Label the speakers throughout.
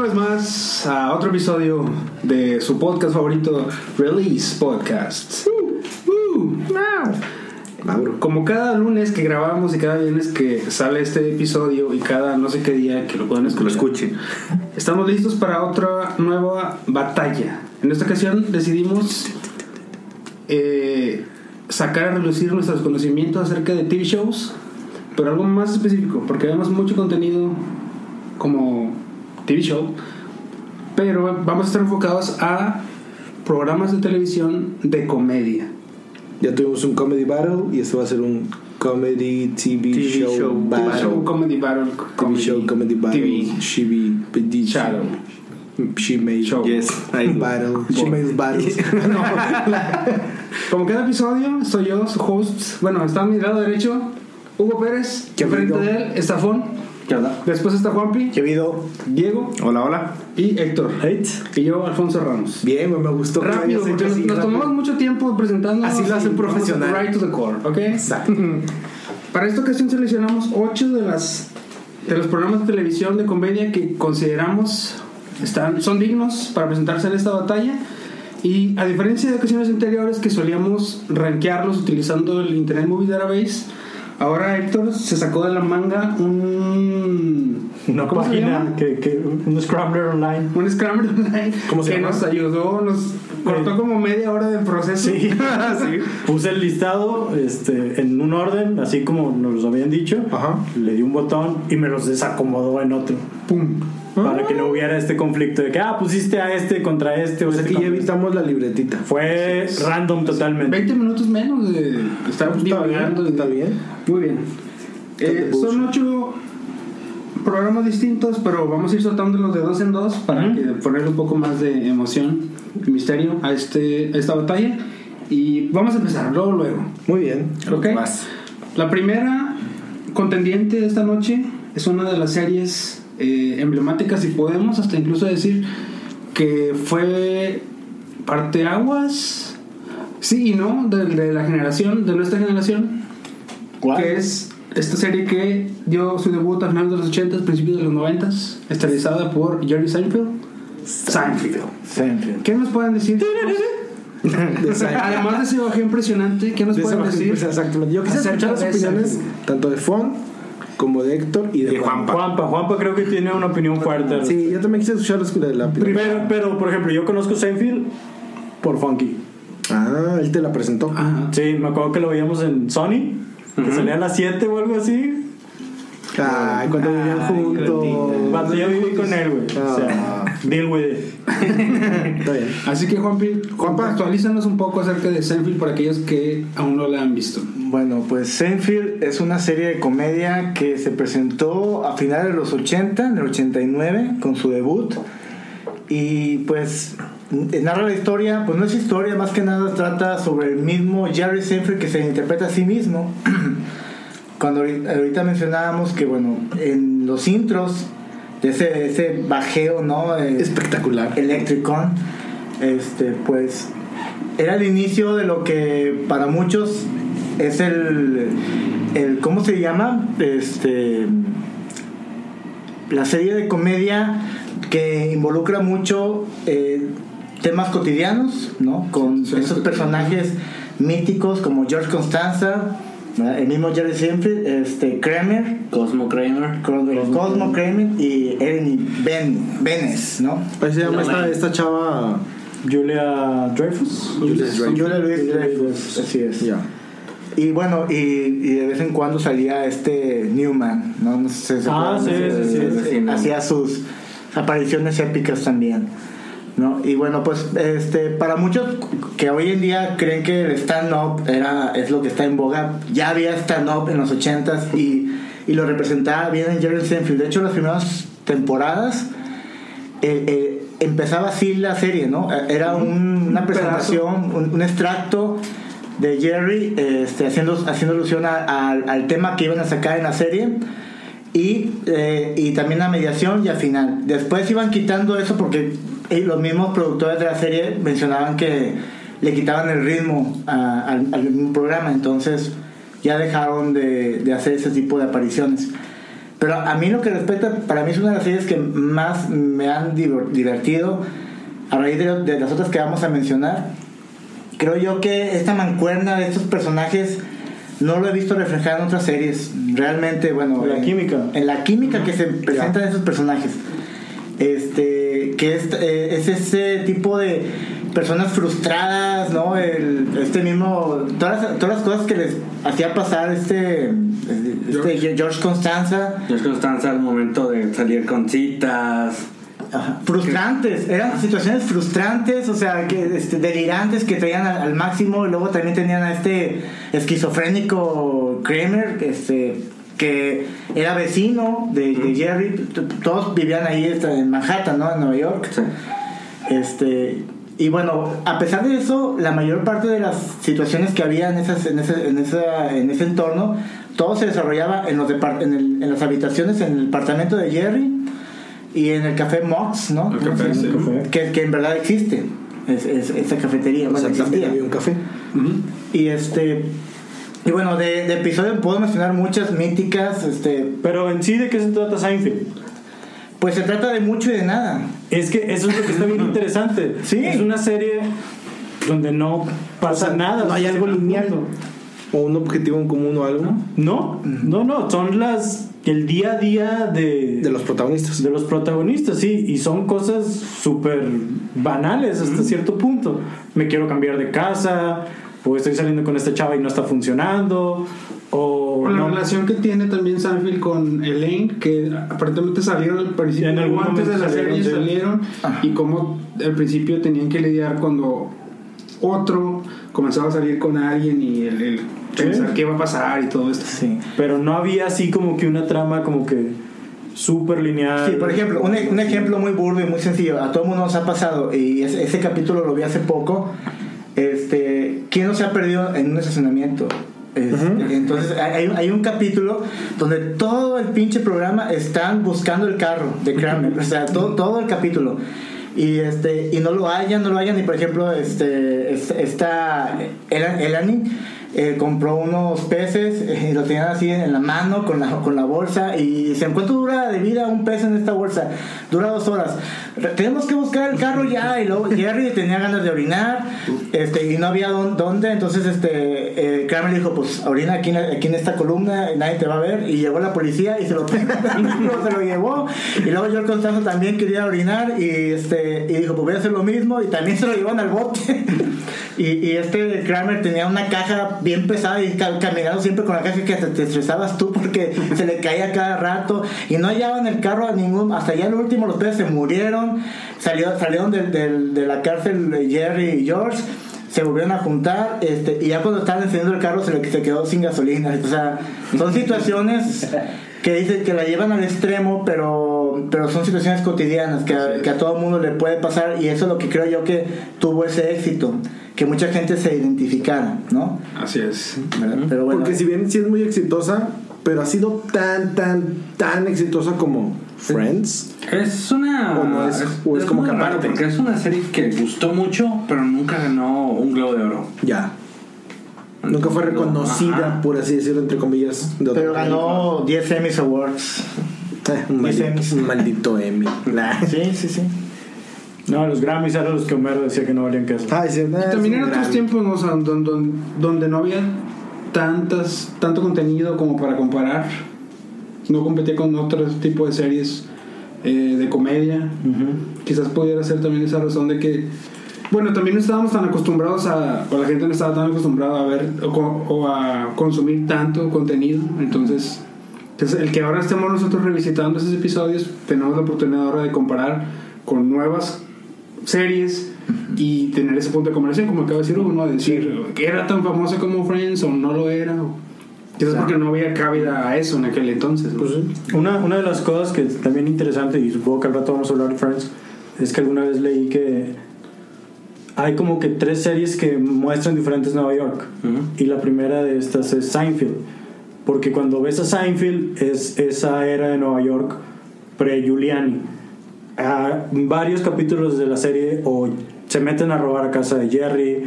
Speaker 1: vez más a otro episodio de su podcast favorito, Release Podcasts. uh. Como cada lunes que grabamos y cada viernes que sale este episodio y cada no sé qué día que lo pueden
Speaker 2: Que lo
Speaker 1: escuchar,
Speaker 2: escuchen.
Speaker 1: estamos listos para otra nueva batalla. En esta ocasión decidimos eh, sacar a relucir nuestros conocimientos acerca de TV shows, pero algo más específico, porque vemos mucho contenido como TV show, pero vamos a estar enfocados a programas de televisión de comedia.
Speaker 3: Ya tuvimos un comedy battle y esto va a ser un comedy TV,
Speaker 2: TV
Speaker 3: show,
Speaker 2: show
Speaker 3: battle.
Speaker 1: TV show, comedy battle,
Speaker 3: TV show, comedy battle.
Speaker 1: TV
Speaker 3: She be, be did
Speaker 1: shadow.
Speaker 3: She made
Speaker 1: Show.
Speaker 2: Yes, ahí lo-
Speaker 3: battle. She made battles.
Speaker 1: Como cada episodio, soy yo, su host. Bueno, está a mi lado derecho Hugo Pérez, que
Speaker 3: Qué
Speaker 1: frente
Speaker 3: rico.
Speaker 1: de él está Fon, después está Juanpi,
Speaker 3: habido?
Speaker 1: Diego
Speaker 2: Hola, hola.
Speaker 1: y Héctor.
Speaker 3: Eight.
Speaker 1: Y yo, Alfonso Ramos.
Speaker 3: Bien, güey, me gustó. que lo
Speaker 1: Rápido,
Speaker 3: hayas hecho
Speaker 1: porque nos,
Speaker 3: así,
Speaker 1: nos
Speaker 3: rápido.
Speaker 1: tomamos mucho tiempo presentando.
Speaker 3: Así lo hacen profesional.
Speaker 1: Right to the core, ¿ok?
Speaker 3: Exacto.
Speaker 1: Para esta ocasión seleccionamos 8 de las de los programas de televisión de comedia que consideramos están, son dignos para presentarse en esta batalla. Y a diferencia de ocasiones anteriores que solíamos rankearlos utilizando el Internet Movie Database, ahora Héctor se sacó de la manga un...
Speaker 4: Una
Speaker 1: ¿cómo se
Speaker 4: página,
Speaker 1: llama?
Speaker 4: que, que un scrambler online.
Speaker 1: Un Scramble Online
Speaker 3: ¿Cómo se
Speaker 1: que
Speaker 3: llama?
Speaker 1: nos ayudó, nos cortó como media hora de proceso.
Speaker 4: Eh. Sí.
Speaker 1: Sí.
Speaker 4: Puse el listado este, en un orden, así como nos lo habían dicho.
Speaker 3: Ajá.
Speaker 4: Le di un botón y me los desacomodó en otro.
Speaker 1: Pum.
Speaker 4: Para que no hubiera este conflicto de que, ah, pusiste a este contra este. O
Speaker 3: Ah. Pues aquí
Speaker 4: este
Speaker 3: ya
Speaker 4: contra- este".
Speaker 3: evitamos la libretita.
Speaker 4: Fue
Speaker 3: Pues,
Speaker 4: random totalmente.
Speaker 1: 20 minutos menos de estar
Speaker 3: Está
Speaker 1: divagando.
Speaker 3: bien, está bien.
Speaker 1: Muy bien. Eh, son ocho programas distintos, pero vamos a ir soltándolos de dos en dos para
Speaker 4: Ujú.
Speaker 1: que ponerle un poco más de emoción y misterio a, este, a esta batalla. Y vamos a empezar luego, luego.
Speaker 3: Muy bien.
Speaker 1: ¿Ok?
Speaker 2: Vas.
Speaker 1: La primera contendiente de esta noche es una de las series eh, emblemáticas y podemos hasta incluso decir que fue parteaguas, sí y no, de, de la generación, de nuestra generación,
Speaker 4: ¿Cuál?
Speaker 1: que es esta serie que dio su debut a finales de los 80s, principios de los 90s, estelarizada por Jerry Seinfeld. Seinfeld.
Speaker 4: Seinfeld.
Speaker 1: ¿Qué nos pueden decir?
Speaker 3: De Seinfeld.
Speaker 1: Además de ese baje impresionante, ¿qué nos
Speaker 3: De esa
Speaker 1: pueden
Speaker 3: manera,
Speaker 1: decir?
Speaker 3: pues, Exactamente. Yo quisiera
Speaker 1: Acerca
Speaker 3: escuchar las
Speaker 1: de
Speaker 3: opiniones
Speaker 1: Seinfeld.
Speaker 3: tanto de Fon como de Héctor y de,
Speaker 2: De
Speaker 3: Juan.
Speaker 2: Juanpa.
Speaker 4: Juanpa, Juanpa creo que tiene una opinión fuerte. al
Speaker 3: Sí, yo también quise escuchar las de la opinión.
Speaker 4: Pero, pero, por ejemplo, yo conozco Seinfeld por Funky.
Speaker 3: Ah, él te la presentó.
Speaker 1: Ajá.
Speaker 4: Sí, me acuerdo que lo veíamos en Sony, que salía a las 7 o algo así.
Speaker 3: Ah, Ay, cuando vivían juntos.
Speaker 4: Cuando yo
Speaker 3: pues,
Speaker 4: viví con él, güey. O
Speaker 3: ah.
Speaker 4: sea, deal with it.
Speaker 3: Está bien.
Speaker 1: Así que Juanpi,
Speaker 3: Juanpa.
Speaker 1: actualízanos un poco acerca de Seinfeld para aquellos que aún no la han visto.
Speaker 5: Bueno, pues Seinfeld es una serie de comedia que se presentó a finales de los 80, en el 89, con su debut. Y pues n- narra la historia, pues no es historia, más que nada trata sobre el mismo Jerry Seinfeld que se interpreta a sí mismo. Cuando ahori- ahorita mencionábamos que, bueno, en los intros de ese, ese bajeo, ¿no? Eh,
Speaker 3: Espectacular.
Speaker 5: Electricon, este, pues era el inicio de lo que para muchos es el, el ¿cómo se llama? Este, la serie de comedia que involucra mucho eh, temas cotidianos, ¿no? Con
Speaker 1: Sí, sí,
Speaker 5: esos
Speaker 1: sí.
Speaker 5: personajes míticos como George Constanza, ¿verdad? el mismo Jerry Seinfeld, este Kramer,
Speaker 6: Cosmo Kramer.
Speaker 5: Cosmo, Kramer y Ernie Ben, Benes, ¿no?
Speaker 3: Ahí se llama esta,
Speaker 6: Bueno.
Speaker 3: esta chava.
Speaker 4: Julia Dreyfus.
Speaker 5: Julia Luis
Speaker 4: Julia
Speaker 5: Dreyfus,
Speaker 4: Dreyfus.
Speaker 5: así es.
Speaker 3: Ya.
Speaker 5: Y bueno, y, y de vez en cuando salía este Newman, ¿no? No sé si se
Speaker 4: Ah,
Speaker 5: acuerdan,
Speaker 4: sí,
Speaker 5: eh,
Speaker 4: sí, sí,
Speaker 5: eh, Hacía sus apariciones épicas también, ¿no? Y bueno, pues este, para muchos que hoy en día creen que el stand-up era, es lo que está en boga, ya había stand-up en los 80s y, y lo representaba bien en Jerry Seinfeld. De hecho, las primeras temporadas eh, eh, empezaba así la serie, ¿no? Eh, Era un- una
Speaker 1: pedazo.
Speaker 5: presentación, un, un extracto de Jerry este, haciendo, haciendo alusión a- a- al tema que iban a sacar en la serie y, eh, y también la mediación y al final. Después iban quitando eso porque eh, los mismos productores de la serie mencionaban que le quitaban el ritmo a- al, al mismo programa, entonces ya dejaron de, de hacer ese tipo de apariciones. Pero a mí lo que respecta, para mí es una de las series que más me han divor- divertido a raíz de, de las otras que vamos a mencionar. Creo yo que esta mancuerna de estos personajes no lo he visto reflejada en otras series. Realmente, bueno.
Speaker 4: La
Speaker 5: en-
Speaker 4: química.
Speaker 5: En la química que se presentan esos personajes. Este, que es, eh, es ese tipo de personas frustradas, ¿no? El, este mismo. Todas, las- todas las cosas que les hacía pasar este. este
Speaker 2: George.
Speaker 5: George Constanza.
Speaker 2: Yo es Constanza al momento de salir con citas.
Speaker 5: Ajá. frustrantes, eran situaciones frustrantes, o sea, que este, delirantes que traían al, al máximo y luego también tenían a este esquizofrénico Kramer, que, este, que era vecino de, de Jerry, T- todos vivían ahí este, en Manhattan, ¿no? En Nueva York.
Speaker 2: Sí.
Speaker 5: Este, y bueno, a pesar de eso, la mayor parte de las situaciones que había en, esas, en, ese, en, esa- en ese entorno, todo se desarrollaba en, los depart- en, el- en las habitaciones, en el apartamento de Jerry y en el café Mox, ¿no?
Speaker 1: El café, sí.
Speaker 5: Que, que en verdad existe, es, es- esa cafetería.
Speaker 3: O
Speaker 5: bueno,
Speaker 3: sea, también
Speaker 5: existía.
Speaker 3: había un café.
Speaker 5: Y este... Y bueno, de, de episodios puedo mencionar muchas míticas, este...
Speaker 4: Pero en sí, ¿de qué se trata Seinfeld?
Speaker 5: Pues se trata de mucho y de nada.
Speaker 4: Es que eso es lo que está bien interesante.
Speaker 5: Sí.
Speaker 4: Es una serie donde no pasa nada.
Speaker 3: no hay algo lineal. O un objetivo en común o algo
Speaker 4: No, no, no. Son las. El día a día de.
Speaker 3: de los protagonistas.
Speaker 4: de los protagonistas, sí, y son cosas súper banales hasta cierto punto. Me quiero cambiar de casa, o estoy saliendo con esta chava y no está funcionando, o
Speaker 1: Por la
Speaker 4: no.
Speaker 1: relación que tiene también Sanfield con Elaine, que aparentemente salieron al principio,
Speaker 4: En algún
Speaker 1: o antes de
Speaker 4: momento
Speaker 1: la
Speaker 4: salieron,
Speaker 1: serie
Speaker 4: sí.
Speaker 1: salieron, y cómo al principio tenían que lidiar cuando otro comenzaba a salir con alguien y el, el pensar qué va a pasar y todo esto.
Speaker 5: Sí.
Speaker 4: Pero no había así como que una trama como que súper lineal.
Speaker 5: Sí, por ejemplo, un, e-, un ejemplo muy burdo y muy sencillo, a todo mundo nos ha pasado, y ese, ese capítulo lo vi hace poco, este, ¿quién no se ha perdido en un estacionamiento? Es- Entonces, hay, hay un capítulo donde todo el pinche programa están buscando el carro de Kramer, o sea, todo, todo el capítulo. Y, este, y no lo hallan, no lo hallan, y por ejemplo, este, es- esta Elan- Elani eh, compró unos peces eh, y lo tenían así en la mano con la, con la bolsa y dicen, ¿cuánto dura de vida un pez en esta bolsa? Dura dos horas. Re- Tenemos que buscar el carro ya y luego Jerry tenía ganas de orinar este, y no había dón- dónde, entonces este, eh, Kramer dijo, pues orina aquí en, la- aquí en esta columna, nadie te va a ver y llegó la policía y se lo, se lo llevó y luego yo Constanza también quería orinar y, este, y dijo, pues voy a hacer lo mismo y también se lo llevan al bote. Y, y este Kramer tenía una caja bien pesada y ca- caminando siempre con la caja que te, te estresabas tú porque se le caía cada rato y no hallaban el carro a ningún, hasta ya el último los peces se murieron, salió, salieron del- del- de la cárcel de Jerry y George, se volvieron a juntar este, y ya cuando estaban encendiendo el carro se le se quedó sin gasolina. O sea, son situaciones que dicen que la llevan al extremo, pero, pero son situaciones cotidianas que a, que a todo mundo le puede pasar y eso es lo que creo yo que tuvo ese éxito, que mucha gente se identificara, ¿no?
Speaker 1: Así es.
Speaker 5: ¿Verdad? Pero bueno,
Speaker 6: Porque si bien sí es muy exitosa, pero ha sido tan, tan, tan exitosa como Friends.
Speaker 2: Es una.
Speaker 6: O no es- o es como
Speaker 2: muy
Speaker 6: que
Speaker 2: raro,
Speaker 6: aparte.
Speaker 2: Porque es una serie que gustó mucho, pero nunca ganó un globo de oro.
Speaker 6: Ya. Nunca fue reconocida,
Speaker 2: Ajá.
Speaker 6: por así decirlo, entre comillas. De otra
Speaker 5: pero ganó 10 Emmys Awards.
Speaker 6: película. Eh, un maldito, un maldito Emmy. Nah.
Speaker 5: Sí, sí, sí.
Speaker 4: No, los Grammys eran los que Homero decía que no valían queso.
Speaker 6: Ay, sí, nah,
Speaker 1: Y
Speaker 6: es
Speaker 1: también
Speaker 6: un
Speaker 1: eran otros
Speaker 6: gran-
Speaker 1: tiempos ¿no? O sea, don- don- donde, no había tantas, tanto contenido como para comparar. No competía con otro tipo de series eh, de comedia. Quizás pudiera ser también esa razón de que, bueno, también no estábamos tan acostumbrados a, o la gente no estaba tan acostumbrada a ver o, co- o a consumir tanto contenido. Entonces, entonces, el que ahora estemos nosotros revisitando esos episodios, tenemos la oportunidad ahora de comparar con nuevas series y tener ese punto de comparación, como acaba de decir uno, de decir que era tan famosa como Friends o no lo era. o- Quizás porque no había cabida a eso en aquel entonces. ¿no?
Speaker 4: Una, una de las cosas que es también interesante, y supongo que al rato vamos a hablar de Friends, es que alguna vez leí que hay como que tres series que muestran diferentes Nueva York. Y la primera de estas es Seinfeld. Porque cuando ves a Seinfeld, es esa era de Nueva York pre-Giuliani. A varios capítulos de la serie o se meten a robar a casa de Jerry,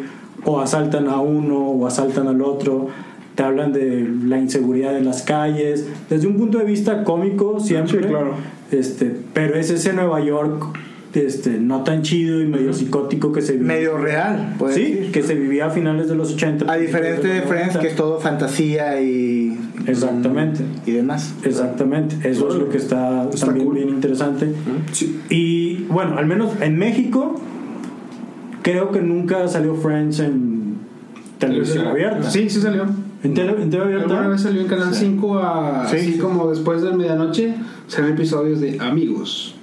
Speaker 4: o asaltan a uno, o asaltan al otro. te hablan de la inseguridad de las calles, desde un punto de vista cómico siempre.
Speaker 6: Sí, claro.
Speaker 4: Este, pero es ese Nueva York este, no tan chido y medio psicótico que se vive.
Speaker 5: Medio real, puedes
Speaker 4: Sí,
Speaker 5: decir.
Speaker 4: que se vivía a finales de los 80.
Speaker 5: A diferencia de Friends, que es todo fantasía y,
Speaker 4: Exactamente.
Speaker 5: y demás.
Speaker 4: Exactamente, eso es lo que está,
Speaker 6: Está
Speaker 4: también
Speaker 6: cool.
Speaker 4: bien interesante.
Speaker 6: Sí.
Speaker 4: Y bueno, al menos en México, creo que nunca salió Friends en televisión abierta.
Speaker 1: Sí, sí salió.
Speaker 4: En, tele- en TV
Speaker 1: Alguna
Speaker 4: abierta.
Speaker 1: vez salió en Canal 5 a,
Speaker 5: Sí,
Speaker 1: así
Speaker 5: sí.
Speaker 1: como después de medianoche, salen episodios de Amigos.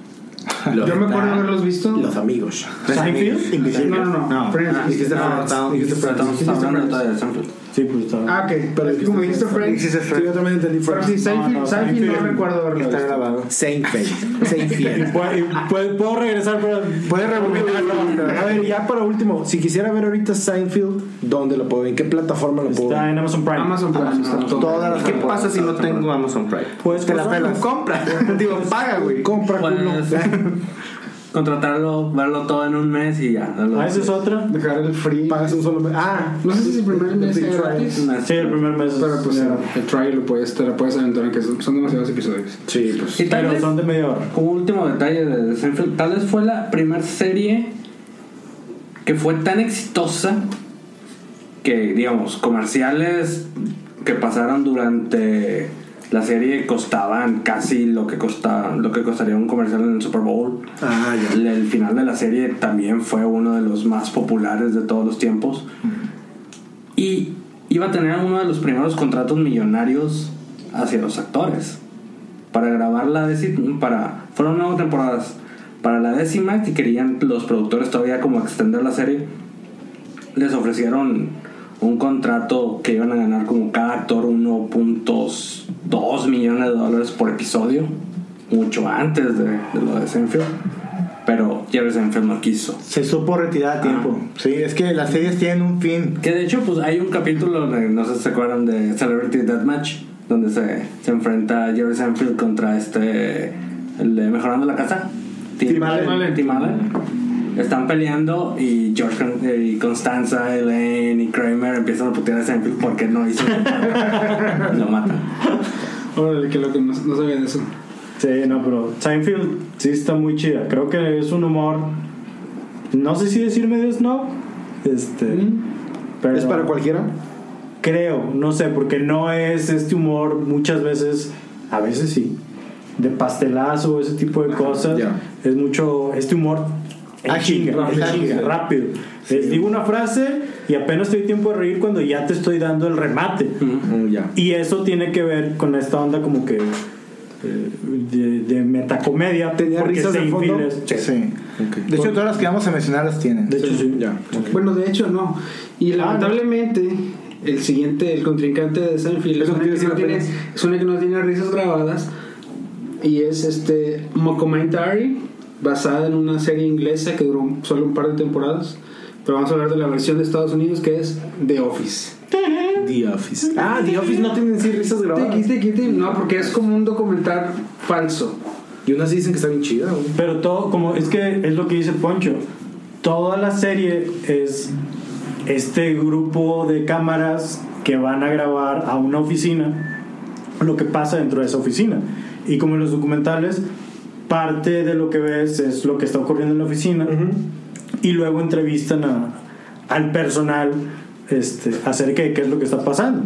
Speaker 1: Yo me acuerdo haberlos visto.
Speaker 3: Los amigos.
Speaker 4: ¿Seinfeld?
Speaker 1: No, no, no. Friends. Ah,
Speaker 6: Dijiste Friends. Dijiste Friends.
Speaker 2: Estamos hablando todavía de Sanford.
Speaker 4: Sí, pues estaba.
Speaker 1: Ah, ok. Pero es que como dijiste Friends.
Speaker 5: Dijiste
Speaker 6: Sí, yo
Speaker 5: Friends.
Speaker 6: también entendí
Speaker 1: Pero sí,
Speaker 6: Friends.
Speaker 1: Seinfeld,
Speaker 4: No, no,
Speaker 1: Seinfeld no
Speaker 4: Seinfeld
Speaker 1: recuerdo haberlo
Speaker 5: Está
Speaker 1: visto.
Speaker 5: grabado.
Speaker 3: Seinfeld.
Speaker 4: Y
Speaker 3: Seinfeld.
Speaker 4: pu- y pu- puedo regresar, pero. pues,
Speaker 5: Puedes rebobinar.
Speaker 3: A ver, ya para último, si quisiera ver ahorita Seinfeld, ¿dónde lo puedo ver? ¿En qué plataforma lo puedo
Speaker 4: Está
Speaker 3: ver?
Speaker 4: en Amazon Prime.
Speaker 1: Amazon Prime está todo.
Speaker 5: Todas las
Speaker 7: ¿Qué
Speaker 5: temporadas.
Speaker 7: pasa si no tengo Amazon Prime?
Speaker 4: Pues,
Speaker 5: Te la
Speaker 4: pues,
Speaker 5: pelas.
Speaker 7: Compra. Digo, paga, güey.
Speaker 6: Compra culo.
Speaker 2: Pues, contratarlo, verlo todo en un mes y ya. darlo
Speaker 4: Ah, esa es otra.
Speaker 1: Dejar el free.
Speaker 6: Pagas un solo mes. Ah,
Speaker 1: No sé si es el primer mes
Speaker 6: Free
Speaker 1: sea
Speaker 6: trial.
Speaker 1: gratis.
Speaker 2: un mes.
Speaker 4: Sí, el primer mes.
Speaker 1: Pero pues
Speaker 4: era-
Speaker 1: el trial lo puedes, te la puedes aventar en que son son demasiados episodios.
Speaker 6: sí, pues.
Speaker 2: Y tal
Speaker 4: Pero
Speaker 2: vez,
Speaker 4: son de media hora.
Speaker 2: como último detalle de Seinfeld, tal vez fue la primera serie que fue tan exitosa que, digamos, comerciales que pasaron durante la serie costaban casi lo que costaba, lo que costaría un comercial en el Super Bowl.
Speaker 6: Ah, ya.
Speaker 2: El, el final de la serie también fue uno de los más populares de todos los tiempos. Y iba a tener uno de los primeros contratos millonarios hacia los actores. Para grabar la décima, para, fueron nueve temporadas. Para la décima, que querían los productores todavía como extender la serie, les ofrecieron un contrato que iban a ganar como cada actor 1.2 millones de dólares por episodio, mucho antes de, de lo de Seinfeld. Pero Jerry Seinfeld no quiso.
Speaker 5: Se supo retirar a tiempo. Sí, es que las series tienen un fin.
Speaker 2: Que de hecho, pues hay un capítulo, de- no sé si se acuerdan, de Celebrity Deathmatch, donde se, se enfrenta Jerry Seinfeld contra este, el de Mejorando la Casa. Tim Allen. Tim Allen. Están peleando y George Con- eh, y Constanza, Elaine y Kramer empiezan a putear a Seinfeld porque no hizo. Lo matan.
Speaker 1: Órale, que lo que no, no sabía de eso.
Speaker 4: Sí, no, pero Seinfeld sí está muy chida. Creo que es un humor. No sé si decir medio snob. Este.
Speaker 1: Mm,
Speaker 4: Pero
Speaker 6: Mm. ¿Es para cualquiera?
Speaker 4: Creo, no sé, porque no es este humor muchas veces, a veces sí, de pastelazo, ese tipo de cosas.
Speaker 6: ya.
Speaker 4: Es mucho este humor. en
Speaker 5: Ágil,
Speaker 4: chinga, en
Speaker 5: rápido.
Speaker 4: chinga, rápido. Les digo una frase y apenas te doy tiempo de reír cuando ya te estoy dando el remate.
Speaker 6: Mm, ya.
Speaker 4: Y eso tiene que ver con esta onda como que eh, de, de metacomedia.
Speaker 6: ¿Tenía
Speaker 4: porque
Speaker 6: risas de
Speaker 4: Seinfeld
Speaker 6: fondo?
Speaker 4: es-
Speaker 5: Sí.
Speaker 6: Ok.
Speaker 5: De hecho, todas las que vamos a mencionar las tienen.
Speaker 4: de hecho, sí.
Speaker 6: Ya.
Speaker 1: Bueno, de hecho, Ah, no. Y lamentablemente, el siguiente, el contrincante de Seinfeld es,
Speaker 6: Es lo
Speaker 1: una
Speaker 6: que
Speaker 1: que,
Speaker 6: iba
Speaker 1: no
Speaker 6: a decir
Speaker 1: tiene,
Speaker 6: apenas.
Speaker 1: es una que no tiene risas grabadas. Y es este Mockumentary, basada en una serie inglesa que duró solo un par de temporadas. Pero vamos a hablar de la versión de Estados Unidos que es The Office.
Speaker 3: The Office. Ah, The Office no tienen sí risas
Speaker 1: Tiki,
Speaker 3: grabadas.
Speaker 1: tiki, tiki. Este, No, porque es como un documental falso.
Speaker 3: Y unas sí dicen que está bien chida, güey.
Speaker 4: Pero todo, como es que es lo que dice Poncho, toda la serie es este grupo de cámaras que van a grabar a una oficina lo que pasa dentro de esa oficina. Y como en los documentales, parte de lo que ves es lo que está ocurriendo en la oficina y luego entrevistan a- al personal este, acerca de qué es lo que está pasando.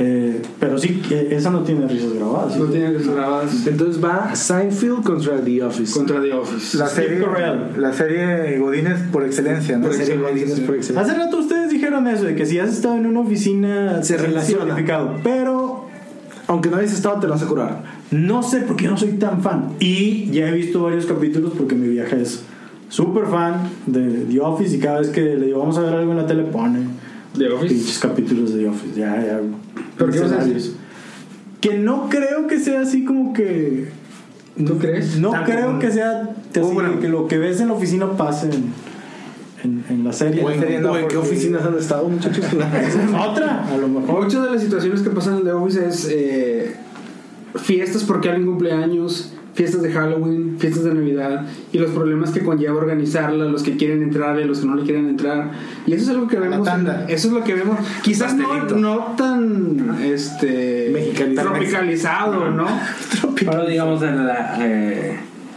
Speaker 4: Eh, pero sí, que esa no tiene risas grabadas.
Speaker 1: No tiene risas grabadas
Speaker 3: Entonces va Seinfeld contra The Office.
Speaker 1: contra The Office.
Speaker 5: La
Speaker 4: Steve
Speaker 5: serie,
Speaker 4: Carell.
Speaker 5: la serie Godines por excelencia, ¿no?
Speaker 6: Por excelencia, por excelencia.
Speaker 4: Hace rato ustedes dijeron eso, de que si has estado en una oficina
Speaker 3: Se
Speaker 4: tiene
Speaker 3: relaciona.
Speaker 4: significado, pero
Speaker 3: Aunque no hayas estado, te lo vas a curar.
Speaker 4: no sé por qué no soy tan fan. Y ya he visto varios capítulos porque mi vieja es súper fan de The Office y cada vez que le digo vamos a ver algo en la tele pone
Speaker 1: The Office.
Speaker 4: pinches capítulos de The Office. Ya, ya.
Speaker 1: ¿Pero qué vas a decir?
Speaker 4: escenarios. Que no creo que sea así como que...
Speaker 1: ¿Tú crees? Ah,
Speaker 4: No
Speaker 5: Tan
Speaker 4: creo
Speaker 5: común.
Speaker 4: que sea así,
Speaker 5: Oh, bueno.
Speaker 4: que lo que ves en la oficina pase en, en- en la serie.
Speaker 5: Bueno. Serie no,
Speaker 3: ¿O en qué
Speaker 5: porque-
Speaker 3: oficinas han estado, muchachos?
Speaker 4: Otra, a lo mejor.
Speaker 1: Muchas de las situaciones que pasan en The Office es eh, fiestas porque alguien cumpleaños, fiestas de Halloween, fiestas de Navidad y los problemas que conlleva organizarla, los que quieren entrarle, los que no le quieren entrar. Y eso es algo que vemos.
Speaker 5: tanda.
Speaker 1: Eso es lo que vemos. Quizás no,
Speaker 2: Pastelito.
Speaker 1: no tan este
Speaker 6: Mexicanizado.
Speaker 1: tropicalizado, ¿no?
Speaker 2: Pero digamos en la, eh,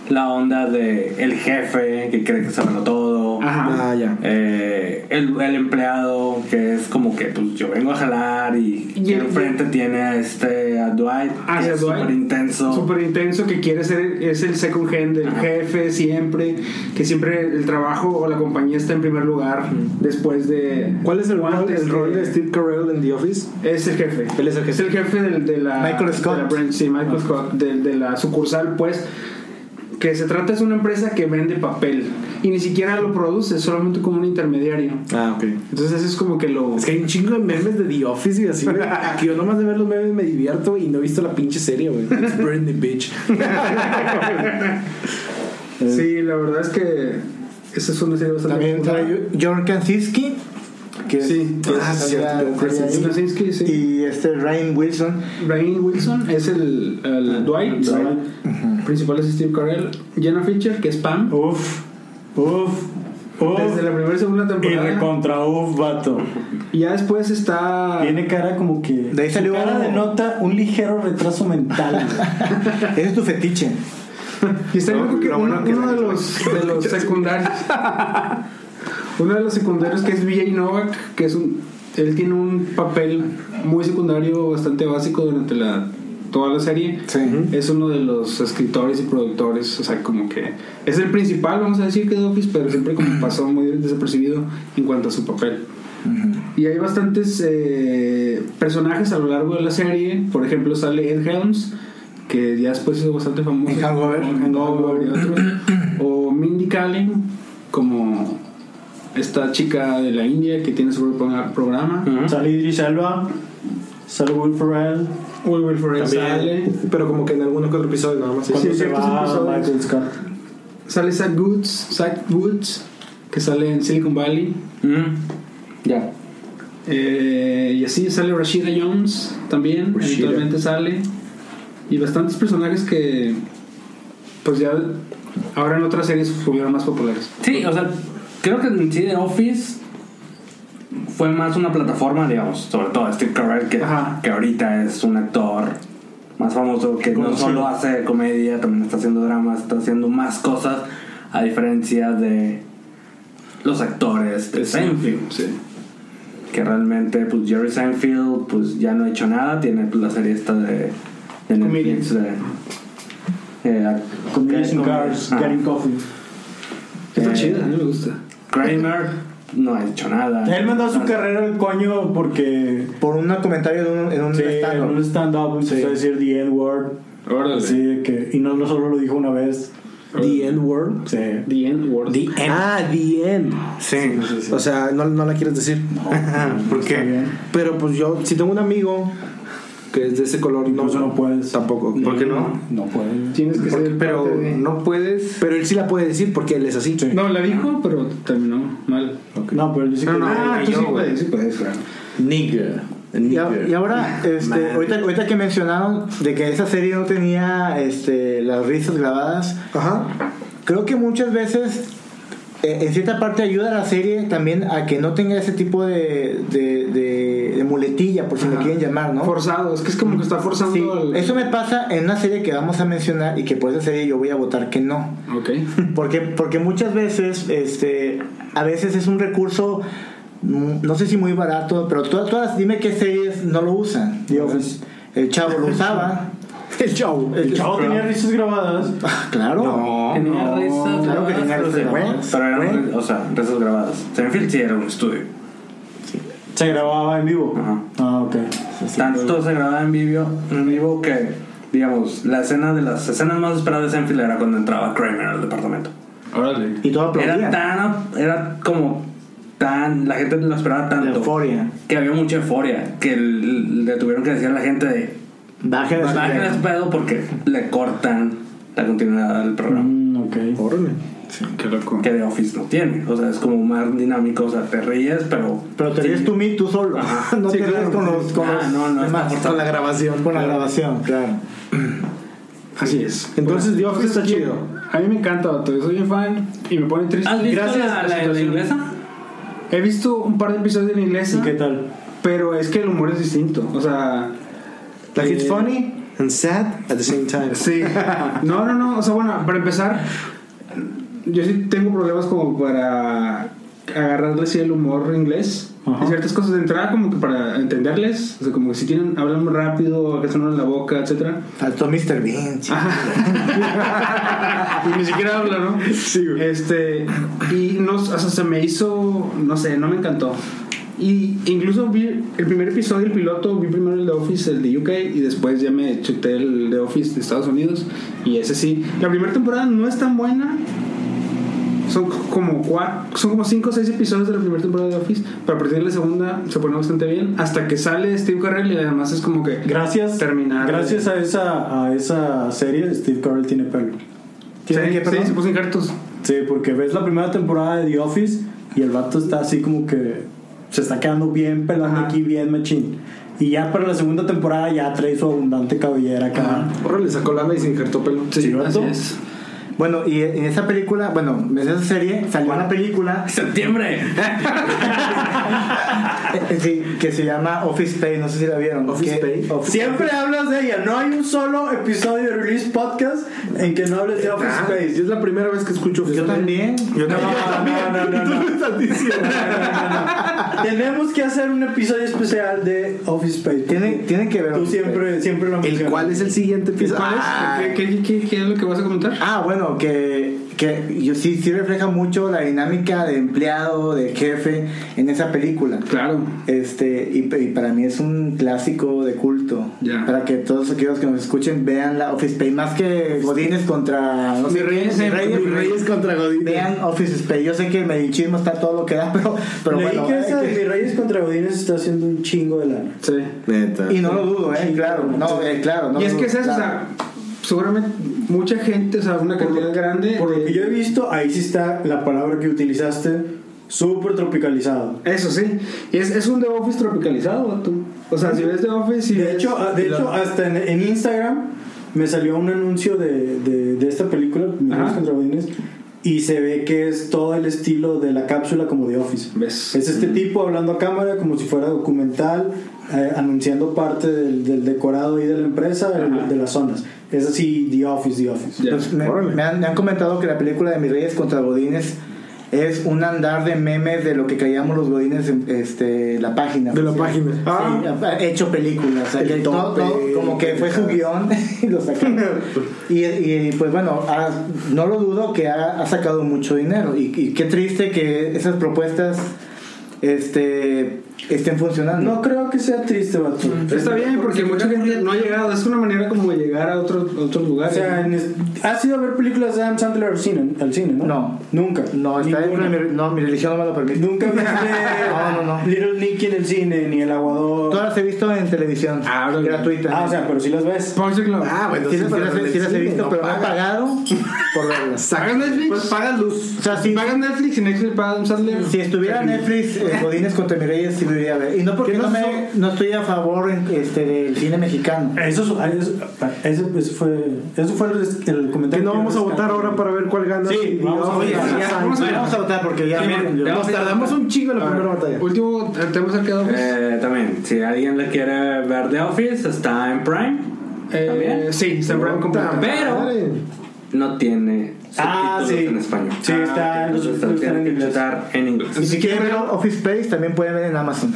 Speaker 2: la onda de el jefe que cree que sabe todo.
Speaker 1: Ajá.
Speaker 6: Ah, ya.
Speaker 2: Eh, el, el empleado que es como que pues yo vengo a jalar y,
Speaker 1: Y el-
Speaker 2: enfrente tiene a este a Dwight
Speaker 1: Ah, sí,
Speaker 2: que
Speaker 1: a
Speaker 2: es
Speaker 1: Dwight.
Speaker 2: súper intenso
Speaker 1: Súper intenso que quiere ser, es el second hand del jefe siempre, que siempre el trabajo o la compañía está en primer lugar después de...
Speaker 6: ¿Cuál es el
Speaker 1: o
Speaker 6: rol,
Speaker 1: antes
Speaker 6: el rol de Steve Carell en The Office?
Speaker 1: Es el jefe.
Speaker 6: Él es el jefe.
Speaker 1: Es el jefe del- de, la...
Speaker 5: Michael
Speaker 1: de
Speaker 5: Scott.
Speaker 1: la branch, sí, Michael Scott, de, de la sucursal, pues, que se trata es una empresa que vende papel y ni siquiera lo produce, solamente como un intermediario.
Speaker 6: Ah, ok.
Speaker 1: Entonces eso es como que lo...
Speaker 6: Es que hay un chingo de memes de The Office y así, güey. Que yo nomás de ver los memes me divierto y no he visto la pinche serie, güey. It's burn the bitch.
Speaker 1: Sí, la verdad es que esa es una serie bastante...
Speaker 5: También
Speaker 1: popular.
Speaker 5: trae John Kaczynski, que es-
Speaker 1: Sí.
Speaker 5: que es-
Speaker 6: Ah, sí,
Speaker 5: salía-
Speaker 6: John
Speaker 5: salía ahí.
Speaker 1: Krasinski, sí.
Speaker 5: Y este Ryan Wilson.
Speaker 1: Rain Wilson es el, Ah, el Dwight, principal es Steve Carell, Jenna Fischer que es Pam,
Speaker 4: Uf, uf,
Speaker 1: desde
Speaker 4: uf.
Speaker 1: la primera Oh. y segunda
Speaker 4: Y
Speaker 1: temporada.
Speaker 4: recontra uf, vato.
Speaker 1: Y ya después está
Speaker 4: Tiene cara como que.
Speaker 5: De ahí
Speaker 4: su
Speaker 5: salió-
Speaker 4: cara denota un ligero retraso mental.
Speaker 5: Ese es tu fetiche.
Speaker 1: y está yo creo que
Speaker 7: Lo
Speaker 1: uno,
Speaker 7: bueno que
Speaker 1: uno
Speaker 7: la-
Speaker 1: de los de los secundarios. uno de los secundarios que es VJ Novak, que es un él tiene un papel muy secundario bastante básico durante la toda la serie.
Speaker 5: Sí.
Speaker 1: Es uno de los escritores y productores, o sea, como que es el principal, vamos a decir, que de Office, pero siempre como pasó muy desapercibido en cuanto a su papel. Y hay bastantes eh, personajes a lo largo de la serie, por ejemplo sale Ed Helms, que ya después hizo bastante famoso.
Speaker 5: En Hangover.
Speaker 1: En Hangover y otros. O Mindy Kaling, como esta chica de la India que tiene su propio programa.
Speaker 4: sale Idris Elba, sale Will Ferrell.
Speaker 1: Will Ferrell sale.
Speaker 6: Pero como que en algunos otros episodios nada más.
Speaker 4: Cuando
Speaker 1: sí,
Speaker 4: se
Speaker 1: ciertos
Speaker 4: va
Speaker 1: episodios.
Speaker 4: Michael Scott.
Speaker 1: Sale Zach Woods, Zach Woods, que sale en Silicon Valley.
Speaker 2: Mm. ya
Speaker 1: Eh, y así sale Rashida Jones también,
Speaker 6: Rashida.
Speaker 1: eventualmente sale. Y bastantes personajes que, pues ya, ahora en otras series fueron más populares.
Speaker 2: sí o sea creo que en sí The Office fue más una plataforma digamos sobre todo Steve Carell que,
Speaker 1: Ajá.
Speaker 2: que ahorita es un actor más famoso que no solo hace comedia también está haciendo dramas está haciendo más cosas a diferencia de los actores de Seinfeld
Speaker 1: Sí.
Speaker 2: que realmente pues Jerry Seinfeld pues ya no ha hecho nada tiene pues, la serie esta de, de Netflix de, eh, ac-
Speaker 4: Comedians in
Speaker 2: eh,
Speaker 4: Cars,
Speaker 2: ah,
Speaker 4: Getting Coffee.
Speaker 1: Está
Speaker 2: Eh,
Speaker 1: chida, a mí me gusta.
Speaker 2: Kramer no ha hecho nada
Speaker 4: Él mandó su carrera al coño porque.
Speaker 5: Por un comentario en un, en un
Speaker 4: Sí, en
Speaker 5: stand-up.
Speaker 4: un stand-up empezó a decir The N-word.
Speaker 1: Órale.
Speaker 4: Así de que. Y no, no solo lo dijo una vez.
Speaker 3: The End World.
Speaker 4: Sí.
Speaker 1: The End World.
Speaker 3: The End. Ah, The End.
Speaker 5: Sí.
Speaker 3: O sea, no, no la quieres decir.
Speaker 4: Está
Speaker 5: ¿Por qué?
Speaker 4: bien.
Speaker 3: Pero pues yo, si tengo un amigo que es de ese color, no,
Speaker 4: Incluso no puedes.
Speaker 3: tampoco.
Speaker 7: ¿Por qué no?
Speaker 4: No puedes.
Speaker 1: Tienes que
Speaker 7: Porque-
Speaker 1: ser.
Speaker 7: pero
Speaker 1: parte de-
Speaker 7: no puedes.
Speaker 3: Pero él sí la puede decir porque él es así.
Speaker 1: No, la dijo, pero terminó mal.
Speaker 4: No, pero él dice
Speaker 7: No,
Speaker 4: que.
Speaker 7: no,
Speaker 1: Ah,
Speaker 7: que
Speaker 1: tú
Speaker 7: yo,
Speaker 1: sí
Speaker 7: güey.
Speaker 1: puedes, sí puedes, claro.
Speaker 3: Nigga.
Speaker 5: Y,
Speaker 3: Nigga.
Speaker 5: a- y ahora, este, ahorita, ahorita que mencionaron de que esa serie no tenía este, las risas grabadas,
Speaker 3: Ajá.
Speaker 5: creo que muchas veces eh, en cierta parte ayuda a la serie también a que no tenga ese tipo de, de, de- de muletilla, por si me
Speaker 1: Ajá.
Speaker 5: quieren llamar, ¿no?
Speaker 1: Forzado, es que es como que está forzando
Speaker 5: Sí,
Speaker 1: el-
Speaker 5: eso me pasa en una serie que vamos a mencionar y que por esa serie yo voy a votar que no.
Speaker 1: Ok.
Speaker 5: Porque, porque muchas veces, este, a veces es un recurso, mm, no sé si muy barato, pero todas, todas dime qué series no lo usan.
Speaker 4: The Office.
Speaker 5: El chavo lo usaba.
Speaker 3: El show.
Speaker 5: El
Speaker 4: El chavo tenía risas grabadas.
Speaker 5: Claro.
Speaker 2: tenía risas
Speaker 5: claro que
Speaker 2: grabadas,
Speaker 5: tenía
Speaker 2: pero
Speaker 5: risas
Speaker 2: sí,
Speaker 5: grabadas.
Speaker 2: pero eran o sea risas grabadas Seinfeld sí era un estudio
Speaker 4: Se grababa en vivo.
Speaker 2: Ajá.
Speaker 4: Ah, ok.
Speaker 2: tanto se grababa en vivo en vivo que digamos la escena de las escenas más esperadas de Seinfeld era cuando entraba Kramer al departamento
Speaker 1: Órale.
Speaker 5: Y todo
Speaker 2: era
Speaker 5: aplaudía.
Speaker 2: tan era como tan la gente lo esperaba
Speaker 5: La
Speaker 2: tanto
Speaker 5: euforia.
Speaker 2: que había mucha euforia que l- le tuvieron que decir a la gente de
Speaker 5: Baje la
Speaker 2: bajen
Speaker 5: escalera.
Speaker 2: el pedo porque le cortan la continuidad del programa
Speaker 4: Mm, ok.
Speaker 6: Órale.
Speaker 1: Qué loco.
Speaker 2: que The Office no tiene o sea es como más dinámico o sea te ríes pero
Speaker 5: Pero te ríes tú, mi- tú solo. No
Speaker 1: Sí,
Speaker 5: te ríes
Speaker 1: claro.
Speaker 5: con los, con
Speaker 2: Ah,
Speaker 5: los
Speaker 2: no, no, está
Speaker 5: demás.
Speaker 2: forzado.
Speaker 5: Con la grabación. Con la grabación, claro.
Speaker 1: Así es.
Speaker 3: Entonces, The Office está
Speaker 1: ¿quién?
Speaker 3: chido.
Speaker 1: A mí me encanta, vato. Soy un fan y me pone triste.
Speaker 2: ¿Has visto
Speaker 1: Gracias
Speaker 2: la,
Speaker 1: por
Speaker 2: la, la
Speaker 1: situación.
Speaker 2: inglesa?
Speaker 1: He visto un par de episodios en inglés,
Speaker 4: ¿Y qué tal?
Speaker 1: pero es que el humor es distinto. O sea,
Speaker 3: Like it's
Speaker 1: Eh,
Speaker 3: funny and sad at the same time.
Speaker 1: Sí. No, no, no. O sea, bueno, para empezar, yo sí tengo problemas como para agarrarle así el humor inglés.
Speaker 4: Ajá.
Speaker 1: Hay ciertas cosas de entrada como que para entenderles. O sea, como que si tienen, hablan muy rápido, que sonan la boca, etcétera.
Speaker 5: Faltó Mr. Bean,
Speaker 2: Ah.
Speaker 5: chico.
Speaker 1: Y Pues ni siquiera habla, ¿no? Sí, güey. Este, y no, o sea, se me hizo, no sé, no me encantó. Y incluso vi el primer episodio, el piloto, vi primero el de Office, el de UK, y después ya me chuté el de Office de Estados Unidos. Y ese sí. La primera temporada no es tan buena. Son c- como cuatro, son como cinco o seis episodios de la primera temporada de Office. Pero a partir de la segunda se pone bastante bien. Hasta que sale Steve Carell y además es como que.
Speaker 4: Gracias,
Speaker 1: Terminar.
Speaker 4: gracias a esa, a esa serie, Steve Carell tiene pelo.
Speaker 1: ¿Tiene
Speaker 5: que, perdón?
Speaker 1: sí, se puso en cartos.
Speaker 4: Sí, porque ves la primera temporada de The Office y el vato está así como que se está quedando bien pelando
Speaker 1: Ajá.
Speaker 4: aquí, bien machín. Y ya para la segunda temporada ya trae su abundante cabellera acá.
Speaker 3: Ahora le sacó lana y se injertó pelo.
Speaker 4: Sí, vato.
Speaker 1: Así es.
Speaker 5: Bueno, y en esa película, bueno, en esa serie salió una película
Speaker 2: Septiembre.
Speaker 5: eh, sí, que se llama Office Pay, no sé si la vieron.
Speaker 3: Office
Speaker 5: Que-
Speaker 3: Pay.
Speaker 5: Office-
Speaker 4: Siempre hablas de ella. No hay un solo episodio de Release Podcast en que no hables de Office
Speaker 3: Ah,
Speaker 4: Space.
Speaker 3: yo es la primera vez que escucho
Speaker 5: Yo también.
Speaker 4: No, no, no, no, no. Tenemos que hacer un episodio especial de Office Space.
Speaker 5: Tiene, tiene que ver.
Speaker 4: Tú
Speaker 5: Office Pay.
Speaker 4: siempre, siempre lo
Speaker 3: El
Speaker 4: mencionas.
Speaker 3: cual es el siguiente
Speaker 1: ¿Y
Speaker 3: episodio.
Speaker 1: cuál es?
Speaker 3: Ah,
Speaker 1: ¿Qué, qué- qué- qué es lo que vas a comentar?
Speaker 5: Ah, bueno, que, que yo sí, sí refleja mucho la dinámica de empleado, de jefe en esa película.
Speaker 1: Claro.
Speaker 5: Este, y, y para mí es un clásico de culto.
Speaker 1: Ya.
Speaker 5: Para que todos aquellos que nos escuchen vean la Office Pay. Más que Godines contra. No
Speaker 1: Mi
Speaker 5: sé,
Speaker 1: Reyes
Speaker 5: Mi
Speaker 1: en- Mi Reyes
Speaker 5: contra Godines. Vean Office Space. Yo sé que el malinchismo está todo lo que da, pero, pero
Speaker 4: Leí
Speaker 5: bueno.
Speaker 4: que
Speaker 5: eh,
Speaker 4: esa de
Speaker 5: que-
Speaker 4: Mi Reyes contra Godines está haciendo un chingo de lana.
Speaker 1: Sí.
Speaker 3: Neta.
Speaker 5: y no lo dudo, ¿eh? Claro. No, eh, claro. No
Speaker 1: y es
Speaker 5: lo
Speaker 1: que es
Speaker 5: dudo,
Speaker 1: eso, o
Speaker 5: claro.
Speaker 1: sea, seguramente mucha gente, o sea, una cantidad grande.
Speaker 4: Por lo
Speaker 1: de-
Speaker 4: que yo he visto, ahí sí está la palabra que utilizaste, súper tropicalizado.
Speaker 1: Eso sí. Y es, es un The Office tropicalizado, tú. O sea, si ves The Office y.
Speaker 4: De
Speaker 1: ves-
Speaker 4: hecho, ah, de hecho hasta en, en Instagram me salió un anuncio de, de- de esta película, Mis
Speaker 1: Ajá.
Speaker 4: Reyes contra Godines, y se ve que es todo el estilo de la cápsula como de Office.
Speaker 1: ¿Ves?
Speaker 4: Es este tipo hablando a cámara como si fuera documental, eh, anunciando parte del, del decorado y de la empresa,
Speaker 1: Ajá.
Speaker 4: de, de las zonas. Es así, The Office, The Office.
Speaker 1: Ya.
Speaker 5: Pues me, me han, me han comentado que la película de Mis Reyes contra Godines es un andar de memes de lo que creíamos los Godines en este, la página.
Speaker 3: De la
Speaker 5: Sí.
Speaker 3: página.
Speaker 5: Sí,
Speaker 3: Ah.
Speaker 5: ha- ha hecho películas. o sea,
Speaker 3: El
Speaker 5: que todo-
Speaker 3: tope,
Speaker 5: todo como que fue su guión y lo sacaron. y, y, pues bueno, ha- no lo dudo que ha, ha sacado mucho dinero. Y, y qué triste que esas propuestas este, estén funcionando.
Speaker 4: No creo que sea triste, vato.
Speaker 1: Está bien, porque mucha gente no ha llegado. Es una manera como de llegar a otros otros
Speaker 4: O
Speaker 1: lugares.
Speaker 4: sea, en es- ¿has ido a ver películas de Adam Sandler al cine, al cine no?
Speaker 5: No.
Speaker 4: Nunca.
Speaker 5: No, está dentro
Speaker 4: Ninguna.
Speaker 5: de mi, no, mi religión no me lo permite.
Speaker 4: Nunca viste
Speaker 5: No, no, no.
Speaker 4: Little Nicky en el cine, ni El Aguador.
Speaker 5: Todas las he visto en televisión.
Speaker 1: Ah, órale.
Speaker 5: gratuita.
Speaker 4: Ah, o sea, pero sí las ves.
Speaker 1: Ponce Club.
Speaker 3: Ah, bueno,
Speaker 5: Sí,
Speaker 3: sí,
Speaker 5: las- sí las- sí las he visto, pues, pero no he pagado por verlas.
Speaker 1: ¿Pagas Netflix?
Speaker 7: Pues pagas luz.
Speaker 5: O sea, si,
Speaker 1: ¿Pagas Netflix y Netflix paga Adam Sandler?
Speaker 5: si estuviera Netflix, eh, Godines contra mi Reyes, sí lo iría a ver. Y no porque
Speaker 4: ¿Qué
Speaker 5: no,
Speaker 4: no
Speaker 5: me, no estoy a favor en- este, del cine mexicano.
Speaker 3: Eh,
Speaker 4: Eso, es- eso, eso, eso fue, eso fue el, el
Speaker 3: Que
Speaker 4: comentario.
Speaker 3: no
Speaker 4: que
Speaker 3: vamos a
Speaker 4: rescaté.
Speaker 3: votar ahora para ver cuál gana.
Speaker 4: Sí,
Speaker 3: Y
Speaker 4: vamos a
Speaker 3: oye,
Speaker 4: votar.
Speaker 3: sí,
Speaker 5: Ya,
Speaker 3: ya.
Speaker 5: vamos, a, vamos a votar porque ya.
Speaker 3: Nos tardamos un chingo en la
Speaker 1: A ver,
Speaker 3: primera batalla.
Speaker 1: Último eh, tema acerca de Office.
Speaker 2: Eh, también, si alguien le quiere ver The Office, está en Prime.
Speaker 1: Eh,
Speaker 2: también.
Speaker 1: sí, está en Prime completo.
Speaker 2: Pero-
Speaker 3: Madre.
Speaker 2: No tiene
Speaker 4: Ah,
Speaker 2: subtítulos
Speaker 4: sí.
Speaker 2: en español. Ah,
Speaker 4: Sí, está- los
Speaker 2: entonces
Speaker 4: subtítulos están
Speaker 2: tienen
Speaker 4: en
Speaker 2: que
Speaker 4: inglés.
Speaker 2: chutar en inglés.
Speaker 5: Y pues, si quieren ver Office Space, también pueden ver en Amazon.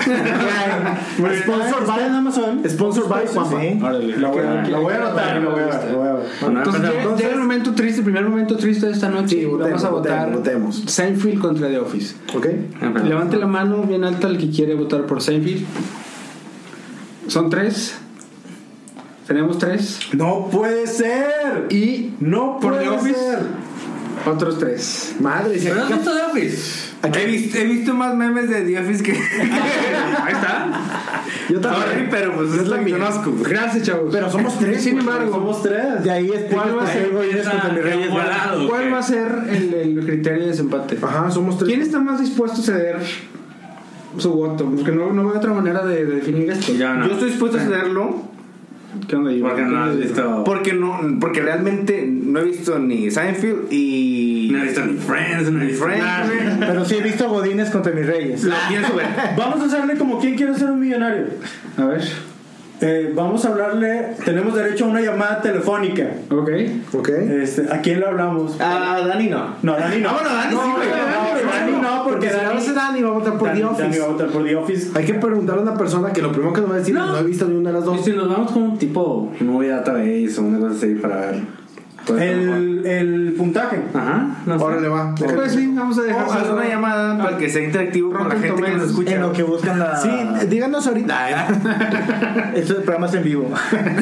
Speaker 3: Sponsor
Speaker 4: Está en Amazon.
Speaker 3: Sponsor by Juanpa.
Speaker 5: Sí.
Speaker 4: La voy a- la voy a anotar, la voy a
Speaker 1: anotar.
Speaker 4: la voy a ver.
Speaker 2: Bueno,
Speaker 1: Entonces, llega-
Speaker 2: empezamos.
Speaker 1: llega el momento triste, el primer momento triste de esta noche.
Speaker 3: Sí,
Speaker 1: y
Speaker 3: votemos,
Speaker 1: vamos a
Speaker 3: votemos,
Speaker 1: votar
Speaker 3: votemos.
Speaker 1: Seinfeld contra The Office.
Speaker 3: ¿Ok?
Speaker 7: Ah.
Speaker 2: Empezamos.
Speaker 1: Levante la mano bien alta el que quiere votar por Seinfeld. Son tres. Tenemos tres.
Speaker 4: ¡No puede ser!
Speaker 1: Y
Speaker 4: ¡No
Speaker 1: por
Speaker 4: puede
Speaker 1: The Office,
Speaker 4: ser!
Speaker 1: otros tres.
Speaker 3: Madre, si
Speaker 2: ¿Pero
Speaker 3: aquí-
Speaker 2: has visto The Office?
Speaker 7: He visto, he visto más memes de The Office que. Ahí está.
Speaker 3: yo
Speaker 7: Sorry,
Speaker 3: también.
Speaker 7: pero pues es la que conozco.
Speaker 1: Gracias, chavos.
Speaker 3: Pero somos tres,
Speaker 1: Sin
Speaker 3: güey.
Speaker 1: embargo,
Speaker 4: Somos tres.
Speaker 5: De ahí es
Speaker 1: ¿cuál va a ser,
Speaker 2: Está volado,
Speaker 1: cuál
Speaker 2: ok.
Speaker 1: va a ser el, el criterio de desempate?
Speaker 3: Ajá, somos tres.
Speaker 1: ¿Quién está más dispuesto a ceder
Speaker 6: Pues
Speaker 1: su voto? Porque no, no veo otra manera de, de definir esto.
Speaker 2: Ya no.
Speaker 7: Yo estoy dispuesto a cederlo
Speaker 1: ¿Qué onda, Iván?
Speaker 2: Porque no has visto.
Speaker 7: Porque no, Mm, porque realmente no he visto ni Seinfeld y
Speaker 2: No he visto ni Friends, no he
Speaker 7: ni
Speaker 2: visto
Speaker 7: Friends,
Speaker 2: nada.
Speaker 7: güey.
Speaker 5: Pero sí he visto Godines contra mis reyes.
Speaker 7: La pienso ver.
Speaker 4: Vamos a hacerle como quien quiere ser un millonario.
Speaker 1: A ver.
Speaker 4: Eh, vamos a hablarle, tenemos derecho a una llamada telefónica.
Speaker 1: Ok.
Speaker 3: ¿Ok?
Speaker 6: Eh,
Speaker 4: Este, ¿A quién le hablamos?
Speaker 7: Ah, Dani no.
Speaker 4: No, Dani no.
Speaker 7: Ah, bueno, Dani sí, güey.
Speaker 4: no, Dani no, porque
Speaker 6: Porque si
Speaker 4: Dani,
Speaker 6: no Dani va a votar por
Speaker 4: Dani-
Speaker 6: The
Speaker 4: Dani
Speaker 6: Office.
Speaker 4: va a votar por The Office.
Speaker 6: Hay que preguntarle a una persona que lo primero que nos va a decir no, he visto ni una de las
Speaker 2: Y
Speaker 6: dos.
Speaker 2: si nos vamos con un tipo movie database o una cosa así para ver. Pues,
Speaker 4: El, el puntaje.
Speaker 2: Ajá, no sé.
Speaker 6: Órale, va. déjame.
Speaker 1: Pues sí, vamos a dejar.
Speaker 7: Vamos a hacer una llamada para que sea interactivo con la
Speaker 1: Rotten
Speaker 7: gente que nos
Speaker 1: Tomatoes.
Speaker 7: escucha.
Speaker 5: En lo que buscan la.
Speaker 6: Sí, díganos ahorita.
Speaker 5: Estos programas en vivo.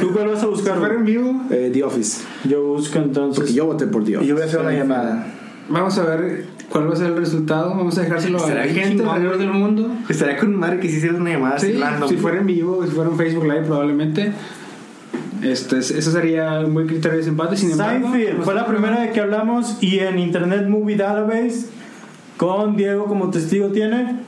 Speaker 4: ¿Tú cuál vas a buscar?
Speaker 1: Pero en vivo.
Speaker 3: Eh, The Office.
Speaker 4: Yo busco entonces.
Speaker 3: Porque yo voté por The
Speaker 5: Y yo
Speaker 3: Office.
Speaker 5: voy a hacer una llamada.
Speaker 1: Vamos a ver cuál va a ser el resultado. Vamos a dejárselo a la
Speaker 7: Será bien
Speaker 1: gente
Speaker 7: chingón,
Speaker 1: alrededor del mundo.
Speaker 7: Estaría con madre que si hicieras una llamada así
Speaker 1: Sí,
Speaker 7: random.
Speaker 1: si fuera en vivo, si fuera en Facebook Live, probablemente. Este, eso sería un buen criterio de desempate. Sin embargo,
Speaker 4: Seinfeld fue la primera de que hablamos y en Internet Movie Database con Diego como testigo tiene.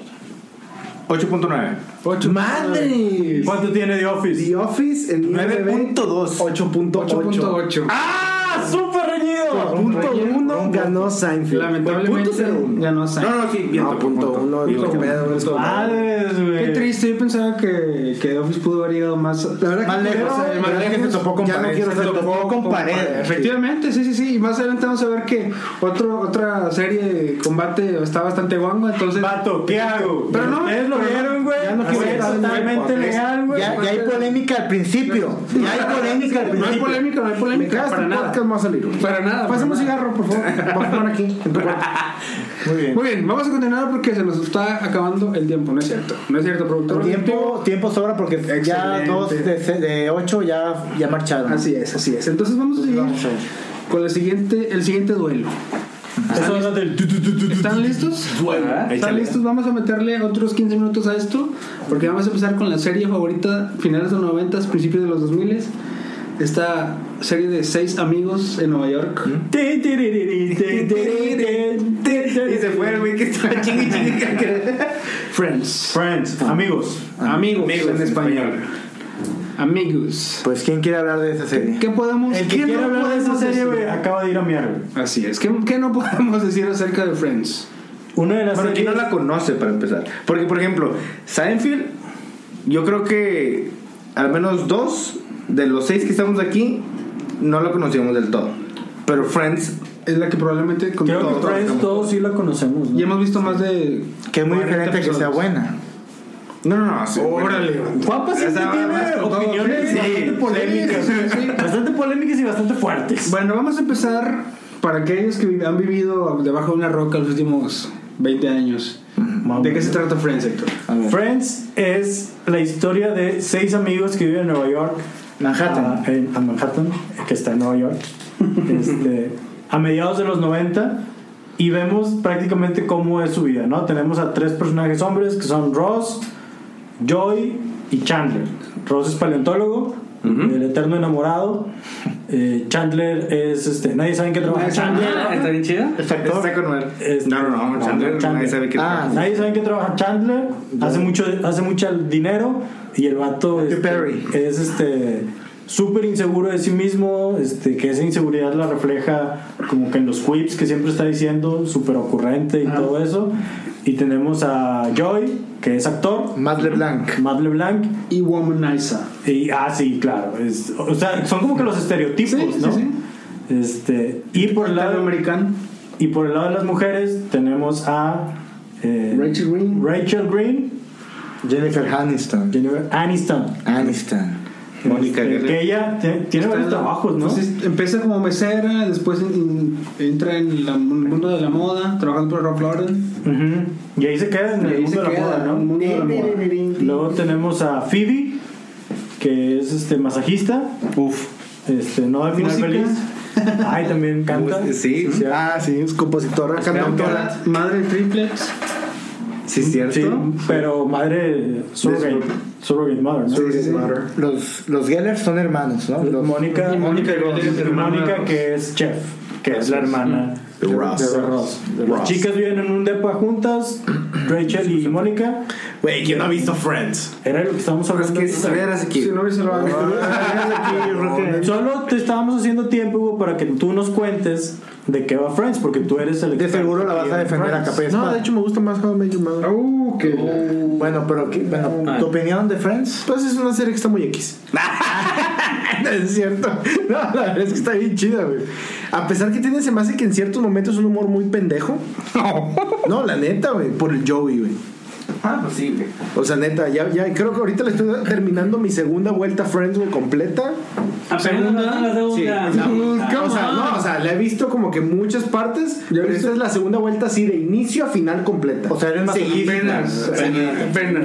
Speaker 7: 8.9.
Speaker 1: 8.
Speaker 6: ¡Madre!
Speaker 4: ¿Cuánto tiene The Office?
Speaker 6: The Office en
Speaker 7: 9.2.
Speaker 6: 8.8.
Speaker 1: 8.8.
Speaker 4: ¡Ah! ¡Súper reñido!
Speaker 6: Punto uno ganó Seinfeld.
Speaker 1: Lamentablemente
Speaker 6: Punto cero uno.
Speaker 1: ganó Seinfeld.
Speaker 7: No, no, sí, viento,
Speaker 6: No, punto uno.
Speaker 1: Punto
Speaker 6: no, qué
Speaker 1: uno.
Speaker 6: pedo,
Speaker 7: pues,
Speaker 6: eres como-
Speaker 7: ah,
Speaker 4: Madres,
Speaker 1: Qué
Speaker 4: güey.
Speaker 1: triste, yo pensaba que, que The Office pudo haber llegado más,
Speaker 6: La verdad
Speaker 1: más
Speaker 6: que
Speaker 1: lejos.
Speaker 6: creo-
Speaker 1: o sea, más
Speaker 6: la verdad
Speaker 1: lejos.
Speaker 6: que se topó con
Speaker 1: Ya no
Speaker 6: pared,
Speaker 1: quiero
Speaker 6: se
Speaker 1: ser
Speaker 6: topó
Speaker 1: tampoco
Speaker 6: con pared, sí.
Speaker 1: Efectivamente, sí, sí, sí. Y más adelante vamos a ver que otro, otra serie de combate está bastante guango, entonces...
Speaker 4: Vato, ¿qué hago?
Speaker 1: Pero no,
Speaker 4: Ustedes lo
Speaker 1: pero no,
Speaker 4: vieron, güey.
Speaker 6: ya no quiero
Speaker 4: Fue
Speaker 6: estar en
Speaker 4: totalmente
Speaker 6: el podcast.
Speaker 4: legal, güey.
Speaker 5: Ya, ya hay polémica al principio. Ya hay polémica al
Speaker 1: No hay
Speaker 5: principio.
Speaker 1: polémica, no hay
Speaker 6: Me
Speaker 1: polémica,
Speaker 6: cagas
Speaker 1: para
Speaker 6: tu
Speaker 1: nada.
Speaker 6: podcast, me va a salir. güey.
Speaker 1: Para nada.
Speaker 6: Pásame un
Speaker 1: para nada.
Speaker 6: cigarro, por favor. Vamos a fumar aquí, en tu cuarto.
Speaker 5: Muy bien.
Speaker 1: Muy bien, vamos a continuar porque se nos está acabando el tiempo, ¿no es cierto? No es cierto, productor.
Speaker 5: Tiempo, tiempo sobra porque ya
Speaker 1: Excelente.
Speaker 5: dos de, de ocho ya, ya marcharon.
Speaker 1: Así es, así es. Entonces vamos a seguir
Speaker 5: Vamos a ver.
Speaker 1: con el siguiente, el siguiente duelo.
Speaker 4: Eso es del tu, tu, tu, tu, tu.
Speaker 1: ¿Están listos?
Speaker 2: ¿Verdad?
Speaker 1: ¿Están listos? Vamos a meterle otros 15 minutos a esto, porque vamos a empezar con la serie favorita, finales de los 90, principios de los 2000. Esta serie de seis amigos en Nueva York.
Speaker 4: Tin, tiriririn, tin, tiririn, tin,
Speaker 7: Y se fue el güey que estaba chingue chingue. que- que-
Speaker 1: Friends.
Speaker 4: Friends, amigos.
Speaker 1: Amigos, en español.
Speaker 7: español.
Speaker 1: Amigos.
Speaker 5: Pues, ¿quién quiere hablar de esa serie?
Speaker 1: ¿Qué podemos
Speaker 4: El que
Speaker 1: qué no
Speaker 4: quiera hablar de esa
Speaker 1: podemos
Speaker 4: serie,
Speaker 1: decir?
Speaker 4: güey, acaba de ir a miar, güey.
Speaker 1: Así es. ¿Qué, qué no podemos decir acerca de Friends?
Speaker 4: Una de las
Speaker 7: Bueno, ¿quién no
Speaker 4: series...
Speaker 7: la conoce para empezar? Porque, por ejemplo, Seinfeld, yo creo que al menos dos de los seis que estamos aquí no la conocíamos del todo. Pero Friends,
Speaker 1: Es la que probablemente con
Speaker 4: Creo que
Speaker 1: todos
Speaker 4: Friends todos sí la conocemos, ¿no?
Speaker 1: ya hemos visto más de
Speaker 5: Que es muy
Speaker 1: 40
Speaker 5: diferente que sea
Speaker 1: episodios.
Speaker 5: buena.
Speaker 7: no, no, no. sí,
Speaker 1: Órale.
Speaker 4: Juanpa siempre
Speaker 7: Esa-
Speaker 4: tiene
Speaker 7: con todo,
Speaker 4: opiniones
Speaker 7: sí,
Speaker 4: bastante
Speaker 7: sí,
Speaker 4: polémicas.
Speaker 1: sí, sí.
Speaker 4: Bastante polémicas y bastante fuertes.
Speaker 1: Bueno, vamos a empezar para aquellos que han vivido debajo de una roca los últimos 20 años. ¿De qué se trata Friends, Héctor?
Speaker 4: Friends es la historia de seis amigos que viven en Nueva York.
Speaker 5: Manhattan.
Speaker 4: A, en- a Manhattan, que está en Nueva York. Este, a mediados de los 90. Y vemos prácticamente cómo es su vida, ¿no? Tenemos a tres personajes hombres que son Ross, Joy y Chandler. Ross es paleontólogo, el eterno enamorado. Eh, Chandler es este. Nadie sabe en qué trabaja Chandler.
Speaker 2: Ah, ¿Está bien chida?
Speaker 7: Está con madre.
Speaker 4: Este,
Speaker 7: no, no, no,
Speaker 4: no,
Speaker 7: Chandler,
Speaker 4: Chandler.
Speaker 7: nadie sabe qué
Speaker 5: Ah,
Speaker 7: trabaja.
Speaker 4: Nadie sabe en qué trabaja Chandler, hace mucho, hace mucho dinero y el vato este,
Speaker 5: Perry.
Speaker 4: es este súper inseguro de sí mismo, este, que esa inseguridad la refleja como que en los quips que siempre está diciendo, súper ocurrente y todo eso. Y tenemos a Joy, que es actor,
Speaker 5: Más LeBlanc.
Speaker 4: Matt LeBlanc,
Speaker 1: Y Womanizer.
Speaker 4: y, ah, sí, claro, es- o sea, son como que los estereotipos,
Speaker 1: Sí, sí,
Speaker 4: ¿no?
Speaker 1: sí.
Speaker 4: Este, y, por el lado,
Speaker 1: americano.
Speaker 4: y por el lado de las mujeres tenemos a... eh,
Speaker 1: Rachel Green.
Speaker 4: Rachel Green,
Speaker 5: Jennifer Aniston.
Speaker 4: Jennifer Aniston.
Speaker 5: Aniston.
Speaker 7: Mónica
Speaker 4: Este,
Speaker 7: Guerrero.
Speaker 4: que ella te- tiene varios trabajos, ¿no?
Speaker 1: Entonces, empieza como mesera, después en- en- entra en la- en el mundo de la moda, trabajando por Ralph Lauren.
Speaker 4: Ujú. Y ahí se queda en
Speaker 1: Y
Speaker 4: el
Speaker 1: ahí
Speaker 4: mundo
Speaker 1: se
Speaker 4: de la
Speaker 1: queda,
Speaker 4: moda,
Speaker 1: en el
Speaker 4: ¿no?
Speaker 1: mundo de la moda.
Speaker 4: Luego tenemos a Phoebe, que es este masajista. Uf. Este, no de final
Speaker 1: Música.
Speaker 4: feliz. Ay, también canta.
Speaker 7: Música, pues, sí.
Speaker 5: Ah, sí, es compositora, cantautora.
Speaker 1: Madre de triplets.
Speaker 7: Sí, cierto.
Speaker 4: Sí, pero madre surrogate, surrogate mother, ¿no?
Speaker 5: Los, los Geller son hermanos, ¿no? Los
Speaker 4: Mónica,
Speaker 1: Y Mónica Geller es
Speaker 4: y
Speaker 1: hermana de
Speaker 4: Mónica,
Speaker 1: Ross.
Speaker 4: que es chef, que es la hermana de Ross. Las chicas viven en un depa juntas, Rachel y Mónica.
Speaker 6: Güey, ¿quién no ha visto Friends?
Speaker 4: Era lo que estábamos
Speaker 7: Pero es que
Speaker 4: hablando.
Speaker 7: si vieras aquí.
Speaker 1: Si no hubiese lo
Speaker 4: Solo te estábamos haciendo tiempo, Hugo, para que tú nos cuentes de qué va Friends, porque tú eres el
Speaker 5: De
Speaker 4: experto
Speaker 5: seguro la vas
Speaker 4: aquí
Speaker 5: a
Speaker 4: en
Speaker 5: defender a
Speaker 4: Friends.
Speaker 5: capa y
Speaker 6: No,
Speaker 5: espada.
Speaker 6: de hecho me gusta más How I Met Your Mother.
Speaker 1: Uh, que.
Speaker 5: Bueno, pero ¿qué? Bueno,
Speaker 2: Ah.
Speaker 5: ¿tu opinión de Friends?
Speaker 6: Pues es una serie que está muy X. No, es cierto. No, la verdad es que está bien chida, güey. A pesar que tiene, se me hace que en ciertos momentos un humor muy pendejo. No, la neta, güey. Por el Joey, güey.
Speaker 7: Ah, pues sí, güey.
Speaker 6: O sea, neta, ya, ya creo que ahorita le estoy terminando mi segunda vuelta a Friends, güey, completa.
Speaker 2: Apenas la la segunda.
Speaker 7: Sí.
Speaker 6: o sea, no, o sea, la he visto como que muchas partes, pero esta es la segunda vuelta así de inicio a final completa.
Speaker 5: O sea, eres más
Speaker 7: Apenas. Apenas.
Speaker 5: Eres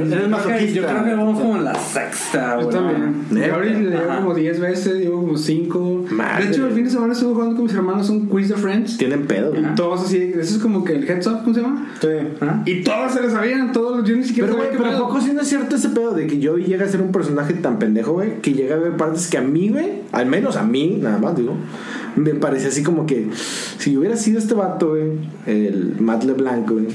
Speaker 2: Yo creo que-
Speaker 5: masoquista.
Speaker 2: Yo creo que vamos como en la sexta,
Speaker 1: Yo
Speaker 2: güey.
Speaker 1: también.
Speaker 6: Neta.
Speaker 1: Yo ahorita le llevo
Speaker 2: Ajá.
Speaker 1: como 10 veces, llevo como 5.
Speaker 6: Madre.
Speaker 1: De hecho, el fin de semana estuve jugando con mis hermanos un quiz de Friends.
Speaker 6: Tienen pedo, güey.
Speaker 1: Y todos así, eso es como que el heads up, ¿cómo se llama?
Speaker 4: Sí.
Speaker 1: Y todos se lo sabían, todos, yo ni siquiera
Speaker 6: Pero, güey,
Speaker 1: sabía qué
Speaker 6: pero ¿a
Speaker 1: pedo.
Speaker 6: poco sí no es cierto ese pedo de que Joey llega a ser un personaje tan pendejo, güey? Que llega a ver partes que a mí, güey, al menos a mí, nada más digo, me parece así como que si hubiera sido este vato, güey, el Matt LeBlanc, güey,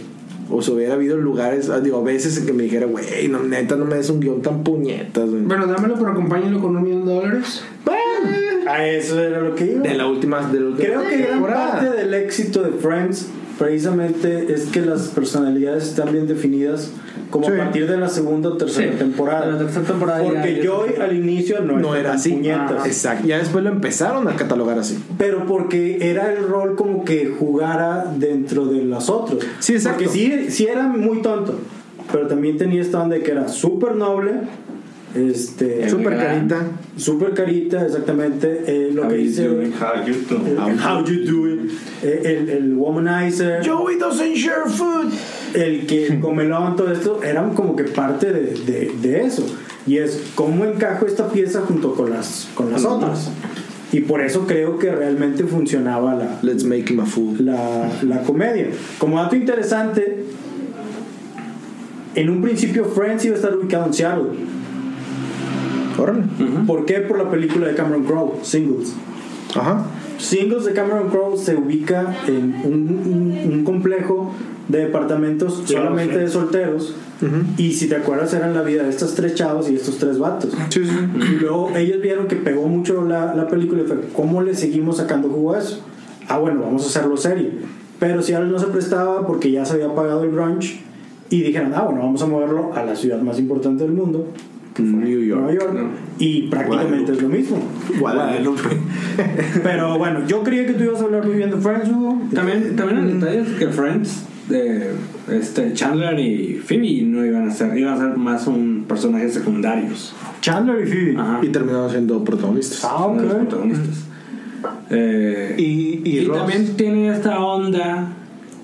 Speaker 6: o si hubiera habido lugares, ah, digo, veces en que me dijera, güey, no, neta, no me des un guión tan puñetas, güey.
Speaker 1: Bueno, dámelo, pero acompáñalo con un millón de dólares.
Speaker 6: Bueno,
Speaker 1: eh,
Speaker 4: A Ah, eso era lo que iba.
Speaker 6: de la última, de la última
Speaker 4: Creo que gran
Speaker 6: temporada.
Speaker 4: parte del éxito de Friends precisamente es que las personalidades están bien definidas como
Speaker 6: Sí.
Speaker 4: a partir de la segunda o tercera
Speaker 2: Sí.
Speaker 4: temporada.
Speaker 2: La tercera temporada ya-
Speaker 4: Porque
Speaker 2: ya-
Speaker 4: Joy al inicio no,
Speaker 6: no era
Speaker 4: tan
Speaker 6: así. Ah,
Speaker 4: puñetas.
Speaker 6: Ajá. Exacto. Ya después lo empezaron a catalogar así.
Speaker 4: Pero porque era el rol como que jugara dentro de las otras.
Speaker 6: Sí, exacto.
Speaker 4: Porque sí, sí era muy tonto, pero también tenía esta onda de que era súper noble, este,
Speaker 2: Súper
Speaker 6: Super
Speaker 2: gran.
Speaker 6: carita.
Speaker 4: súper carita, exactamente. eh, lo que dice... eh, How you do it. eh, El, el womanizer.
Speaker 6: Joey doesn't share food.
Speaker 4: el que comelón, todo esto, eran como que parte de, de- de eso. Y es cómo encajo esta pieza junto con las, con las otras. Y por eso creo que realmente funcionaba la,
Speaker 6: Let's make him a fool.
Speaker 4: la, la comedia. Como dato interesante, en un principio Friends iba a estar ubicado en Seattle.
Speaker 6: Órale.
Speaker 4: ¿Por qué? Por la película de Cameron Crowe, Singles.
Speaker 6: Ajá.
Speaker 4: Singles de Cameron Crowe se ubica en un, un- un complejo de departamentos solamente de solteros. Y si te acuerdas, eran la vida de estos tres chavos y estos tres vatos.
Speaker 6: Sí, sí.
Speaker 4: Y luego ellos vieron que pegó mucho la, la película y fue, ¿cómo le seguimos sacando jugo a eso? Ah, bueno, vamos a hacerlo serio. Pero Seattle no se prestaba porque ya se había pagado el brunch y dijeron, ah, bueno, vamos a moverlo a la ciudad más importante del mundo,
Speaker 6: New
Speaker 4: Nueva
Speaker 6: York.
Speaker 4: York. Y prácticamente es lo mismo.
Speaker 6: Guadalupe.
Speaker 4: Pero bueno, yo creía que tú ibas a hablar muy bien de Friends, Hugo.
Speaker 2: También, también el detalle es que Friends, eh, este, Chandler y Phoebe no iban a ser, iban a ser más un personajes secundarios.
Speaker 4: Chandler y Phoebe.
Speaker 2: Ajá.
Speaker 6: Y terminaron siendo protagonistas.
Speaker 4: Ah,
Speaker 2: Uno de los
Speaker 4: ok.
Speaker 2: protagonistas. Eh,
Speaker 5: Y, y,
Speaker 2: y
Speaker 5: Ross.
Speaker 2: también tiene esta onda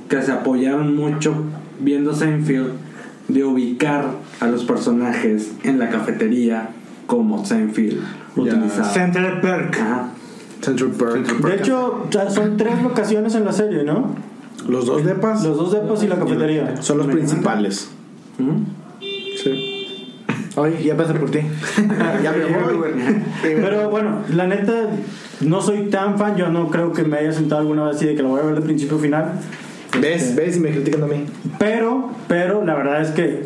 Speaker 2: que se apoyaron mucho viendo Seinfeld de ubicar a los personajes en la cafetería como Seinfeld utilizaba.
Speaker 5: Center Perk.
Speaker 2: Ajá.
Speaker 6: Central Park.
Speaker 4: De hecho, ya son tres locaciones en la serie, ¿no?
Speaker 6: Los dos depas
Speaker 4: Los dos depas y la cafetería.
Speaker 6: son los principales.
Speaker 2: ¿Mm?
Speaker 6: Sí.
Speaker 5: Oye, ya pasé por ti.
Speaker 6: ya me voy, güey.
Speaker 4: Pero bueno, la neta, no soy tan fan. Yo no creo que me haya sentado alguna vez así de que lo voy a ver de principio a final.
Speaker 6: ¿Ves? ¿Ves? Y me critican a mí.
Speaker 4: Pero, pero la verdad es que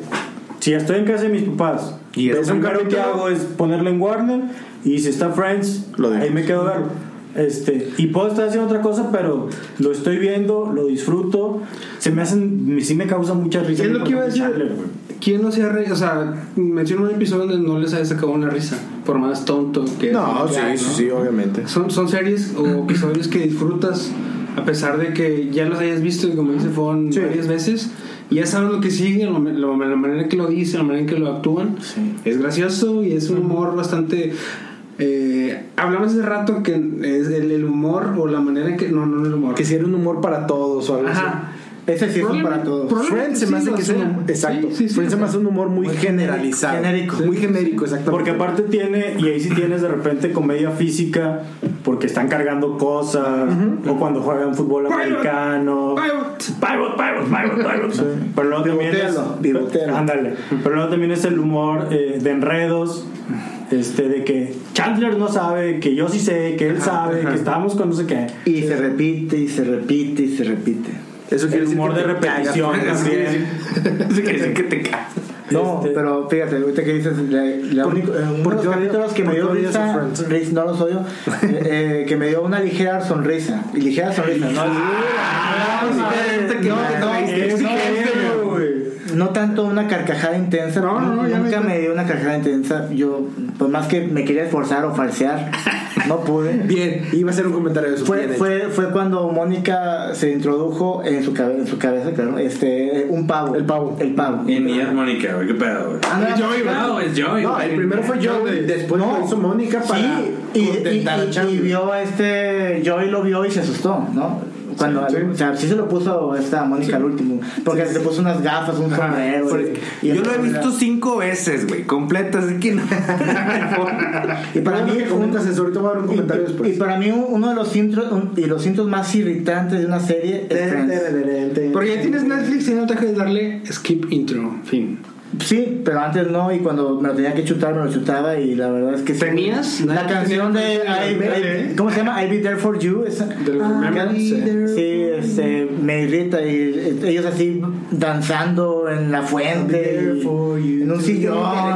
Speaker 4: si estoy en casa de mis papás,
Speaker 7: Y
Speaker 4: lo
Speaker 7: es un
Speaker 4: primero que
Speaker 7: capítulo.
Speaker 4: hago es ponerlo en Warner. Y si está Friends,
Speaker 6: Lo dejas.
Speaker 4: ahí me quedo a verlo. Este, y puedo estar haciendo otra cosa, pero lo estoy viendo, lo disfruto. Se me hacen, sí me causa mucha risa.
Speaker 1: ¿Qué es lo que iba a decir?
Speaker 4: Chandler, güey.
Speaker 1: ¿Quién no se ha reído? O sea, menciona un episodio donde no les haya sacado una risa, por más tonto que
Speaker 6: No,
Speaker 1: que
Speaker 6: sí,
Speaker 1: hay,
Speaker 6: sí,
Speaker 1: ¿no?
Speaker 6: sí, obviamente.
Speaker 1: Son, son series o episodios que disfrutas a pesar de que ya los hayas visto, y como dice Fon, varias veces. Y ya sabes lo que sigue, lo- lo- la manera que lo dice, la manera en que lo actúan. Es gracioso y es un humor bastante... eh, hablamos hace rato que es el, el humor o la manera en que... No, no, no el humor.
Speaker 6: Que si era un humor para todos o algo
Speaker 1: Ajá.
Speaker 6: así.
Speaker 5: Ese sí es un
Speaker 1: Probable-
Speaker 5: para todos.
Speaker 1: probablemente
Speaker 6: Friends se
Speaker 1: sí
Speaker 6: me hace
Speaker 1: lo
Speaker 6: Ah, que es un
Speaker 1: sea.
Speaker 6: humor. Exacto.
Speaker 1: Sí, sí, sí,
Speaker 6: Friends se
Speaker 1: o sea,
Speaker 6: me hace un humor muy
Speaker 5: Muy
Speaker 6: generalizado.
Speaker 5: genérico.
Speaker 6: Muy genérico, exactamente.
Speaker 4: Porque aparte tiene, y ahí sí tienes de repente comedia física, porque están cargando cosas, o cuando juegan fútbol americano. Pivot, pivot, pivot, pivot. Pero luego también
Speaker 5: Pivotelo,
Speaker 4: es-
Speaker 5: pivotelo.
Speaker 4: Ándale. Pero luego también es el humor eh, de enredos. Este, de que Chandler no sabe, que yo sí sé, que él sabe, que estábamos con no sé qué.
Speaker 5: Y se repite, y se repite, y se repite.
Speaker 6: Eso
Speaker 4: El
Speaker 6: quiere decir
Speaker 4: humor
Speaker 6: que te
Speaker 4: de
Speaker 6: cagas,
Speaker 4: repetición
Speaker 6: Friends.
Speaker 4: también.
Speaker 7: Eso quiere decir que te cagas.
Speaker 5: No,
Speaker 4: Este-
Speaker 5: pero fíjate, ahorita que dices, la, la único- eh, uno de los capítulos que me dio risa, Riz, no los odio, eh, eh, que me dio una ligera sonrisa. Y ligera sonrisa, ¿no?
Speaker 4: Ah,
Speaker 5: No, no, es que- No tanto una carcajada intensa.
Speaker 7: No, no, no, ya
Speaker 5: nunca
Speaker 7: me-
Speaker 5: me dio una carcajada intensa. Yo, por más que me quería esforzar o falsear, no pude.
Speaker 6: Bien, iba a ser un comentario de eso.
Speaker 5: Fue,
Speaker 6: bien hecho.
Speaker 5: fue, fue cuando Mónica se introdujo en su, cabe- en su cabeza, claro, este, un pavo. El pavo. El pavo.
Speaker 2: Y ni es Mónica, güey, qué pedo, güey.
Speaker 5: Ah, no,
Speaker 7: Yo iba.
Speaker 2: No, es Joey.
Speaker 6: No,
Speaker 2: güey.
Speaker 6: el primero fue yo, después
Speaker 5: No.
Speaker 6: lo hizo Mónica para
Speaker 5: Sí, y, y,
Speaker 6: contentar a
Speaker 5: y-
Speaker 6: Charlie.
Speaker 5: y vio a este Joey lo vio y se asustó, ¿no? Cuando, o sea, sí se lo puso esta Mónica al último, porque se puso unas gafas, un
Speaker 7: Ajá,
Speaker 5: sombrero.
Speaker 7: porque
Speaker 5: y- y
Speaker 7: yo lo he
Speaker 5: empezó a
Speaker 7: visto cinco veces, güey, completa, así que no.
Speaker 5: Y para mí
Speaker 6: que
Speaker 5: es un-
Speaker 6: comentas pues. eso, ahorita voy a dar un comentario
Speaker 5: y-
Speaker 6: después.
Speaker 5: Y para mí un- uno de los intros un- y los intros más irritantes de una serie es Friends.
Speaker 1: Porque ya tienes Netflix y no te dejes de darle skip intro, fin.
Speaker 5: Sí, pero antes no y cuando me lo tenía que chutar me lo chutaba y la verdad es que sí.
Speaker 1: ¿Tenías?
Speaker 5: la
Speaker 1: Nadie
Speaker 5: canción de
Speaker 1: tenía
Speaker 5: I-
Speaker 1: Friends.
Speaker 5: I-
Speaker 6: ¿Eh?
Speaker 5: ¿cómo se llama? I'll be there for you. Esa, Ah,
Speaker 1: Del Remember, sí.
Speaker 5: Sí, este, me irrita y eh, ellos así danzando en la fuente, y- en un sillón.
Speaker 1: A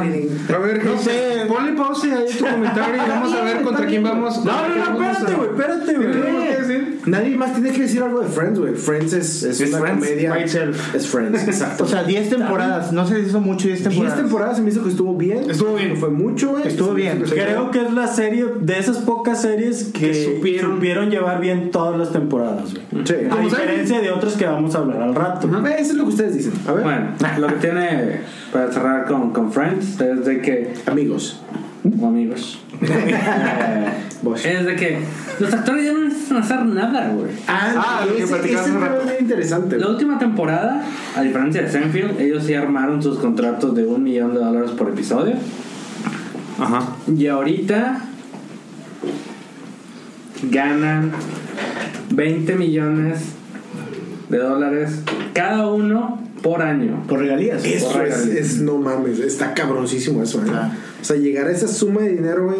Speaker 1: ver,
Speaker 5: No
Speaker 1: no
Speaker 5: sé.
Speaker 1: sé. Ponle pausa ahí tu comentario y vamos a ver contra quién vamos.
Speaker 4: No, no, no, espérate, güey, espérate, güey.
Speaker 6: Nadie más tiene que decir algo de Friends, güey. Friends es, es,
Speaker 7: Es
Speaker 6: una
Speaker 7: Friends
Speaker 6: comedia.
Speaker 1: by itself.
Speaker 6: Es Friends, exacto.
Speaker 5: O sea, 10 temporadas, no se hizo mucho 10
Speaker 6: Diez
Speaker 5: temporadas.
Speaker 6: temporadas se me hizo que estuvo bien.
Speaker 1: Estuvo bien.
Speaker 6: No Fue mucho, güey.
Speaker 5: Estuvo
Speaker 6: Se me
Speaker 5: bien.
Speaker 6: hizo que estuvo
Speaker 4: Creo que es la serie de esas pocas series que,
Speaker 1: Que supieron-
Speaker 4: supieron. llevar bien todas las temporadas, güey.
Speaker 6: Sí.
Speaker 4: A
Speaker 1: Como saben-
Speaker 4: diferencia de otras que vamos a hablar al rato.
Speaker 6: Ajá, Eso es lo que ustedes dicen. A ver,
Speaker 2: Bueno, lo que tiene para cerrar con, con Friends es de que
Speaker 6: amigos.
Speaker 2: o amigos. eh,
Speaker 6: Vos.
Speaker 2: es de que los actores ya no necesitan hacer nada, güey.
Speaker 6: Ah,
Speaker 7: lo que
Speaker 6: ese,
Speaker 7: platicabas
Speaker 6: ese
Speaker 7: hace
Speaker 6: tema
Speaker 7: rato.
Speaker 6: es bien interesante.
Speaker 2: La
Speaker 6: güey.
Speaker 2: última temporada, a diferencia de Seinfeld, ellos sí armaron sus contratos de un millón de dólares por episodio.
Speaker 7: Ajá.
Speaker 2: Y ahorita ganan 20 millones de dólares cada uno por año.
Speaker 5: Por regalías.
Speaker 6: Eso es, es- no mames, está cabroncísimo eso, ¿eh? O sea, llegar a esa suma de dinero, güey,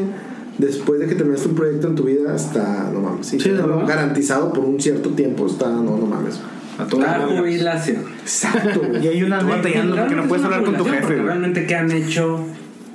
Speaker 6: después de que terminaste un proyecto en tu vida, está, no mames. Sí,
Speaker 1: Sí,
Speaker 6: tenerlo
Speaker 1: ¿no?
Speaker 6: garantizado por un cierto tiempo, está, no, no mames.
Speaker 7: A
Speaker 2: La jubilación.
Speaker 6: Exacto, güey.
Speaker 5: Y hay una
Speaker 7: Tú
Speaker 5: anécdota-
Speaker 7: batallando porque no puedes
Speaker 2: Es una
Speaker 7: hablar con tu
Speaker 2: jubilación,
Speaker 7: jefe,
Speaker 2: porque
Speaker 7: güey.
Speaker 2: Realmente, ¿qué han hecho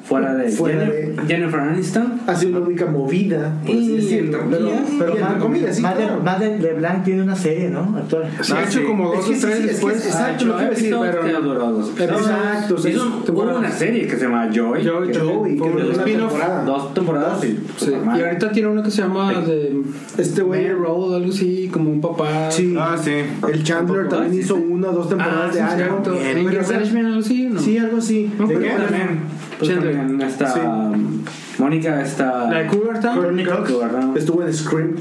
Speaker 2: fuera de,
Speaker 6: Fuera
Speaker 2: Jennifer,
Speaker 6: de-
Speaker 2: Jennifer Aniston?
Speaker 6: ha sido la única movida, por así
Speaker 2: Y
Speaker 6: decirlo.
Speaker 2: entre
Speaker 6: Pero,
Speaker 2: comillas,
Speaker 6: pero
Speaker 5: Pero
Speaker 6: entre
Speaker 5: más,
Speaker 6: comillas, sí,
Speaker 5: más de,
Speaker 6: claro.
Speaker 5: más de LeBlanc tiene una serie, ¿no? Actual.
Speaker 1: Se ha hecho como
Speaker 6: Es
Speaker 1: dos
Speaker 6: que
Speaker 1: o
Speaker 6: sí, sí,
Speaker 1: tres
Speaker 6: es que
Speaker 1: después.
Speaker 6: exacto, lo que iba a decir,
Speaker 2: Ocho
Speaker 6: pero-
Speaker 2: episodios que duró dos episodios.
Speaker 6: Exacto, seis
Speaker 2: Hizo- Hubo
Speaker 6: temporadas.
Speaker 2: una serie que se llama Joy.
Speaker 1: Joey,
Speaker 2: que-
Speaker 1: fue
Speaker 6: Joey, que
Speaker 1: un
Speaker 6: duró una
Speaker 1: spin-off.
Speaker 6: temporada.
Speaker 2: Dos temporadas y pues,
Speaker 1: Sí, Y ahorita tiene una que se llama de
Speaker 6: Este güey,
Speaker 1: Mayor Road, algo así, como un papá.
Speaker 6: sí,
Speaker 7: Ah, sí.
Speaker 6: el Chandler
Speaker 2: Tampoco,
Speaker 6: también
Speaker 2: ah,
Speaker 6: hizo
Speaker 2: sí, sí.
Speaker 6: una o dos temporadas
Speaker 1: Ah,
Speaker 6: de
Speaker 1: sí,
Speaker 6: algo.
Speaker 1: cierto.
Speaker 6: Bien,
Speaker 1: Anger
Speaker 6: pero, o sea,
Speaker 1: Management, algo así, ¿no?
Speaker 6: Sí, algo así.
Speaker 1: No,
Speaker 6: De-
Speaker 1: pero
Speaker 6: pero-
Speaker 2: también. Pues
Speaker 1: Chandler.
Speaker 2: también está um, Mónica está
Speaker 1: La de Cougar Town.
Speaker 2: Cougar,
Speaker 6: Estuvo en Scream.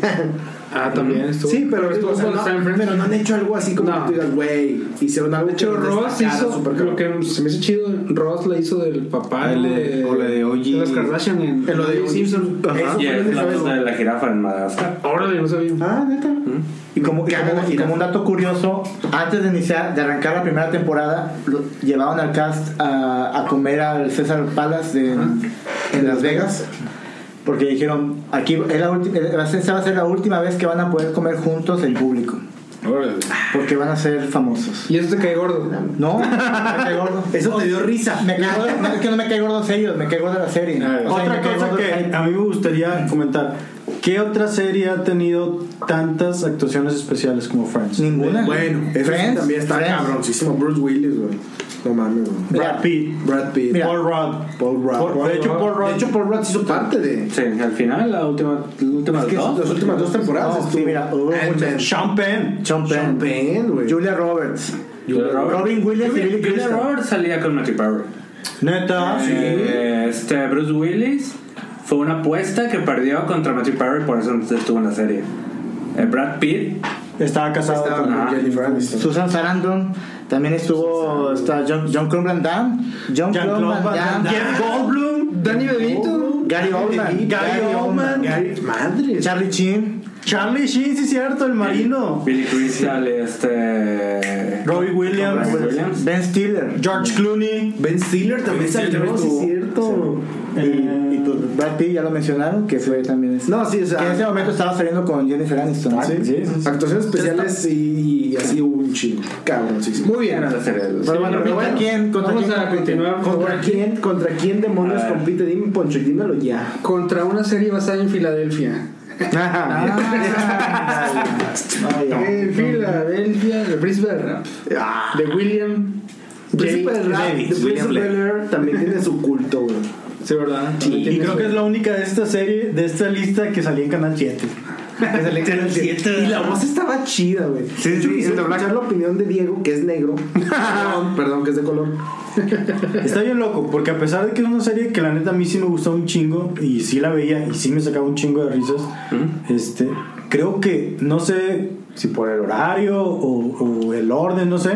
Speaker 1: Ah, también estuvo.
Speaker 6: Sí, pero,
Speaker 1: estuvo
Speaker 6: o sea,
Speaker 1: con
Speaker 6: no,
Speaker 1: San Fran.
Speaker 6: pero no han hecho algo así como
Speaker 1: No.
Speaker 6: que tú digas, güey, hicieron algo
Speaker 1: De hecho, Ross hizo lo que se me hizo chido. Ross la hizo del papá
Speaker 7: Ah, El
Speaker 1: de,
Speaker 7: de- o la de OG.
Speaker 1: de las Kardashian en,
Speaker 6: En lo de
Speaker 1: O.J. Simpson.
Speaker 2: ¿no? Y es la cosa de la jirafa en Madagascar.
Speaker 1: Órale, no sabía.
Speaker 6: Ah, neta.
Speaker 5: Y como, y
Speaker 6: Caga
Speaker 5: como-
Speaker 6: la
Speaker 5: y
Speaker 6: jirafa.
Speaker 5: como un dato curioso, antes de iniciar, de arrancar la primera temporada, lo- llevaron al cast a, a comer al César Palace de- en Las Vegas. Porque dijeron, aquí es la ulti- eh, va a ser- esta va a ser la última vez que van a poder comer juntos el público. Porque van a ser famosos.
Speaker 1: Y eso te cae gordo.
Speaker 5: No, me cae gordo.
Speaker 6: Eso te dio risa.
Speaker 5: Me cae gordo- no, es que no me cae gordo en serio, me cae gordo la serie. O sea,
Speaker 4: Ah, Otra
Speaker 5: me cae
Speaker 4: cosa
Speaker 5: gordo el
Speaker 4: que
Speaker 5: hype.
Speaker 4: a mí me gustaría comentar. ¿Qué otra serie ha tenido tantas actuaciones especiales como Friends?
Speaker 5: Ninguna.
Speaker 6: Bueno, eso sí
Speaker 5: Friends,
Speaker 6: también está
Speaker 5: Friends.
Speaker 6: cabroncísimo. Bruce Willis, güey. No mames, güey.
Speaker 5: Mira,
Speaker 4: Brad Pitt,
Speaker 6: Brad Pitt.
Speaker 5: Mira.
Speaker 4: Paul Rudd.
Speaker 6: Paul Rudd.
Speaker 4: Por- de hecho, Paul Rudd.
Speaker 6: De hecho, Paul Rudd hizo parte de.
Speaker 2: Sí, al final la última la última
Speaker 6: Es que
Speaker 2: dos.
Speaker 6: las últimas dos temporadas
Speaker 5: No,
Speaker 6: estuvo.
Speaker 5: sí, mira, hubo
Speaker 6: Ant-Man.
Speaker 5: muchas.
Speaker 4: Sean Penn.
Speaker 5: Sean Penn.
Speaker 6: Sean Penn, güey.
Speaker 5: Julia Roberts.
Speaker 2: Julia Roberts.
Speaker 5: Robin Williams y
Speaker 2: Julia
Speaker 5: Billy
Speaker 2: Julia
Speaker 5: Crystal.
Speaker 2: Roberts salía con Matty Perry.
Speaker 4: Neta.
Speaker 5: Ah,
Speaker 2: Eh, Este Bruce Willis fue una apuesta que perdió contra Matthew Perry, por eso entonces estuvo en la serie. Eh, Brad Pitt,
Speaker 4: Estaba casado
Speaker 6: Estaba
Speaker 4: con
Speaker 6: con Jennifer Aniston.
Speaker 5: Susan Sarandon. También estuvo está John, John Claude Van Damme. John Claude Van Damme.
Speaker 4: Jeff Goldblum. Oh,
Speaker 1: Danny Bebito.
Speaker 5: Gary Oldman.
Speaker 4: Gary Oldman.
Speaker 6: Madre.
Speaker 5: Charlie Chin.
Speaker 4: Charlie Sheen, sí, cierto, el marino.
Speaker 2: Billy Crystal, este.
Speaker 4: Robbie Williams,
Speaker 2: Robbie Williams.
Speaker 4: Ben Stiller, George Clooney.
Speaker 6: Ben Stiller también salió, sí, cierto.
Speaker 4: Y, y pues Brad Pitt, ya lo mencionaron, que fue también ese.
Speaker 6: No, sí, o sea,
Speaker 4: que en ese momento estaba saliendo con Jennifer Aniston.
Speaker 6: Ah,
Speaker 4: ¿sí?
Speaker 6: actuaciones especiales y, y así hubo un chingo. Cabrón, sí, sí.
Speaker 8: Muy bien.
Speaker 2: Ganas de hacer el-
Speaker 6: Pero bueno, pero bueno,
Speaker 4: ¿Contra quién? ¿Contra
Speaker 1: Vamos
Speaker 4: quién
Speaker 1: a
Speaker 4: compite?
Speaker 1: continuar. por
Speaker 6: ¿Contra
Speaker 1: favor.
Speaker 6: quién, ¿Contra quién demonios
Speaker 2: A ver.
Speaker 6: compite? Dime, Poncho, y dímelo ya.
Speaker 1: Contra una serie basada en Filadelfia. En Eh, Filadelfia, de Brisbane, de William
Speaker 6: Príncipe del rap,
Speaker 4: Davis,
Speaker 6: The
Speaker 8: William
Speaker 6: Príncipe
Speaker 8: Blake.
Speaker 6: del Rap también tiene su culto, güey.
Speaker 1: Sí, ¿verdad?
Speaker 4: Y, creo que es la única de esta serie, de esta lista que salía en Canal 7.
Speaker 6: Y la voz estaba chida, güey.
Speaker 8: Sí,
Speaker 6: De hecho,
Speaker 8: sí, el
Speaker 6: quisiera
Speaker 8: doblaje.
Speaker 6: escuchar la opinión de Diego, que es negro. Perdón, Perdón, que es de color.
Speaker 4: Está bien loco, porque a pesar de que es una serie que la neta a mí sí me gustó un chingo, y sí la veía, y sí me sacaba un chingo de risas, este, creo que, no sé si por el horario o, o el orden, no sé,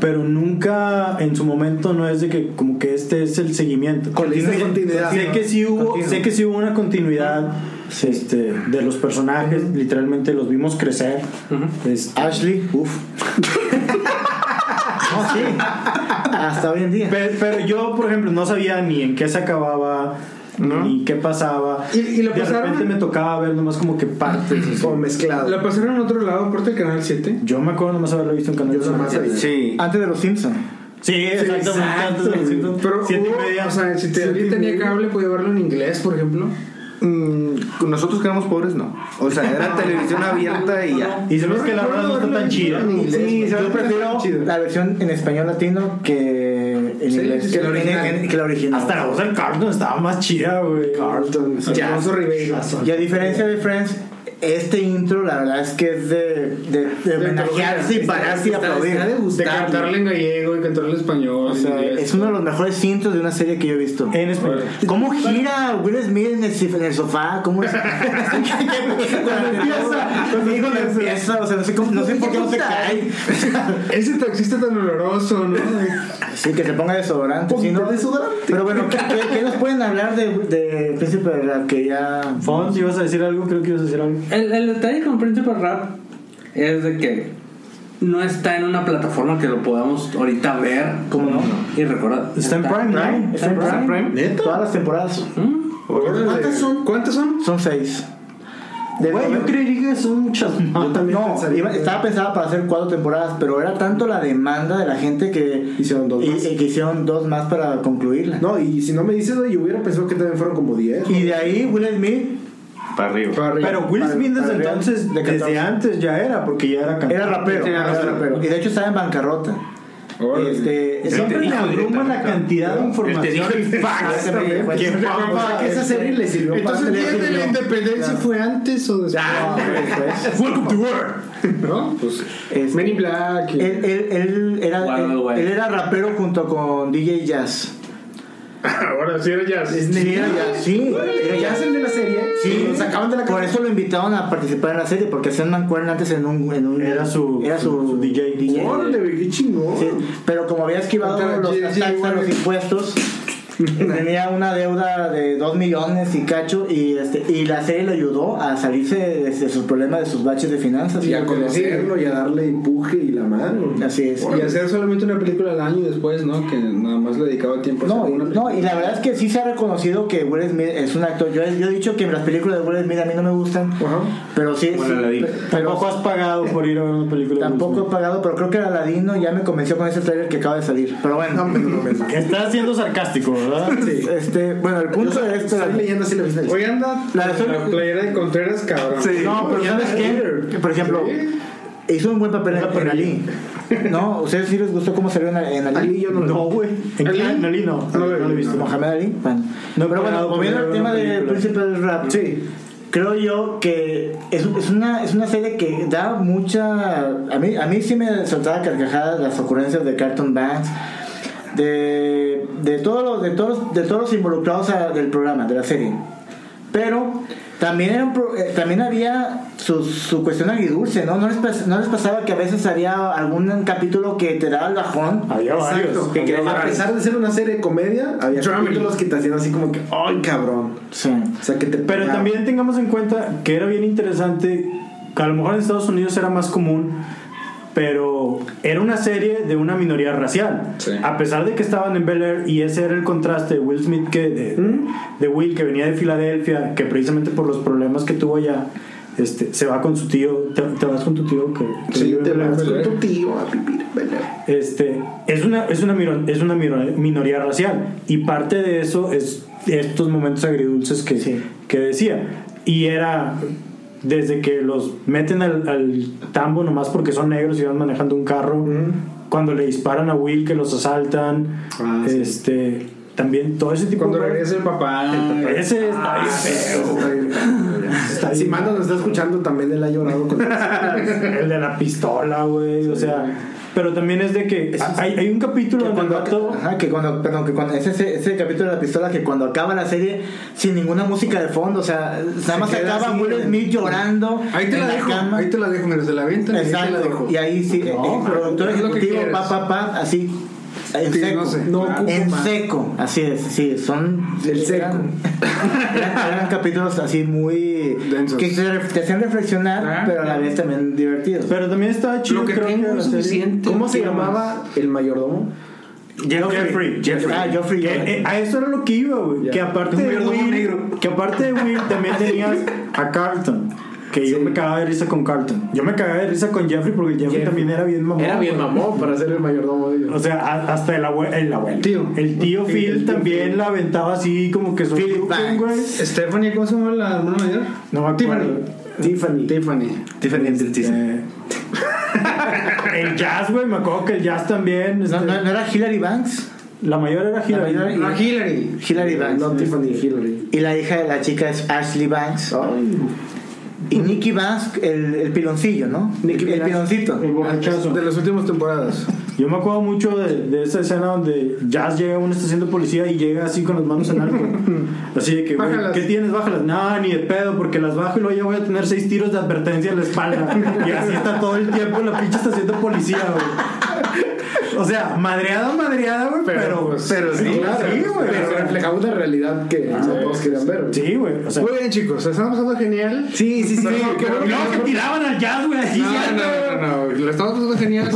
Speaker 4: pero nunca en su momento no es de que como que este es el seguimiento.
Speaker 6: Continúa.
Speaker 4: Sé-
Speaker 6: Continuidad.
Speaker 4: Sé que sí hubo, sé que sí hubo una continuidad este, de los personajes, literalmente los vimos crecer. este,
Speaker 9: Ashley, uff.
Speaker 4: no, sí.
Speaker 9: Hasta hoy en día.
Speaker 4: Pe- Pero, yo, por ejemplo, no sabía ni en qué se acababa, ni qué pasaba.
Speaker 1: Y- y lo
Speaker 4: de
Speaker 1: pasaron-
Speaker 4: repente me tocaba ver nomás como que partes. así.
Speaker 6: Como mezclado.
Speaker 1: La pasaron en otro lado, aparte del canal 7.
Speaker 4: Yo me acuerdo nomás haberlo visto en Canal
Speaker 6: Yo nomás
Speaker 4: Nacional.
Speaker 6: sabía.
Speaker 8: Sí.
Speaker 4: Antes de los Simpsons. Sí, oh, exactamente. Antes de los Simpsons.
Speaker 1: Pero
Speaker 4: Siete y
Speaker 1: hubo-
Speaker 4: media.
Speaker 1: o sea, si te,
Speaker 4: Siete
Speaker 1: alguien
Speaker 4: y
Speaker 1: tenía
Speaker 4: media.
Speaker 1: cable, podía verlo en inglés, por ejemplo.
Speaker 8: Mm, nosotros que éramos pobres, no. O sea, era televisión abierta y ya.
Speaker 4: Y se ve que la verdad no está tan chida.
Speaker 6: Sí, yo prefiero
Speaker 5: La versión en español latino que en
Speaker 1: Sí,
Speaker 5: inglés.
Speaker 1: sí,
Speaker 5: que,
Speaker 1: la
Speaker 5: en-
Speaker 1: original.
Speaker 5: en- que la original.
Speaker 4: Hasta la voz del Carlton estaba más chida, güey.
Speaker 6: Carlton. Alfonso Ribeiro.
Speaker 5: Y a diferencia de Friends, este intro la verdad es que es de, de, de homenajearse y pararse y
Speaker 6: Está-
Speaker 5: aplaudir.
Speaker 6: está de
Speaker 1: De
Speaker 6: gustar.
Speaker 1: cantarle en gallego, de cantarle en español.
Speaker 5: O
Speaker 1: en
Speaker 5: sea,
Speaker 1: inglés.
Speaker 5: es uno de los mejores intros de una serie que yo he visto.
Speaker 4: En español.
Speaker 5: ¿Cómo gira Will Smith en el, sif- en el sofá? ¿Cómo es? cuando empieza, cuando empieza, o sea, no sé, cómo- no sé por qué no se cae.
Speaker 1: Ese taxista tan oloroso, ¿no?
Speaker 5: Sí, que se ponga desodorante. si no- Pero bueno, ¿qué, qué- qué nos pueden hablar de, de Príncipe de Rap? Que ya.
Speaker 4: Fons, ibas a decir algo, creo que ibas a decir algo.
Speaker 2: El, el detalle con Príncipe Rap es de que no está en una plataforma que lo podamos ahorita ver.
Speaker 5: ¿Cómo no?
Speaker 2: Y recordar.
Speaker 4: Está en Prime, ¿no?
Speaker 5: Está en Prime.
Speaker 6: ¿Neta?
Speaker 5: Todas las temporadas.
Speaker 1: ¿Cuántas son? ¿Cuántas son?
Speaker 5: Son seis. De
Speaker 4: Güey, yo creería que son muchas más.
Speaker 5: no,
Speaker 6: pensaría
Speaker 5: iba-
Speaker 6: que-
Speaker 5: estaba pensada para hacer cuatro temporadas, pero era tanto la demanda de la gente que
Speaker 6: Hicieron dos
Speaker 5: y-
Speaker 6: más.
Speaker 5: y que hicieron dos más para concluirla.
Speaker 6: No, y si no me dices, güey, yo hubiera pensado que también fueron como 10.
Speaker 5: Y de ahí Will Smith
Speaker 8: Para arriba.
Speaker 4: Pero Will Smith desde
Speaker 5: Adrián,
Speaker 4: entonces,
Speaker 5: de
Speaker 4: desde
Speaker 5: 14.
Speaker 4: antes ya era, porque ya era
Speaker 5: era
Speaker 4: cantante.
Speaker 5: rapero,
Speaker 8: Sí, era
Speaker 5: era
Speaker 8: rapero.
Speaker 5: rapero. Y de hecho estaba en bancarrota.
Speaker 1: Órale.
Speaker 5: Este,
Speaker 4: Siempre
Speaker 8: Él
Speaker 4: me
Speaker 8: te dijo
Speaker 4: abruma
Speaker 8: directamente,
Speaker 4: la cantidad de información.
Speaker 5: se
Speaker 4: Que
Speaker 5: me- fue- fue-
Speaker 4: fue-
Speaker 6: O sea, ah, que esa serie le sirvió
Speaker 1: Entonces,
Speaker 6: para...
Speaker 1: ¿el día de la independencia fue antes o después?
Speaker 8: Welcome to world.
Speaker 1: ¿No? Pues.
Speaker 5: Este-
Speaker 1: Men in Black. y-
Speaker 5: Él, él- él era,
Speaker 2: Wild
Speaker 5: él,
Speaker 2: Wild.
Speaker 5: él era rapero junto con DJ Jazz.
Speaker 1: Ahora sí era jazz.
Speaker 5: Sí, era jazz, sí, era
Speaker 6: Ya
Speaker 5: jazz.
Speaker 6: es el de la serie.
Speaker 5: Sí,
Speaker 6: Lo sacaban de la
Speaker 5: Por
Speaker 6: casa.
Speaker 5: eso lo invitaron a participar en la serie, porque hacían mancuerna antes en un, en un-
Speaker 4: Era su-
Speaker 5: era su,
Speaker 4: su- su DJ.
Speaker 6: Órale, güey, qué chingón.
Speaker 5: Sí, pero como había esquivado
Speaker 1: Contra
Speaker 5: los
Speaker 1: G.G.
Speaker 5: ataques a los impuestos, tenía una deuda de 2 millones y cacho, y, este, y la serie le ayudó a salirse de, de sus problemas, de sus baches de finanzas.
Speaker 6: Y a conocerlo y a darle empuje y la madre. güey.
Speaker 5: Así es.
Speaker 1: Y hacer solamente una película al año después, ¿no? Que nada más le dedicaba tiempo a
Speaker 5: No,
Speaker 1: hacer
Speaker 5: y-
Speaker 1: una
Speaker 5: no, y la verdad es que sí se ha reconocido que Will Smith es un actor. Yo, he- yo he dicho que las películas de Will Smith a mí no me gustan,
Speaker 6: Ajá.
Speaker 5: pero sí, sí, pe- pero
Speaker 4: Tampoco has pagado por ir a ver una película. de
Speaker 5: tampoco
Speaker 4: Will
Speaker 5: he pagado, pero creo que Aladino ya me convenció con ese trailer que acaba de salir. Pero bueno,
Speaker 4: Smith. Estás siendo sarcástico, ¿verdad?
Speaker 5: este, bueno, el punto de esto
Speaker 6: Estoy leyendo así la misma
Speaker 1: Hoy anda
Speaker 5: La
Speaker 1: la,
Speaker 5: razón-
Speaker 1: playera de Contreras, cabrón.
Speaker 5: No, pero ¿sabes qué? Que, Por ejemplo, hizo un buen papel en, en Ali. No, ¿ustedes sí les gustó cómo salió en, en Ali?
Speaker 6: Ali yo no
Speaker 4: No, güey. En
Speaker 1: ¿Ali?
Speaker 4: Can- en Ali no.
Speaker 1: No,
Speaker 4: No lo he
Speaker 1: no,
Speaker 4: visto.
Speaker 5: Mohamed Ali. Bueno,
Speaker 4: No he
Speaker 5: pero bueno,
Speaker 4: pagado por
Speaker 5: volviendo
Speaker 4: ver
Speaker 5: al
Speaker 4: una
Speaker 5: tema de
Speaker 4: película.
Speaker 5: Príncipe del Rap.
Speaker 6: Sí.
Speaker 5: Creo yo que es, es una, es una serie que da mucha... A mí, a mí sí me soltaba carcajadas las ocurrencias de Carlton Banks, de, de, todos los, de, todos, los- de todos los involucrados a- del programa, de la serie. Pero también, era un pro- eh, también había su, su cuestión agridulce, ¿no? No les, pas- no les pasaba que a veces había algún capítulo que te daba el bajón.
Speaker 4: Había varios.
Speaker 6: Exacto. Que
Speaker 4: Había
Speaker 6: que a
Speaker 4: varios.
Speaker 6: pesar de ser una serie de comedia, había capítulos que te hacían así como que, ¡ay, cabrón!
Speaker 5: Sí.
Speaker 6: O sea, que te
Speaker 4: Pero
Speaker 6: pegaba.
Speaker 4: también tengamos en cuenta que era bien interesante que a lo mejor en Estados Unidos era más común, pero era una serie de una minoría racial.
Speaker 6: Sí.
Speaker 4: A pesar de que estaban en Bel Air y ese era el contraste de Will Smith que de, de Will que venía de Filadelfia, que precisamente por los problemas que tuvo allá, este, se va con su tío, te, te vas con tu tío que, que vive en Bel Air.
Speaker 6: tu tío a vivir,
Speaker 4: Este, es una, es una, miro- es una miro- minoría racial. Y parte de eso es estos momentos agridulces que, que decía. Y era desde que los meten al, al tambo nomás porque son negros y van manejando un carro. Cuando le disparan a Will que los asaltan.
Speaker 10: Ah, sí.
Speaker 4: este, También todo ese tipo
Speaker 10: Cuando
Speaker 4: de...
Speaker 10: regrese el papá.
Speaker 4: Ese está
Speaker 6: Ah,
Speaker 4: bien feo. Está
Speaker 6: Si
Speaker 4: bien-
Speaker 6: Mando nos está escuchando, también él ha llorado con
Speaker 4: el de la pistola, güey. o sea... Pero también es de que hay, hay un capítulo
Speaker 5: Que
Speaker 4: donde el
Speaker 5: cuando,
Speaker 4: vato-
Speaker 5: ajá, que cuando, perdón, que cuando ese, ese, ese capítulo de la pistola, que cuando acaba la serie sin ninguna música de fondo, o sea, nada más
Speaker 1: queda
Speaker 5: acaba
Speaker 1: así,
Speaker 5: Will
Speaker 1: eh.
Speaker 5: Smith llorando.
Speaker 1: Ahí te
Speaker 5: en
Speaker 1: la dejo,
Speaker 5: cama.
Speaker 1: ahí te la dejo, mira, se la avientan y ahí te la
Speaker 5: Exacto.
Speaker 1: dejo.
Speaker 5: Y ahí sí,
Speaker 1: No,
Speaker 5: el productor
Speaker 1: es lo que
Speaker 5: ejecutivo,
Speaker 1: quieres.
Speaker 5: pa, pa, pa, así. En
Speaker 1: Sí,
Speaker 5: seco.
Speaker 1: no sé.
Speaker 6: No ocupo
Speaker 5: en
Speaker 6: más.
Speaker 5: seco, así es, sí, son.
Speaker 6: El seco.
Speaker 5: Eran, eran- eran capítulos así muy.
Speaker 1: Densos.
Speaker 5: que te, te hacían reflexionar,
Speaker 1: Ah,
Speaker 5: pero a la vez también divertidos.
Speaker 4: Pero también estaba chido.
Speaker 10: Lo que
Speaker 4: creo
Speaker 10: tengo
Speaker 4: la
Speaker 10: es
Speaker 4: serie-
Speaker 10: suficiente.
Speaker 6: ¿Cómo se llamaba el mayordomo?
Speaker 4: Jeffrey. Jeffrey.
Speaker 5: Ah, Joffrey.
Speaker 4: Que, eh, a eso era lo que iba, güey. Que aparte
Speaker 1: Un
Speaker 4: de
Speaker 1: verdugo
Speaker 4: Will,
Speaker 1: negro.
Speaker 4: que aparte de Will también tenías a Carlton. Que yo me cagaba de risa con Carlton. Yo me cagaba de risa con Jeffrey porque Jeffrey, también era bien mamón.
Speaker 6: Era bien
Speaker 4: güey.
Speaker 6: mamón para ser el mayordomo de
Speaker 4: O
Speaker 6: ellos.
Speaker 4: sea, a- hasta el abuelo. El abuelo.
Speaker 10: Tío.
Speaker 4: El tío
Speaker 10: Sí,
Speaker 4: Phil
Speaker 10: el tío
Speaker 4: también
Speaker 10: Phil.
Speaker 4: la aventaba así como que su
Speaker 5: Phil Banks.
Speaker 4: güey.
Speaker 10: Stephanie, ¿cómo se llama la hermana mayor?
Speaker 4: No me acuerdo.
Speaker 6: Tiffany.
Speaker 10: Tiffany.
Speaker 4: Eh, el jazz, güey. Me acuerdo que el jazz también.
Speaker 5: ¿No,
Speaker 4: este,
Speaker 5: no, no era Hillary Banks?
Speaker 4: La mayor era Hillary.
Speaker 5: mayor era-
Speaker 10: No, Hillary.
Speaker 5: Hillary Banks.
Speaker 6: No, Tiffany Hillary.
Speaker 5: Y la hija de la chica es Ashley Banks.
Speaker 6: Ay,
Speaker 5: Y Nicky Banks, el, el piloncillo, ¿no?
Speaker 6: Nicki
Speaker 5: el, el
Speaker 6: Minaj.
Speaker 5: piloncito.
Speaker 4: El borrachazo.
Speaker 1: De las últimas temporadas.
Speaker 4: Yo me acuerdo mucho de, de esa escena donde Jazz llega a una estación de policía y llega así con las manos en alto. Así de que, güey,
Speaker 1: Bájalas.
Speaker 4: ¿qué tienes? Bájalas. No, ni de pedo, porque las bajo y luego ya voy a tener seis tiros de advertencia en la espalda. Y así está todo el tiempo en la pinche estación de policía, güey. O sea, madreada, madreada, güey, pero,
Speaker 6: pues,
Speaker 1: Pero pues, sí. Ah,
Speaker 4: sí, güey.
Speaker 6: Pero reflejaba una realidad que no todos querían ver. güey.
Speaker 4: Sí, güey. O sea,
Speaker 1: Muy bien, chicos, la estamos pasando genial.
Speaker 6: Sí, sí, sí. sí,
Speaker 1: Pero-
Speaker 6: qué bueno
Speaker 4: y luego que tiraban al jazz, güey, así.
Speaker 1: No,
Speaker 4: ya,
Speaker 1: no, no, no, lo estamos pasando genial.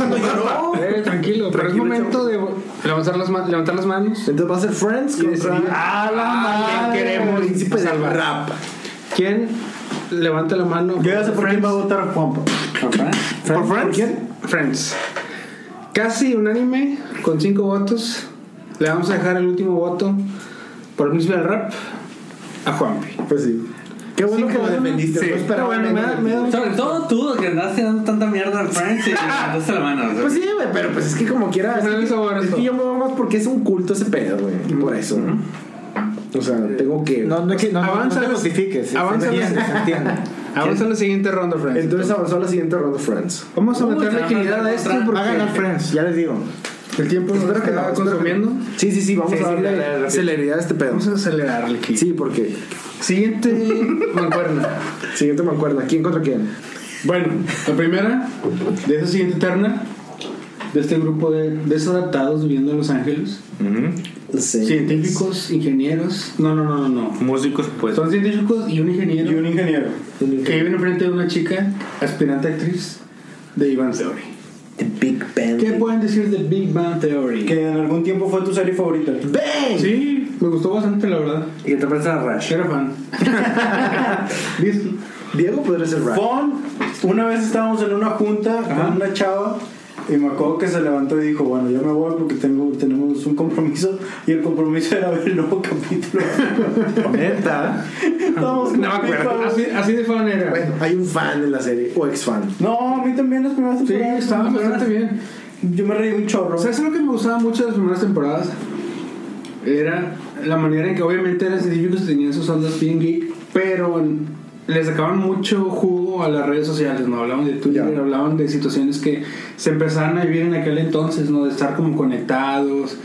Speaker 1: Eh, tranquilo, pero es momento de levantar las, ma- levantar las manos.
Speaker 6: Entonces va a ser Friends
Speaker 1: Y
Speaker 6: contra
Speaker 1: decidir
Speaker 4: A la
Speaker 1: a
Speaker 4: madre.
Speaker 1: Ah, quién queremos
Speaker 6: "Ah, Príncipe del
Speaker 1: salvar.
Speaker 6: Rap.
Speaker 1: ¿Quién levanta la mano?
Speaker 4: Yo ya sé por quién va a votar Juanpa.
Speaker 1: ¿Por Friends? Friends. Casi unánime, con cinco votos. Le vamos a dejar el último voto por el príncipe del rap a Juanpi.
Speaker 6: Pues sí. Qué bueno que lo defendiste.
Speaker 1: Sí.
Speaker 6: no esperaba
Speaker 1: Pero bueno, me da-
Speaker 6: menos.
Speaker 1: me da
Speaker 2: Sobre todo tú, que andaste dando tanta mierda al Friends y levantaste la mano. o sea.
Speaker 6: Pues sí, güey, pero pues es que como quiera.
Speaker 1: Me da el
Speaker 6: Es
Speaker 1: sabor
Speaker 6: que, es
Speaker 1: esto.
Speaker 6: que yo me voy más porque es un culto ese pedo, güey. y Por eso. O sea, tengo que.
Speaker 5: No, no, es que- no, no, no
Speaker 1: Avanza
Speaker 5: te
Speaker 1: los-
Speaker 5: justifiques. se
Speaker 1: avanza los-
Speaker 5: entiende, se entiende.
Speaker 1: Avanza a la siguiente ronda, Friends.
Speaker 6: Entonces avanzó a la siguiente ronda Friends.
Speaker 1: vamos a
Speaker 2: Uy,
Speaker 1: meterle
Speaker 2: caramba,
Speaker 1: agilidad a esto
Speaker 2: contra-
Speaker 1: porque
Speaker 5: Va a ganar Friends, ya les digo.
Speaker 1: el tiempo nos
Speaker 6: Espero que
Speaker 1: está
Speaker 6: no, espero
Speaker 1: consumiendo.
Speaker 6: Sí, sí, sí, vamos a darle celeridad a este pedo.
Speaker 1: Vamos a acelerarle aquí.
Speaker 6: Sí, porque.
Speaker 1: Siguiente mancuerna.
Speaker 6: Siguiente mancuerna. ¿Quién contra quién?
Speaker 1: Bueno, la primera de esa siguiente terna, de este grupo de desadaptados viviendo en Los Ángeles. Científicos, ingenieros. No, no, no, no, no.
Speaker 2: Músicos, pues.
Speaker 1: Son científicos y un ingeniero.
Speaker 4: Y un ingeniero.
Speaker 1: Que viven enfrente de una chica, aspirante actriz de Ivan Theory.
Speaker 11: The Big Bang.
Speaker 1: ¿Qué pueden decir de Big Bang Theory?
Speaker 4: Que en algún tiempo fue tu serie favorita.
Speaker 1: Sí, me gustó bastante, la verdad.
Speaker 2: Y que te prestas a Rush.
Speaker 1: Era fan. Disco.
Speaker 6: Diego podría ser Rap.
Speaker 4: Fon, una vez estábamos en una junta con una chava y me acuerdo que se levantó y dijo, bueno, ya me voy porque tengo, tenemos un compromiso y el compromiso era ver el nuevo capítulo.
Speaker 1: Neta.
Speaker 4: Estábamos
Speaker 1: No me
Speaker 4: con
Speaker 1: acuerdo.
Speaker 4: pipas.
Speaker 1: Así, así de fan era.
Speaker 6: Bueno, hay un fan en la serie, o ex fan.
Speaker 4: No, a mí también las primeras
Speaker 1: Sí,
Speaker 4: temporadas.
Speaker 1: estaba bastante bien.
Speaker 4: Yo me reí un chorro.
Speaker 1: ¿Sabes lo que me gustaba mucho de las primeras temporadas? Era la manera en que obviamente eran científicos y tenían sus ondas bien geek, pero les sacaban mucho jugo a las redes sociales, ¿no? Hablaban de Twitter,
Speaker 6: Ya.
Speaker 1: hablaban de situaciones que se empezaban a vivir en aquel entonces, ¿no? De estar como conectados,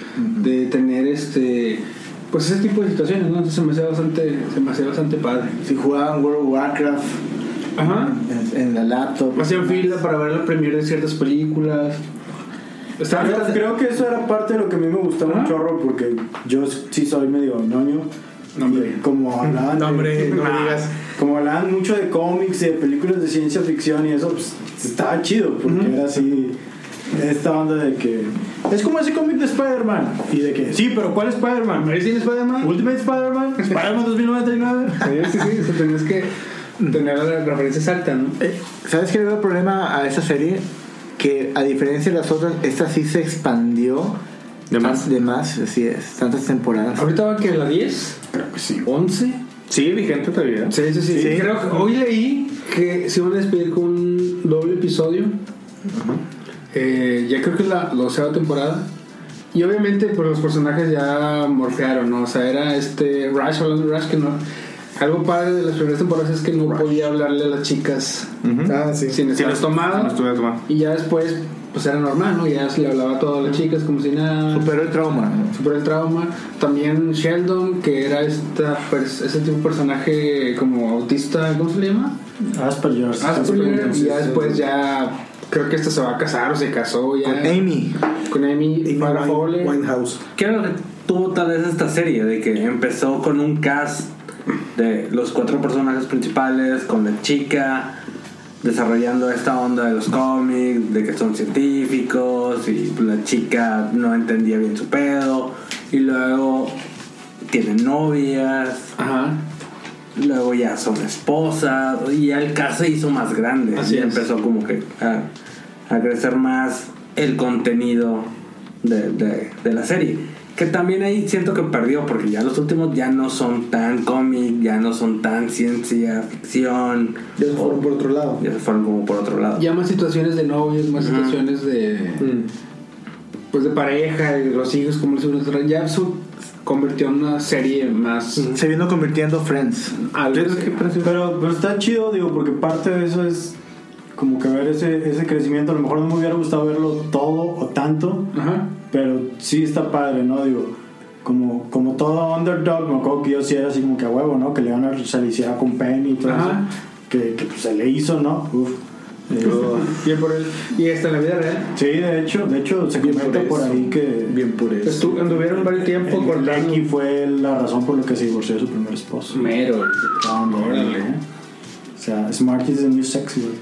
Speaker 1: de tener este... Pues ese tipo de situaciones, ¿no? Entonces se me hacía bastante, se me hacía bastante padre.
Speaker 5: Si jugaban World of Warcraft
Speaker 1: Ajá.
Speaker 5: en, en la laptop.
Speaker 1: Hacían fila para ver la premiere de ciertas películas. Estaba-
Speaker 4: Yo creo que eso era parte de lo que a mí me gustaba un
Speaker 1: Ajá.
Speaker 4: chorro porque yo sí soy medio ñoño
Speaker 1: No, hombre.
Speaker 4: Y Como hablaban,
Speaker 6: No, hombre, no me digas.
Speaker 4: como hablaban mucho de cómics y de películas de ciencia ficción y eso, pues estaba chido, porque era así. Esta onda de que. Es como ese cómic de Spider-Man. Y de que, sí, pero ¿cuál Spider-Man?
Speaker 1: Ahí sí es Spider-Man.
Speaker 4: Ultimate Spider-Man, Spider-Man 2099.
Speaker 1: Sí, sí, sí. o sea, tenías que tener la referencia exacta, ¿no?
Speaker 5: Eh, ¿Sabes qué le veo el problema a esa serie? Que a diferencia de las otras, esta sí se expandió.
Speaker 6: ¿De más?
Speaker 5: De más, así es. Tantas temporadas.
Speaker 1: Ahorita va que la 10. Creo que sí. 11.
Speaker 6: Sí, vigente todavía.
Speaker 1: Sí, sí, sí. Creo que hoy leí que se iban a despedir con un doble episodio. Eh, ya creo que es la doceava temporada. Y obviamente, pues los personajes ya morfearon, ¿no? O sea, era este Rush, hablando de Rush, que no. Algo padre de las primeras temporadas es que no podía hablarle a las chicas
Speaker 6: Ah, sí.
Speaker 1: sin estar tomada.
Speaker 12: No estuve a tomar.
Speaker 1: Y ya después, pues era normal, ¿no? Ya se le hablaba a todas las chicas como si nada.
Speaker 5: Superó el trauma.
Speaker 1: Superó el trauma. También Sheldon, que era esta, pers- ese tipo de personaje como autista, ¿cómo se le llama?
Speaker 4: Asperger.
Speaker 1: Asperger. Y ya
Speaker 4: eh,
Speaker 1: después ya creo que esta se va a casar o se casó ya.
Speaker 5: Amy.
Speaker 1: Con Amy para Fowler.
Speaker 6: Winehouse.
Speaker 2: ¿Qué era lo que tuvo tal vez esta serie? De que empezó con un cast de los cuatro personajes principales, con la chica, desarrollando esta onda de los cómics, de que son científicos, y la chica no entendía bien su pedo, y luego tienen novias,
Speaker 1: Ajá.
Speaker 2: luego ya son esposas, y ya el caso se hizo más grande.
Speaker 1: Así
Speaker 2: y
Speaker 1: es.
Speaker 2: empezó como que a, a crecer más el contenido de, de- de la serie. Que también ahí siento que perdió, porque ya los últimos ya no son tan cómic, ya no son tan ciencia ficción.
Speaker 6: Ya se fueron por otro lado.
Speaker 2: Ya se fueron como por otro lado.
Speaker 1: Ya más situaciones de novios, más
Speaker 2: Ajá.
Speaker 1: situaciones de. Pues de pareja, de los hijos, como se Ya se convirtió en una serie más.
Speaker 5: Se vino convirtiendo Friends.
Speaker 1: algo-
Speaker 4: Pero, pero está chido, digo, porque parte de eso es como que ver ese, ese crecimiento. A lo mejor no me hubiera gustado verlo todo o tanto,
Speaker 1: Ajá.
Speaker 4: pero sí está padre, ¿no? Digo, como, como todo underdog, me acuerdo que yo sí era así como que a huevo, ¿no? Que le iban a realizar con Penny y todo
Speaker 1: Ajá.
Speaker 4: eso. Que, que, pues, se le hizo, ¿no? Uf. Eh,
Speaker 1: Bien por él. Y hasta en la vida real.
Speaker 4: sí, de hecho, de hecho se
Speaker 6: Bien por
Speaker 4: comenta por
Speaker 6: eso.
Speaker 4: ahí que
Speaker 6: Bien por eso.
Speaker 1: Estu- anduvieron varios tiempo
Speaker 4: el
Speaker 1: cortando.
Speaker 4: Lecky fue la razón por la que se divorció de su primer esposo.
Speaker 1: Mero.
Speaker 4: Ah, órale. O sea, smart is the new sexy, güey.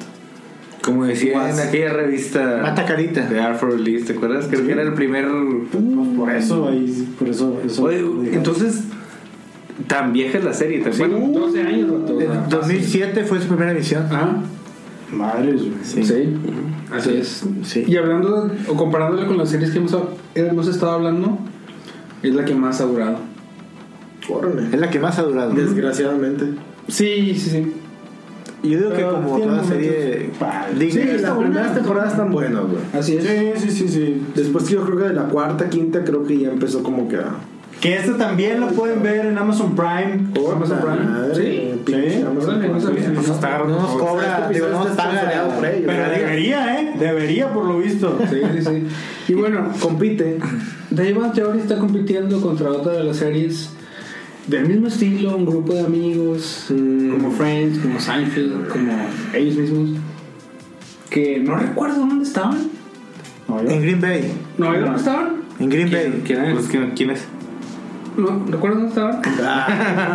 Speaker 12: Como decía
Speaker 6: Was-
Speaker 12: en aquella revista
Speaker 5: Mata carita.
Speaker 12: de Arthur Lee, ¿te acuerdas? Creo que era el primer.
Speaker 4: Pues por eso, ahí, por eso. eso
Speaker 12: Oye,
Speaker 4: lo dije.
Speaker 12: entonces, tan vieja es la serie, ¿te acuerdas?
Speaker 1: pues, Bueno, 12 años, vato, o sea,
Speaker 5: En 2007 fue su primera emisión.
Speaker 1: Ajá.
Speaker 4: Madres, güey.
Speaker 1: ah, Sí. Así es.
Speaker 5: Sí.
Speaker 1: Y hablando, o comparándola con las series que hemos, hemos estado hablando, es la que más ha durado.
Speaker 5: Es la que más ha durado.
Speaker 6: Desgraciadamente.
Speaker 1: Sí, sí, sí.
Speaker 5: Y Yo digo que
Speaker 4: Pero
Speaker 5: como
Speaker 4: tiene
Speaker 5: toda
Speaker 4: momentos
Speaker 5: serie
Speaker 4: padres.
Speaker 5: digna.
Speaker 6: Sí, las primeras temporadas están buenas, güey.
Speaker 1: Así es.
Speaker 4: Sí, sí, sí, sí.
Speaker 6: Después yo creo que de la cuarta, quinta, creo que ya empezó como que a...
Speaker 4: Que esta también la pueden ver en Amazon Prime.
Speaker 1: Amazon
Speaker 6: Puta
Speaker 1: Prime.
Speaker 6: madre, eh,
Speaker 1: Sí.
Speaker 6: pinche
Speaker 4: Sí.
Speaker 6: Amazon
Speaker 1: Sí, no sabía.
Speaker 6: Prime.
Speaker 1: No
Speaker 6: Está
Speaker 5: No
Speaker 6: agarrando
Speaker 5: nos
Speaker 6: todo. Este
Speaker 5: cobra, digo, no
Speaker 6: episodio
Speaker 5: nos
Speaker 6: está patrocinado por
Speaker 5: paga.
Speaker 6: ellos,
Speaker 4: Pero
Speaker 6: ¿verdad?
Speaker 4: debería, ¿eh? Debería, por lo visto.
Speaker 1: Sí, sí, sí. Y bueno, compite. Dave Theory está compitiendo contra otra de las series del mismo estilo, un grupo de amigos, como Friends, como Seinfeld, como ellos mismos, que no recuerdo dónde estaban.
Speaker 4: No, yo-
Speaker 5: En Green Bay.
Speaker 1: No, ¿y dónde estaban?
Speaker 5: En Green
Speaker 2: ¿Quién,
Speaker 5: Bay.
Speaker 2: quién es?
Speaker 12: Pues, ¿quién, quién es?
Speaker 1: No, recuerdo dónde estaban.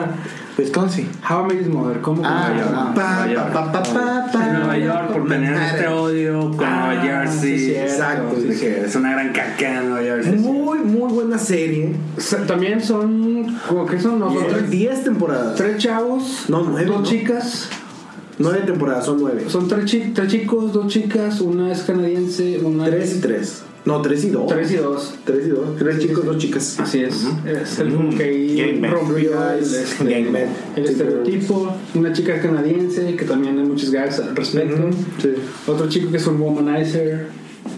Speaker 5: Wisconsin.
Speaker 1: How I Met His Mother, ¿cómo?
Speaker 5: Ah,
Speaker 2: Nueva York.
Speaker 5: ah.
Speaker 6: Pa,
Speaker 2: Nueva
Speaker 6: pa,
Speaker 2: York.
Speaker 6: pa, pa, pa, pa.
Speaker 2: En Nueva York por tener este odio con Nueva Jersey.
Speaker 6: Exacto,
Speaker 2: De
Speaker 6: sí, sí.
Speaker 2: que es una gran caca Nueva Jersey.
Speaker 6: Muy, muy buena serie.
Speaker 1: Sa- También son, como que son nosotros,
Speaker 6: Son 10 temporadas.
Speaker 1: tres chavos,
Speaker 6: No, nueve,
Speaker 1: dos
Speaker 6: ¿no?
Speaker 1: chicas,
Speaker 6: 9 temporadas, son 9.
Speaker 1: son tres, chi- tres chicos, dos chicas, una es canadiense, una
Speaker 6: 3 y
Speaker 1: es
Speaker 6: 3. No, 3 y 2.
Speaker 1: tres y dos.
Speaker 6: 3 y 2. 3 chicos, 2
Speaker 4: Ah,
Speaker 6: chicas.
Speaker 1: Así es. Es el como que ahí
Speaker 12: Gangbang.
Speaker 1: rompió el, este,
Speaker 6: Mm, Gang Man.
Speaker 1: el estereotipo. Una chica canadiense que también hay muchos gags al respecto.
Speaker 6: Sí.
Speaker 1: Otro chico que es un womanizer,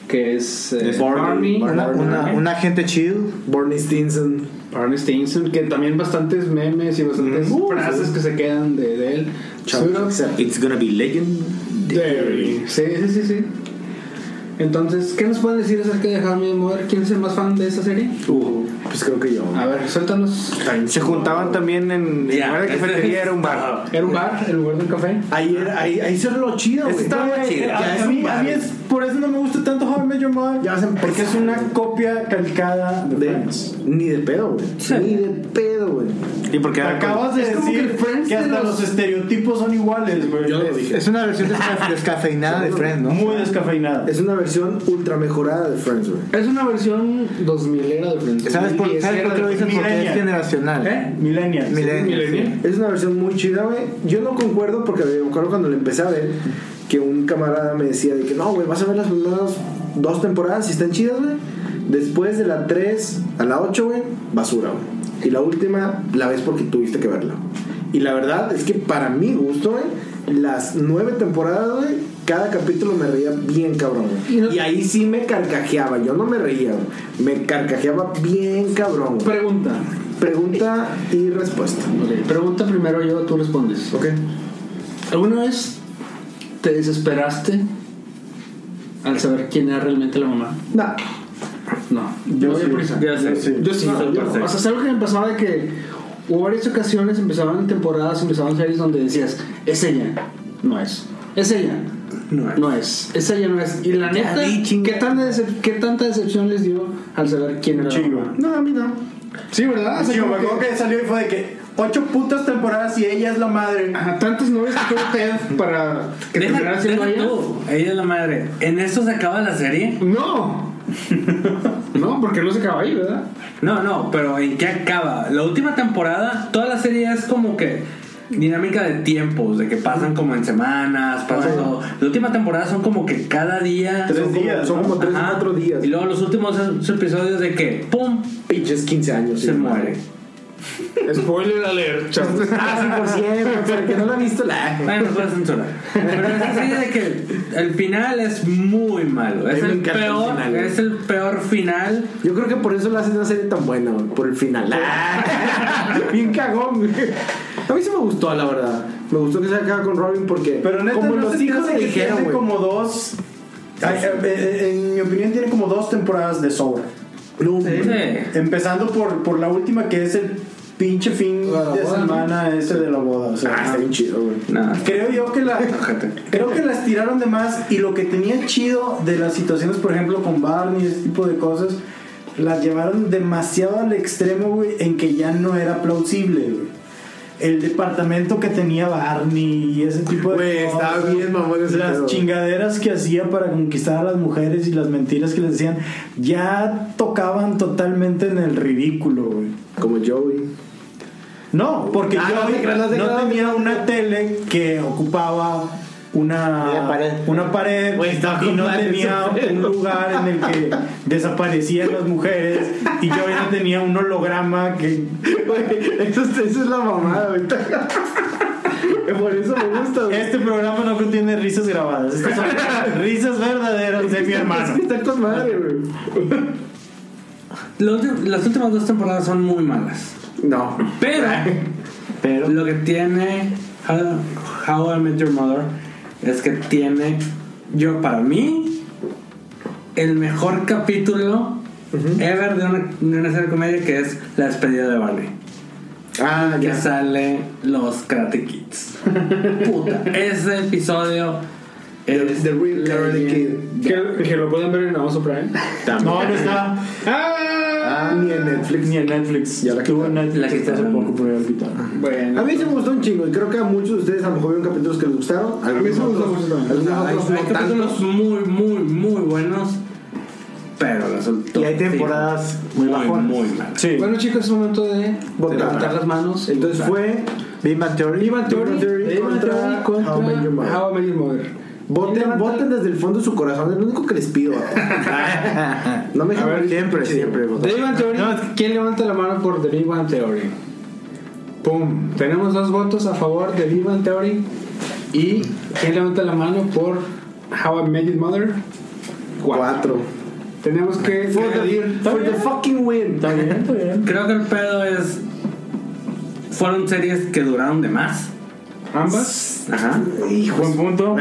Speaker 1: que es eh,
Speaker 6: Es
Speaker 1: Barney.
Speaker 6: Barney.
Speaker 5: Una, una, una gente chill.
Speaker 6: Barney Stinson.
Speaker 1: Barney Stinson, que también bastantes memes y bastantes frases que se quedan de, de él.
Speaker 6: Chuck
Speaker 1: Sort of
Speaker 6: Dixon.
Speaker 12: It's gonna be legend.
Speaker 1: Dairy. Sí, sí, sí, sí. Entonces, ¿qué nos pueden decir acerca de How I Met Your Mother? ¿Quién es el más fan de esta serie?
Speaker 6: Uh, pues creo que yo.
Speaker 4: Ah,
Speaker 1: A ver, suéltanos.
Speaker 12: Se juntaban también en.
Speaker 2: Ya,
Speaker 12: en una
Speaker 2: este-
Speaker 12: cafetería era un bar.
Speaker 1: Era un bar, el lugar de un café.
Speaker 6: Ahí, era- ahí, ahí se es lo chido, güey.
Speaker 12: Estaba
Speaker 6: Güey,
Speaker 12: chido.
Speaker 6: ya es
Speaker 4: A
Speaker 6: un
Speaker 4: mí, a
Speaker 6: bar.
Speaker 4: mí es por eso no me gusta tanto How I Met Your Mother.
Speaker 6: Ya vas a empezar.
Speaker 4: porque es una copia calcada de,
Speaker 6: De-
Speaker 4: Friends.
Speaker 6: ni de pedo, güey. Ni de pedo, güey.
Speaker 13: ¿Y por qué?
Speaker 4: Acabas de
Speaker 1: Es como
Speaker 4: decir
Speaker 1: que el Friends
Speaker 4: que
Speaker 1: de
Speaker 4: hasta
Speaker 1: los-
Speaker 4: los estereotipos son iguales, güey.
Speaker 6: Yo lo dije.
Speaker 5: Es una versión desca- descafeinada de Friends, ¿no?
Speaker 4: Muy descafeinada.
Speaker 6: Es una versión ultra mejorada de Friends, güey.
Speaker 1: Es una versión 2000 era de Friends.
Speaker 5: ¿Sabes por, ¿sabes por qué lo dicen? Porque es
Speaker 4: Millennial.
Speaker 5: generacional.
Speaker 1: ¿Eh?
Speaker 4: Millennials.
Speaker 5: Millennial.
Speaker 1: Millennial.
Speaker 6: Es una versión muy chida, güey. Yo no concuerdo porque me acuerdo cuando la empecé a ver que un camarada me decía de que no, güey, vas a ver las primeras dos temporadas y están chidas, güey. Después de la 3 a la 8, güey, basura, güey. Y la última la ves porque tuviste que verla. Y la verdad es que para mi gusto, güey, las nueve temporadas, güey, cada capítulo me reía bien cabrón, güey.
Speaker 1: Y no-
Speaker 6: Y ahí sí me carcajeaba, yo no me reía, güey. Me carcajeaba bien cabrón, güey.
Speaker 1: Pregunta.
Speaker 6: Pregunta y respuesta.
Speaker 1: Ok, Pregunta primero yo, tú respondes.
Speaker 6: ¿Ok?
Speaker 1: ¿Alguna vez te desesperaste al saber quién era realmente la mamá?
Speaker 6: No.
Speaker 1: No. Yo voy a prisa.
Speaker 13: Ya sé.
Speaker 1: Yo sí,
Speaker 13: No,
Speaker 1: yo-
Speaker 13: yo sé.
Speaker 1: o sea, es algo que me pasaba de que hubo varias ocasiones, empezaban temporadas, empezaban series donde decías, es ella, no es, es ella, no es, es ella, no es. Y la neta, ¿qué, tan de decep- ¿qué tanta decepción les dio al saber quién era? la
Speaker 4: Chingo.
Speaker 1: mamá?
Speaker 6: No, a mí no.
Speaker 1: Sí, ¿verdad? O sea,
Speaker 4: Sí, me
Speaker 1: como
Speaker 4: acuerdo
Speaker 1: que-
Speaker 4: que salió y fue de que ocho putas temporadas y ella es la madre.
Speaker 1: Ajá, tantas novias que tuvo Ted para que
Speaker 2: Deja,
Speaker 1: terminara siendo
Speaker 2: deja
Speaker 1: ella.
Speaker 2: tú. Ella es la madre. ¿En esto se acaba la serie?
Speaker 1: No, no, porque no se acaba ahí, ¿verdad?
Speaker 2: No, no, pero ¿en qué acaba? La última temporada, toda la serie es como que dinámica de tiempos, de que pasan como en semanas, pasan todo. La última temporada son como que cada día.
Speaker 4: Tres
Speaker 6: Son como-
Speaker 4: días,
Speaker 6: son
Speaker 4: ¿no?
Speaker 6: como tres o
Speaker 2: Ajá.
Speaker 6: cuatro días.
Speaker 2: Y luego los últimos es- episodios de que, ¡pum!
Speaker 6: Pinches 15 años.
Speaker 2: Se
Speaker 6: sí.
Speaker 2: muere.
Speaker 1: Spoiler alert, chavos.
Speaker 6: Ah, sí, por cierto. Para el que no lo ha visto, la.
Speaker 2: Bueno, puede censurar. Pero es así de que el final es muy malo. Es
Speaker 6: A mí me
Speaker 2: el
Speaker 6: encanta el
Speaker 2: peor,
Speaker 6: final, güey.
Speaker 2: es el peor final.
Speaker 6: Yo creo que por eso la hacen una serie tan buena, güey, Por el final. Ah, Bien cagón, güey. A mí sí me gustó, la verdad. Me gustó que se acaba con Robin porque.
Speaker 4: Pero neta,
Speaker 6: como
Speaker 4: no
Speaker 6: los
Speaker 4: se te
Speaker 6: hijos
Speaker 4: hace
Speaker 6: le
Speaker 4: que
Speaker 6: dijeron,
Speaker 4: tiene
Speaker 6: güey.
Speaker 4: como dos. ay, eh, eh, en mi opinión, tiene como dos temporadas de sobra.
Speaker 6: No, güey.
Speaker 2: Sí.
Speaker 4: Empezando por, por la última, que es el pinche fin
Speaker 1: La
Speaker 4: de
Speaker 1: boda,
Speaker 4: semana ese de la boda. o sea,
Speaker 6: Ah, está bien chido, güey.
Speaker 2: No.
Speaker 4: Creo yo que la creo que las tiraron de más y lo que tenía chido de las situaciones, por ejemplo, con Barney y ese tipo de cosas, las llevaron demasiado al extremo, güey, en que ya no era plausible, güey. El departamento que tenía Barney y ese tipo de
Speaker 6: Güey, estaba bien mamón ese
Speaker 4: Las
Speaker 6: pedo, güey.
Speaker 4: chingaderas que hacía para conquistar a las mujeres y las mentiras que les decían, ya tocaban totalmente en el ridículo, güey.
Speaker 6: Como Joey.
Speaker 4: No, porque
Speaker 6: Ah, no
Speaker 4: yo
Speaker 6: te creas, no
Speaker 4: no,
Speaker 6: te creas.
Speaker 4: tenía una tele que ocupaba una,
Speaker 5: Una pared.
Speaker 4: una pared
Speaker 6: Güey, estaba
Speaker 4: y
Speaker 6: con
Speaker 4: no
Speaker 6: madre
Speaker 4: tenía
Speaker 6: ese pedo.
Speaker 4: un lugar en el que desaparecían las mujeres y yo ya tenía un holograma que
Speaker 6: Güey, eso, es- eso es la mamada, güey. Por eso me gusta, güey.
Speaker 4: este programa no contiene risas grabadas estas son risas verdaderas de mi hermano
Speaker 6: Está con madre, güey.
Speaker 2: Los ulti- Las últimas dos temporadas son muy malas.
Speaker 6: No.
Speaker 2: Pero, lo que tiene How, How I Met Your Mother es que tiene, yo para mí, el mejor capítulo ever de una, de una serie de comedia que es La despedida de Barney.
Speaker 6: Ah,
Speaker 2: Que
Speaker 6: ya.
Speaker 2: sale los Karate Kids. Puta, ese episodio es
Speaker 6: The Real Karate Kid.
Speaker 1: Que, que lo pueden ver en Amazon Prime.
Speaker 4: no, no está
Speaker 6: Ah, ni en Netflix.
Speaker 4: ni en Netflix
Speaker 6: Ya la
Speaker 4: tuvo
Speaker 6: quitaron.
Speaker 4: en Netflix
Speaker 2: La
Speaker 4: hasta hace
Speaker 2: quitaron.
Speaker 4: poco pero ya la quitaron.
Speaker 6: A
Speaker 1: Bueno.
Speaker 6: mí sí me gustó un chingo y creo que a muchos de ustedes a lo mejor vieron capítulos que les gustaron. A mí sí me gustó mucho también.
Speaker 2: O sea, hay,
Speaker 6: Algunos
Speaker 2: hay
Speaker 6: no tanto.
Speaker 2: capítulos muy, muy, muy buenos. Pero las ult-
Speaker 5: Y hay
Speaker 2: sí,
Speaker 5: temporadas muy
Speaker 2: muy,
Speaker 5: bajonas.
Speaker 2: muy malas.
Speaker 4: sí
Speaker 1: Bueno, chicos, es momento de
Speaker 6: Votar.
Speaker 1: levantar las manos.
Speaker 6: Entonces fue
Speaker 5: Big Bang Theory.
Speaker 1: Ivan Theory,
Speaker 6: Theory
Speaker 1: Ivan
Speaker 6: contra
Speaker 1: Theory contra
Speaker 6: How I Met Your Mother.
Speaker 1: How I Met Your Mother.
Speaker 6: voten,
Speaker 1: Levanta-
Speaker 6: voten desde el fondo de su corazón, es lo único que les pido. No me dejen
Speaker 5: siempre,
Speaker 6: siempre. votar.
Speaker 1: The Big Bang Theory. ¿Quién levanta la mano por The Big Bang Theory? Pum. Tenemos dos votos a favor de Big Bang Theory. ¿Y quién levanta la mano por How I Met Your Mother?
Speaker 6: Cuatro.
Speaker 1: Tenemos que decidir.
Speaker 6: For the fucking win.
Speaker 2: Creo que el pedo es. Fueron series que duraron de más.
Speaker 1: ambas.
Speaker 2: Ajá.
Speaker 4: buen punto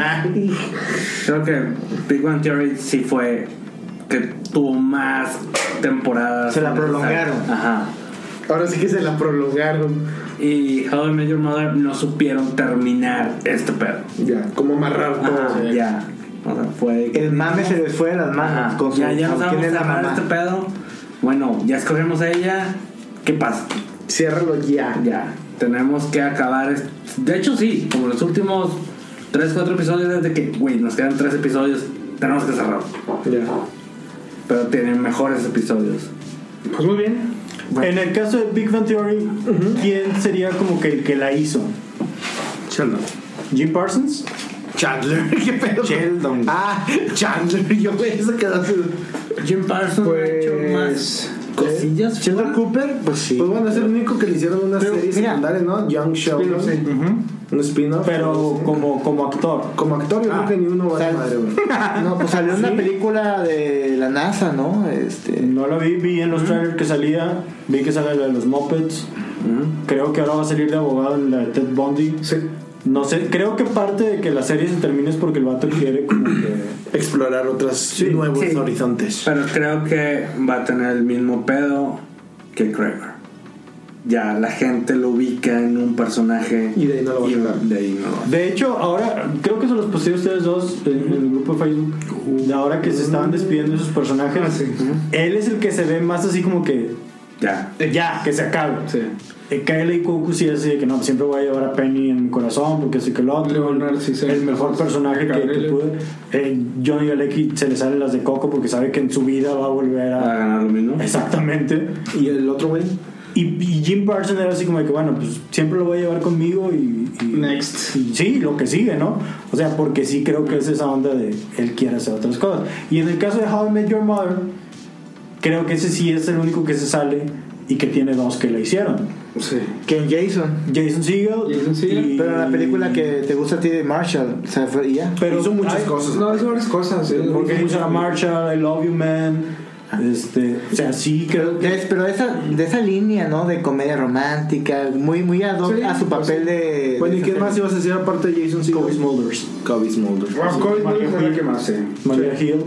Speaker 2: Creo que Big Bang Theory sí fue. Que tuvo más temporadas.
Speaker 5: Se la prolongaron.
Speaker 2: Ajá.
Speaker 6: Ahora sí que se la prolongaron.
Speaker 2: Y How I Met Your Mother no supieron terminar este pedo.
Speaker 5: Ah,
Speaker 6: Ya, como amarrar todo.
Speaker 2: Ajá, ya. O sea, fue.
Speaker 5: El mame se les fue de las manos.
Speaker 2: Ajá.
Speaker 5: Con su,
Speaker 2: ya, ya
Speaker 5: con
Speaker 2: nos
Speaker 5: quién
Speaker 2: vamos a
Speaker 5: es la
Speaker 2: agarrar
Speaker 5: mamá.
Speaker 2: este pedo. Bueno, ya escogemos a ella. ¿Qué pasa?
Speaker 6: Ciérralo ya.
Speaker 2: Ya, tenemos que acabar. es- De hecho, sí, como los últimos 3, 4 episodios, desde que, güey, nos quedan 3 episodios, tenemos que cerrar.
Speaker 6: Ya.
Speaker 2: Pero tienen mejores episodios.
Speaker 1: Pues muy bien.
Speaker 4: En el caso de Big Bang Theory, ¿quién sería como que el que la hizo?
Speaker 14: Sheldon.
Speaker 4: ¿Jim Parsons?
Speaker 6: Chandler, qué pedo.
Speaker 14: Sheldon.
Speaker 6: Ah, Chandler, yo me eso quedaste.
Speaker 2: Jim Parsons ha hecho más
Speaker 6: ¿eh?
Speaker 2: cosillas.
Speaker 5: Sheldon Cooper, pues sí.
Speaker 6: Pues bueno, es el único que le hicieron una
Speaker 5: Pero,
Speaker 6: serie
Speaker 5: mira,
Speaker 6: secundaria, ¿no? Young Sheldon. Un spin-off. Ah.
Speaker 4: Pero
Speaker 6: Sí.
Speaker 4: como, como actor.
Speaker 6: como actor, yo creo que ni uno va a
Speaker 5: Sal-
Speaker 6: madre, güey.
Speaker 5: No, pues salió una película de la NASA, ¿no? Este.
Speaker 4: No la vi, vi en los trailers que salía, vi que sale la de los Muppets. Creo que ahora va a salir de abogado en la de Ted Bundy. No sé, creo que parte de que la serie se termine es porque el vato quiere como que...
Speaker 6: Explorar otros nuevos
Speaker 2: sí.
Speaker 6: horizontes.
Speaker 2: Pero creo que va a tener el mismo pedo que Kramer. Ya la gente lo ubica en un personaje.
Speaker 6: Y de ahí no lo va a sacar.
Speaker 2: De ahí no lo va a-
Speaker 4: De hecho, ahora creo que se los pusieron ustedes dos en, en el grupo de Facebook. De ahora que se estaban despidiendo de sus personajes.
Speaker 7: Ah,
Speaker 4: Él es el que se ve más así como que...
Speaker 2: Ya.
Speaker 4: Ya, que se acabe. Eh, Kyle y Cuckoo sí es así de que no, siempre voy a llevar a Penny en mi corazón porque soy que el otro.
Speaker 7: Leonard sí se-
Speaker 4: el mejor personaje que, que
Speaker 7: Gabriel.
Speaker 4: pude. Eh, Johnny Galecki se le salen las de Coco porque sabe que en su vida va a volver
Speaker 2: Va a
Speaker 4: a.
Speaker 2: ganar lo mismo.
Speaker 4: Exactamente.
Speaker 6: ¿Y el otro güey?
Speaker 4: Y, y Jim Parsons era así como de que, bueno, pues siempre lo voy a llevar conmigo y. y-
Speaker 7: Next.
Speaker 4: y sí, lo que sigue, ¿no? O sea, porque sí creo que es esa onda de él quiere hacer otras cosas. Y en el caso de How I Met Your Mother, creo que ese sí es el único que se sale y que tiene dos que le hicieron.
Speaker 7: Sí.
Speaker 5: Que Jason.
Speaker 4: Jason Segel.
Speaker 7: Jason Segel,
Speaker 4: y-
Speaker 5: Pero la película que te gusta a ti de Marshall, se fue y ya.
Speaker 4: pero
Speaker 6: Hizo muchas
Speaker 4: hay-
Speaker 6: cosas.
Speaker 7: No, hizo varias cosas. eh.
Speaker 4: Porque hizo la marcha, I love you man.
Speaker 6: Ah.
Speaker 4: Este, o sea, sí creo que.
Speaker 5: Es- pero esa, de esa línea, ¿no? De comedia romántica, muy, muy ad hoc
Speaker 7: Sí,
Speaker 5: a su
Speaker 7: pues
Speaker 5: papel de.
Speaker 6: Bueno, ¿y
Speaker 5: de-
Speaker 6: qué más ibas a decir aparte de Jason Segel?
Speaker 4: Cody Smulders,
Speaker 6: Cobie Smulders.
Speaker 7: Rob Cohen
Speaker 4: María
Speaker 7: fue la
Speaker 4: Hill.
Speaker 7: que más, sí.
Speaker 4: Maria Hill.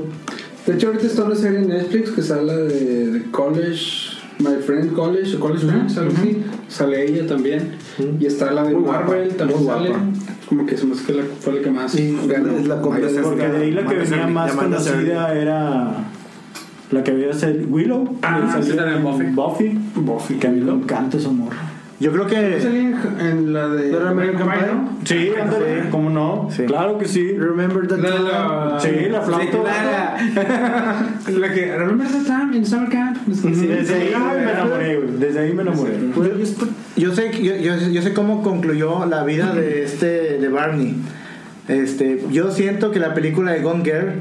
Speaker 7: De hecho, ahorita está una serie en Netflix que sale de, de College, My Friend College, o College Friends, algo así. Sale ella también. Y está la de
Speaker 6: Muy guapa,
Speaker 7: Marvel, también
Speaker 6: muy
Speaker 7: sale.
Speaker 6: guapa.
Speaker 7: Como que se me hace que la- fue la que más ganó.
Speaker 6: Es la competencia.
Speaker 4: Porque de ahí la que
Speaker 14: Amanda
Speaker 4: venía
Speaker 14: Serling,
Speaker 4: más
Speaker 14: Amanda
Speaker 4: conocida era. La que había ser Willow.
Speaker 2: Ah,
Speaker 4: que
Speaker 2: sí,
Speaker 4: salía
Speaker 2: también
Speaker 4: en
Speaker 2: Buffy.
Speaker 4: Buffy.
Speaker 7: Buffy.
Speaker 4: Que a mí me encanta ese amor.
Speaker 5: Yo creo que.
Speaker 1: Pues
Speaker 7: Salía en, en la de.
Speaker 6: ¿No era American
Speaker 7: Vampire,
Speaker 6: Pie?
Speaker 7: ¿no?
Speaker 4: Sí, ándale, ¿cómo no?
Speaker 5: Sí.
Speaker 4: Claro que sí.
Speaker 6: Remember that
Speaker 7: La de
Speaker 6: time.
Speaker 7: la.
Speaker 4: Sí, la flauta.
Speaker 7: La que. Remember that time in summer camp.
Speaker 4: Sí, desde ahí me enamoré, güey. Desde ahí me enamoré.
Speaker 5: Yo sé, yo, yo, yo sé cómo concluyó la vida de este de Barney. Este, yo siento que la película de Gone Girl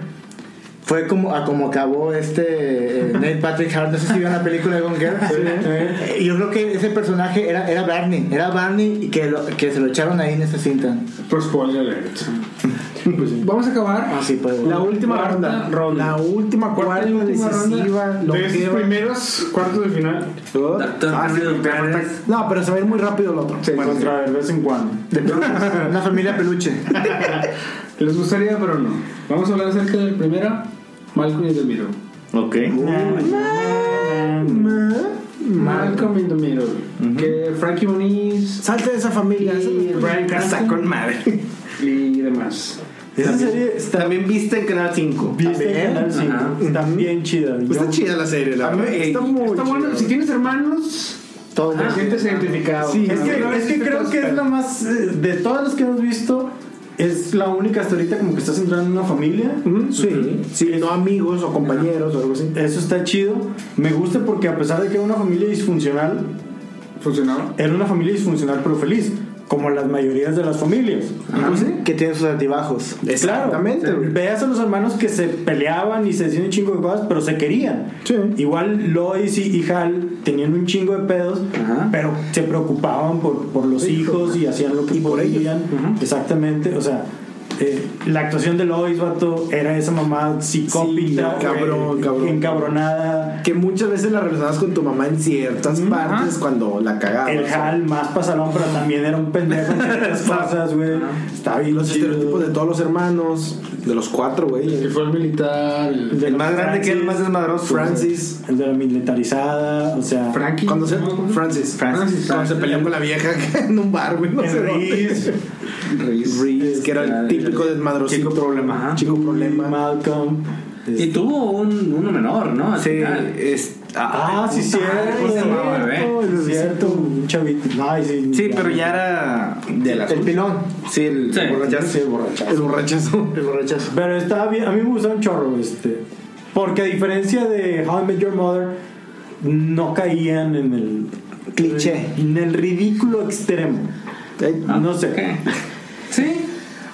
Speaker 5: fue como a como acabó este eh, Neil Patrick Hart. No sé si vieron la película de Gone Girl. Eh, Yo creo que ese personaje era, era Barney, era Barney y que, lo- que se lo echaron ahí en esa cinta.
Speaker 7: Pues spoiler alert. Vamos a acabar.
Speaker 5: Así pues.
Speaker 6: La última
Speaker 7: Cuarta
Speaker 6: ronda.
Speaker 7: ronda.
Speaker 6: La última cuarta,
Speaker 7: Cuarta y última
Speaker 6: decisiva.
Speaker 7: ronda. De esos
Speaker 6: longeva.
Speaker 7: primeros cuartos de final.
Speaker 6: Oh.
Speaker 2: Doctor
Speaker 6: Ah, sí,
Speaker 2: Mario
Speaker 6: pero-
Speaker 2: Pérez.
Speaker 6: No, pero se va a ir muy rápido el otro.
Speaker 4: Bueno, otra vez, de vez en cuando.
Speaker 5: Una familia peluche.
Speaker 7: Les gustaría, pero no. Vamos a hablar acerca del primero, Malcolm y the Mirror.
Speaker 14: Ok.
Speaker 7: Malcolm in the Mirror. Que Frankie Moniz
Speaker 6: Salte de esa familia. esa-
Speaker 7: y Brian
Speaker 14: Está
Speaker 7: Cranston
Speaker 14: con madre.
Speaker 7: y demás.
Speaker 4: Esa serie está
Speaker 14: También viste en Canal 5.
Speaker 4: ¿Viste en Canal 5?
Speaker 2: Ajá.
Speaker 4: Está bien chida.
Speaker 6: Pues
Speaker 4: Yo-
Speaker 6: está chida la serie, la
Speaker 14: A mí-
Speaker 6: verdad.
Speaker 14: ey,
Speaker 6: Está muy
Speaker 7: Está bueno,
Speaker 6: chida.
Speaker 7: si tienes hermanos,
Speaker 15: Ah.
Speaker 5: Todo
Speaker 7: te sientes identificado.
Speaker 6: Sí,
Speaker 4: Es
Speaker 7: Ah,
Speaker 4: que, es que creo que es la más. eh, De todas las que hemos visto, es la única hasta ahorita como que estás entrando en una familia.
Speaker 6: Ujú, Sí, sí, no amigos o compañeros o algo así.
Speaker 4: Eso está chido. Me gusta porque, a pesar de que era una familia disfuncional,
Speaker 7: funcionaba.
Speaker 4: era una familia disfuncional pero feliz, como las mayorías de las familias.
Speaker 15: Ah,
Speaker 5: Que tiene sus altibajos.
Speaker 6: Exactamente,
Speaker 4: Claro,
Speaker 6: güey.
Speaker 4: veas a los hermanos que se peleaban y se hacían un chingo de cosas, pero se querían.
Speaker 6: Sí.
Speaker 4: Igual Lois y, y Hal tenían un chingo de pedos,
Speaker 2: Ajá.
Speaker 4: pero se preocupaban por, por los hijos y hacían lo que podían. Exactamente, o sea. eh, la actuación de Lois, vato, era esa mamá psicópita,
Speaker 6: Sí, cabrón,
Speaker 4: eh,
Speaker 6: cabrón.
Speaker 4: encabronada.
Speaker 6: Que muchas veces la relacionas con tu mamá en ciertas partes cuando la cagabas.
Speaker 4: El Hal más pasalón, pero también era un pendejo en ciertas cosas, güey. Está bien
Speaker 6: Los
Speaker 4: chido.
Speaker 6: estereotipos de todos los hermanos, de los cuatro,
Speaker 7: Que
Speaker 6: güey.
Speaker 7: fue el militar. el-
Speaker 4: De
Speaker 14: El más grande que el
Speaker 4: Francis.
Speaker 14: más desmadroso.
Speaker 6: Francis.
Speaker 4: El de la militarizada, o sea.
Speaker 7: Frankie.
Speaker 6: Cuando se,
Speaker 7: ¿no?
Speaker 6: Francis,
Speaker 7: Francis.
Speaker 6: cuando se peleó con la vieja en un bar, güey, no sé
Speaker 4: Henry,
Speaker 6: dónde. Reese, que era el
Speaker 2: Este,
Speaker 6: típico Rico desmadrosito.
Speaker 15: Chico problema.
Speaker 6: Chico problema.
Speaker 4: Malcolm.
Speaker 2: Y tuvo un, uno menor, ¿no? Al
Speaker 15: Sí,
Speaker 2: final.
Speaker 15: es.
Speaker 4: Ah, sí, cierto.
Speaker 15: pues, no, bebé.
Speaker 4: Es cierto, un chavito. Ay, sí.
Speaker 15: Sí, pero ya era. De las.
Speaker 5: El pilón.
Speaker 15: Sí, el
Speaker 2: Sí.
Speaker 15: borrachazo.
Speaker 4: Sí, borrachazo.
Speaker 6: El borrachazo.
Speaker 5: El borrachazo.
Speaker 4: Pero está bien, a mí me gusta un chorro este. Porque a diferencia de How I Met Your Mother, no caían en el.
Speaker 5: Cliché.
Speaker 4: En el ridículo extremo. Eh, No sé.
Speaker 2: Ok. Sí.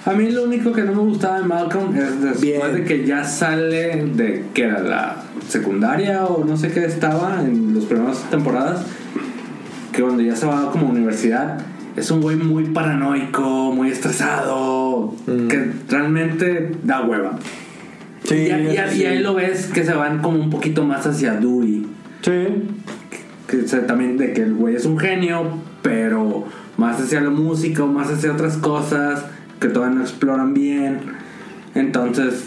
Speaker 2: A mí lo único que no me gustaba de Malcolm es después
Speaker 6: Bien.
Speaker 2: de que ya sale de que era la secundaria o no sé qué estaba en las primeras temporadas, que cuando ya se va como a universidad, es un güey muy paranoico, muy estresado, que realmente da hueva.
Speaker 4: Sí,
Speaker 2: y, a- y a-
Speaker 4: sí.
Speaker 2: y ahí lo ves que se van como un poquito más hacia Dewey.
Speaker 4: Sí.
Speaker 2: que se- también de que el güey es un genio, pero más hacia la música o más hacia otras cosas que todavía no exploran bien. Entonces,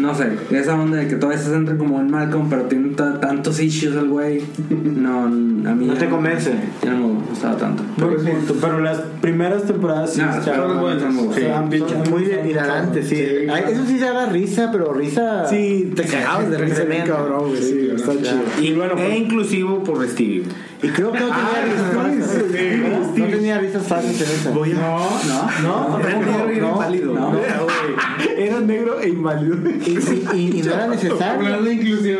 Speaker 2: no sé, esa onda de que todavía se centra como en Malcolm, pero tiene ta- tantos issues el güey, no, a mí
Speaker 5: No
Speaker 2: ya
Speaker 5: te convence.
Speaker 2: Ya no me gustaba tanto.
Speaker 4: Buen punto, pero las primeras temporadas sí
Speaker 2: No, las
Speaker 4: estaban-
Speaker 2: primeras buenas,
Speaker 4: estaban
Speaker 2: sí.
Speaker 4: bien
Speaker 5: Son
Speaker 4: chingonas.
Speaker 5: Muy hilarante, sí. Ay, Eso sí daba risa, pero risa.
Speaker 6: Sí, te cagabas de risa bien
Speaker 5: Tremendo.
Speaker 6: cabrón, güey. Sí, está chido.
Speaker 15: Y bueno, e inclusivo por Stevie.
Speaker 5: Y creo que no tenía
Speaker 6: Ah,
Speaker 5: risas falsas. No tenía risas falsas en esa.
Speaker 6: Voy a.
Speaker 2: No,
Speaker 15: Era negro y era inválido.
Speaker 2: no.
Speaker 6: Era negro e inválido.
Speaker 5: Y, sí, y- y no era necesario.
Speaker 1: Hablando de inclusión.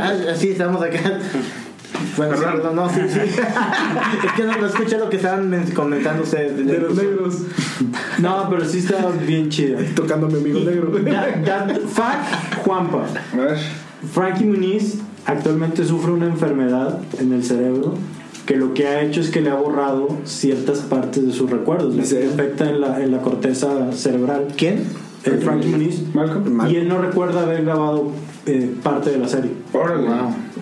Speaker 5: Ah, sí, estamos acá. Bueno, sí, no, no, sí, sí. Es que no, no escuché lo que estaban men- comentando ustedes.
Speaker 6: De los negros.
Speaker 4: No, pero sí estaba bien chida.
Speaker 6: Tocando a mi amigo negro.
Speaker 4: That, that fact, Juanpa. Frankie Muniz actualmente sufre una enfermedad en el cerebro que lo que ha hecho es que le ha borrado ciertas partes de sus recuerdos. Le
Speaker 6: Sí.
Speaker 4: afecta en la, en la corteza cerebral.
Speaker 5: ¿Quién?
Speaker 4: El Frankie Muniz.
Speaker 6: Mal.
Speaker 4: Y él no recuerda haber grabado eh, parte de la serie.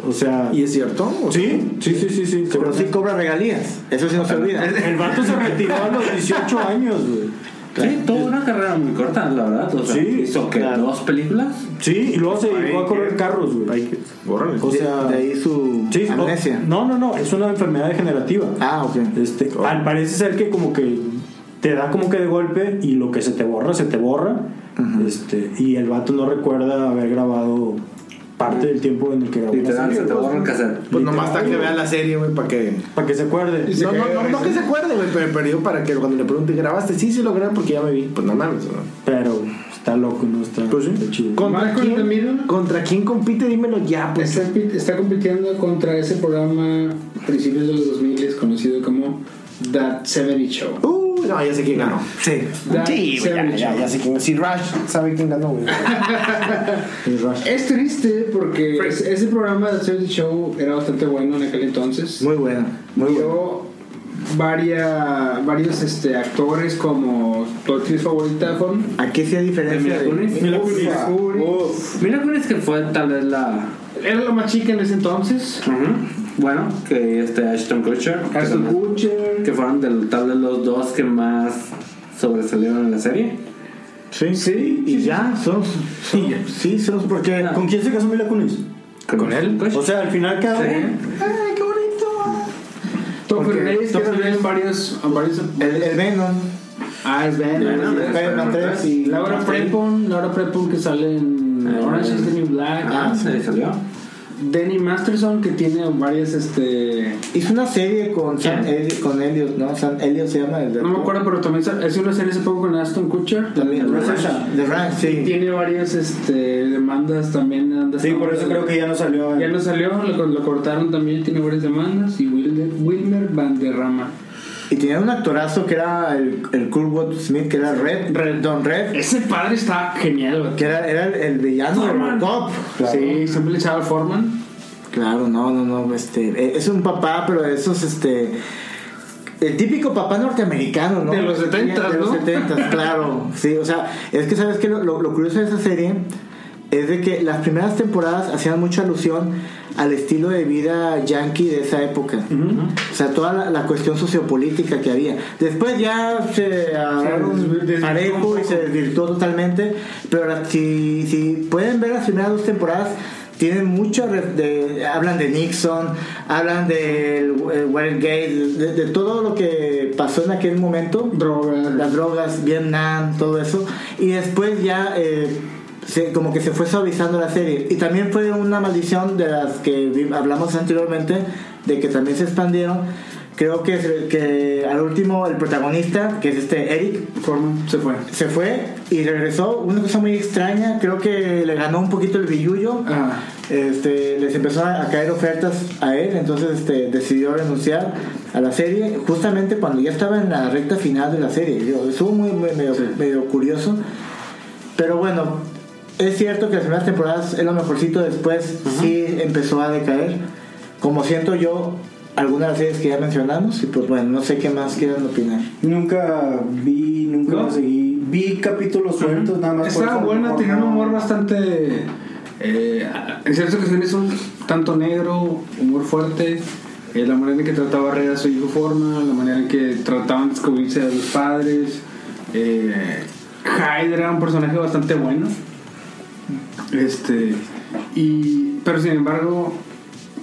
Speaker 4: O sea...
Speaker 6: ¿Y es cierto? ¿O
Speaker 4: Sí, sí, sí, sí, sí.
Speaker 5: Pero sí cobra regalías. Eso sí no se olvida.
Speaker 4: El vato se retiró a los 18 años, güey.
Speaker 2: Sí, tuvo una carrera muy corta, la verdad. O sea,
Speaker 4: Sí,
Speaker 2: hizo que
Speaker 5: claro.
Speaker 2: dos películas.
Speaker 4: Sí, y luego se dedicó a correr carros, güey.
Speaker 6: Órale.
Speaker 4: O sea,
Speaker 5: de, de ahí su
Speaker 4: sí, no-
Speaker 5: amnesia.
Speaker 4: No, no, no, es una enfermedad degenerativa.
Speaker 5: Ah, ok.
Speaker 4: Este, al parece ser que como que te da como que de golpe y lo que se te borra, se te borra. Este, y el vato no recuerda haber grabado parte del tiempo en el que grabó. la
Speaker 2: Literal,
Speaker 4: serie,
Speaker 2: se te borra el cassette.
Speaker 6: Pues nomás hasta que vea la serie, güey, para que.
Speaker 4: Para que se acuerde.
Speaker 6: No, no, no, no que se acuerde, güey, pero, pero yo para que cuando le pregunte, ¿grabaste? Sí, sí lo grabé porque ya me vi. Pues no mames, ¿no?
Speaker 4: Pero está loco, no está,
Speaker 6: Pues sí.
Speaker 4: está chido.
Speaker 6: ¿Contra
Speaker 1: Malcolm in the Middle.
Speaker 6: quién, ¿Contra quién compite? Dímelo ya, pues.
Speaker 1: Está, pi- está compitiendo contra ese programa a principios de los 2000 conocido como That 70 Show.
Speaker 6: Uh, no, ya sé quién ganó. Sí.
Speaker 1: That
Speaker 15: Sí, güey, ya,
Speaker 1: 70
Speaker 15: ya,
Speaker 1: Show.
Speaker 15: ya sé quién. Si Rush sabe quién ganó, güey.
Speaker 1: Es triste porque es- ese programa de Seventy Show era bastante bueno en aquel entonces.
Speaker 5: Muy bueno. Muy bueno.
Speaker 1: Yo varia- varios este, actores como tu actriz favorita Este, Juan.
Speaker 5: Aquí sí hay diferencia.
Speaker 2: Mila
Speaker 5: de-
Speaker 2: Kunis. Mila
Speaker 1: Uf, Kunis.
Speaker 2: Mira cuál es que fue tal vez la...
Speaker 1: Era la más chica en ese entonces.
Speaker 2: Ujú. Bueno, que este Ashton Kutcher. que
Speaker 1: Ashton
Speaker 2: también-
Speaker 1: Kutcher.
Speaker 2: que fueron del, tal vez los dos que más sobresalieron en la serie.
Speaker 5: Sí. Y ya, son. son- sí, son porque.
Speaker 4: ¿Con quién se casó Mila Kunis?
Speaker 2: ¿Con, él?
Speaker 4: O sea, al final cada uno-
Speaker 2: sí.
Speaker 1: Tom
Speaker 5: Porque
Speaker 1: Fernández, que
Speaker 5: Tom
Speaker 1: también en varios, en varios.
Speaker 5: El, el Venom.
Speaker 1: Ah, es Ben.
Speaker 2: Venom,
Speaker 1: es Ben
Speaker 5: Venom
Speaker 1: Martínez.
Speaker 5: 3
Speaker 1: Y
Speaker 5: y.
Speaker 1: Laura Prepon, Laura Prepon que sale en
Speaker 2: Ah,
Speaker 1: Orange is the New Black.
Speaker 2: Ah, se salió.
Speaker 1: Danny Masterson que tiene varias este
Speaker 5: Hizo una serie con Sam
Speaker 2: ¿Quién?
Speaker 5: Elliot, con Elliot, ¿no? Sam Elliot se llama el de-
Speaker 1: no me acuerdo pero también sa- hizo una serie hace poco con Aston Kutcher
Speaker 5: También.
Speaker 1: La-
Speaker 5: The Ranch, sí.
Speaker 1: tiene varias este demandas también anda-
Speaker 4: Sí, por eso creo que ya no salió.
Speaker 1: ya
Speaker 4: en-
Speaker 1: no salió lo, lo cortaron también tiene varias demandas y Wilder, Wilmer Banderrama
Speaker 5: Y tenía un actorazo que era el, el Kurtwood Smith, que era Red,
Speaker 1: Red.
Speaker 5: Don Red,
Speaker 1: ese padre está genial güey.
Speaker 5: que era, era el, el villano de
Speaker 1: Norman.
Speaker 5: Robocop.
Speaker 1: sí siempre le echaba al Foreman
Speaker 5: Claro, no, no, no, este, eh, es un papá, pero de esos, este, el típico papá norteamericano, ¿no?
Speaker 1: De los 70s,
Speaker 5: De los
Speaker 1: ¿no?
Speaker 5: 70s, claro, sí, o sea, es que sabes que lo, lo- lo curioso de esa serie es de que las primeras temporadas hacían mucha alusión al estilo de vida yankee de esa época, o sea, toda la, la cuestión sociopolítica que había. Después ya se agarraron
Speaker 1: desvirtuó un
Speaker 5: parejo
Speaker 1: poco.
Speaker 5: y se desvirtuó totalmente, pero la- si, si pueden ver las primeras dos temporadas, tienen mucho re- de- hablan de Nixon, hablan del eh, Watergate, de, de todo lo que pasó en aquel momento,
Speaker 1: Drogas.
Speaker 5: las drogas, Vietnam, todo eso, y después ya eh, se- como que se fue suavizando la serie. Y también fue una maldición de las que vi- hablamos anteriormente, de que también se expandieron. Creo que, se- que al último el protagonista, que es este Eric,
Speaker 1: Forman se fue.
Speaker 5: se fue y regresó. Una cosa muy extraña, creo que le ganó un poquito el billullo.
Speaker 1: Ah.
Speaker 5: Este, les empezó a, a caer ofertas a él, entonces este, decidió renunciar a la serie justamente cuando ya estaba en la recta final de la serie. Yo, estuvo muy, muy- medio, medio curioso. Pero bueno, es cierto que las primeras temporadas es lo mejorcito, después sí empezó a decaer. Como siento yo, algunas de las series que ya mencionamos, y pues bueno, no sé qué más quieran opinar.
Speaker 4: Nunca vi, nunca
Speaker 1: ¿No?
Speaker 4: la seguí. Vi capítulos sueltos, nada más. por
Speaker 1: Estaba
Speaker 4: eso,
Speaker 1: buena,
Speaker 4: no,
Speaker 1: tenía
Speaker 4: no.
Speaker 1: un humor bastante. eh, en ciertas ocasiones un tanto negro, humor fuerte. eh, la manera en que trataba a Reda a su hijo Forma, la manera en que trataban de descubrirse a los padres. Eh, Hyde era un personaje bastante bueno. Este. Y, pero sin embargo,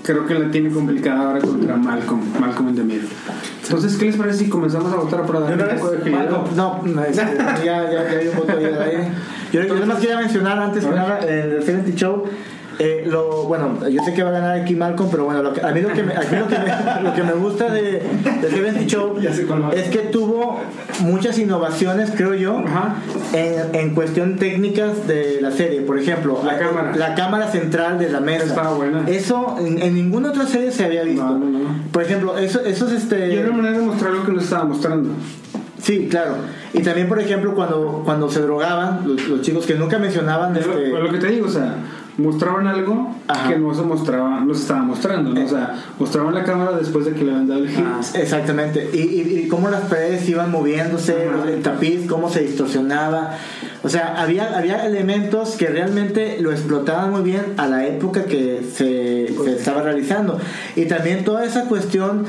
Speaker 1: creo que la tiene complicada ahora contra Malcolm, Malcolm en the Middle. Entonces, ¿qué les parece si comenzamos a votar para dar un poco de agilidad?
Speaker 5: No, no, este, ya, ya, ya hay un voto ahí al aire. Yo, yo nomás quería mencionar antes que nada en el 70 Show. eh, lo, bueno, yo sé que va a ganar aquí Malcolm, pero bueno, lo que- a mí lo que me, a mí lo que me, lo que me gusta de, de 70 Show es que tuvo muchas innovaciones, creo yo,
Speaker 1: Ajá.
Speaker 5: en, en cuestión técnicas de la serie. Por ejemplo,
Speaker 1: La cámara.
Speaker 5: la cámara central de la mesa.
Speaker 1: Estaba buena.
Speaker 5: Eso en, en ninguna otra serie se había visto.
Speaker 1: No, no, no.
Speaker 5: Por ejemplo, eso, esos este.
Speaker 1: Y era una manera de mostrar lo que no estaba mostrando.
Speaker 5: Sí, claro. Y también, por ejemplo, cuando, cuando se drogaban, los, los chicos que nunca mencionaban,
Speaker 1: Es lo,
Speaker 5: este,
Speaker 1: lo que te digo, o sea, mostraban algo
Speaker 5: Ajá.
Speaker 1: que no se mostraba, no se estaba mostrando, ¿no? O sea, mostraban la cámara después de que le habían dado el hit.
Speaker 5: exactamente. Y, y, y cómo las paredes iban moviéndose, el tapiz, cómo se distorsionaba. O sea, había, había elementos que realmente lo explotaban muy bien a la época que se,
Speaker 1: Pues
Speaker 5: se estaba realizando. Y también toda esa cuestión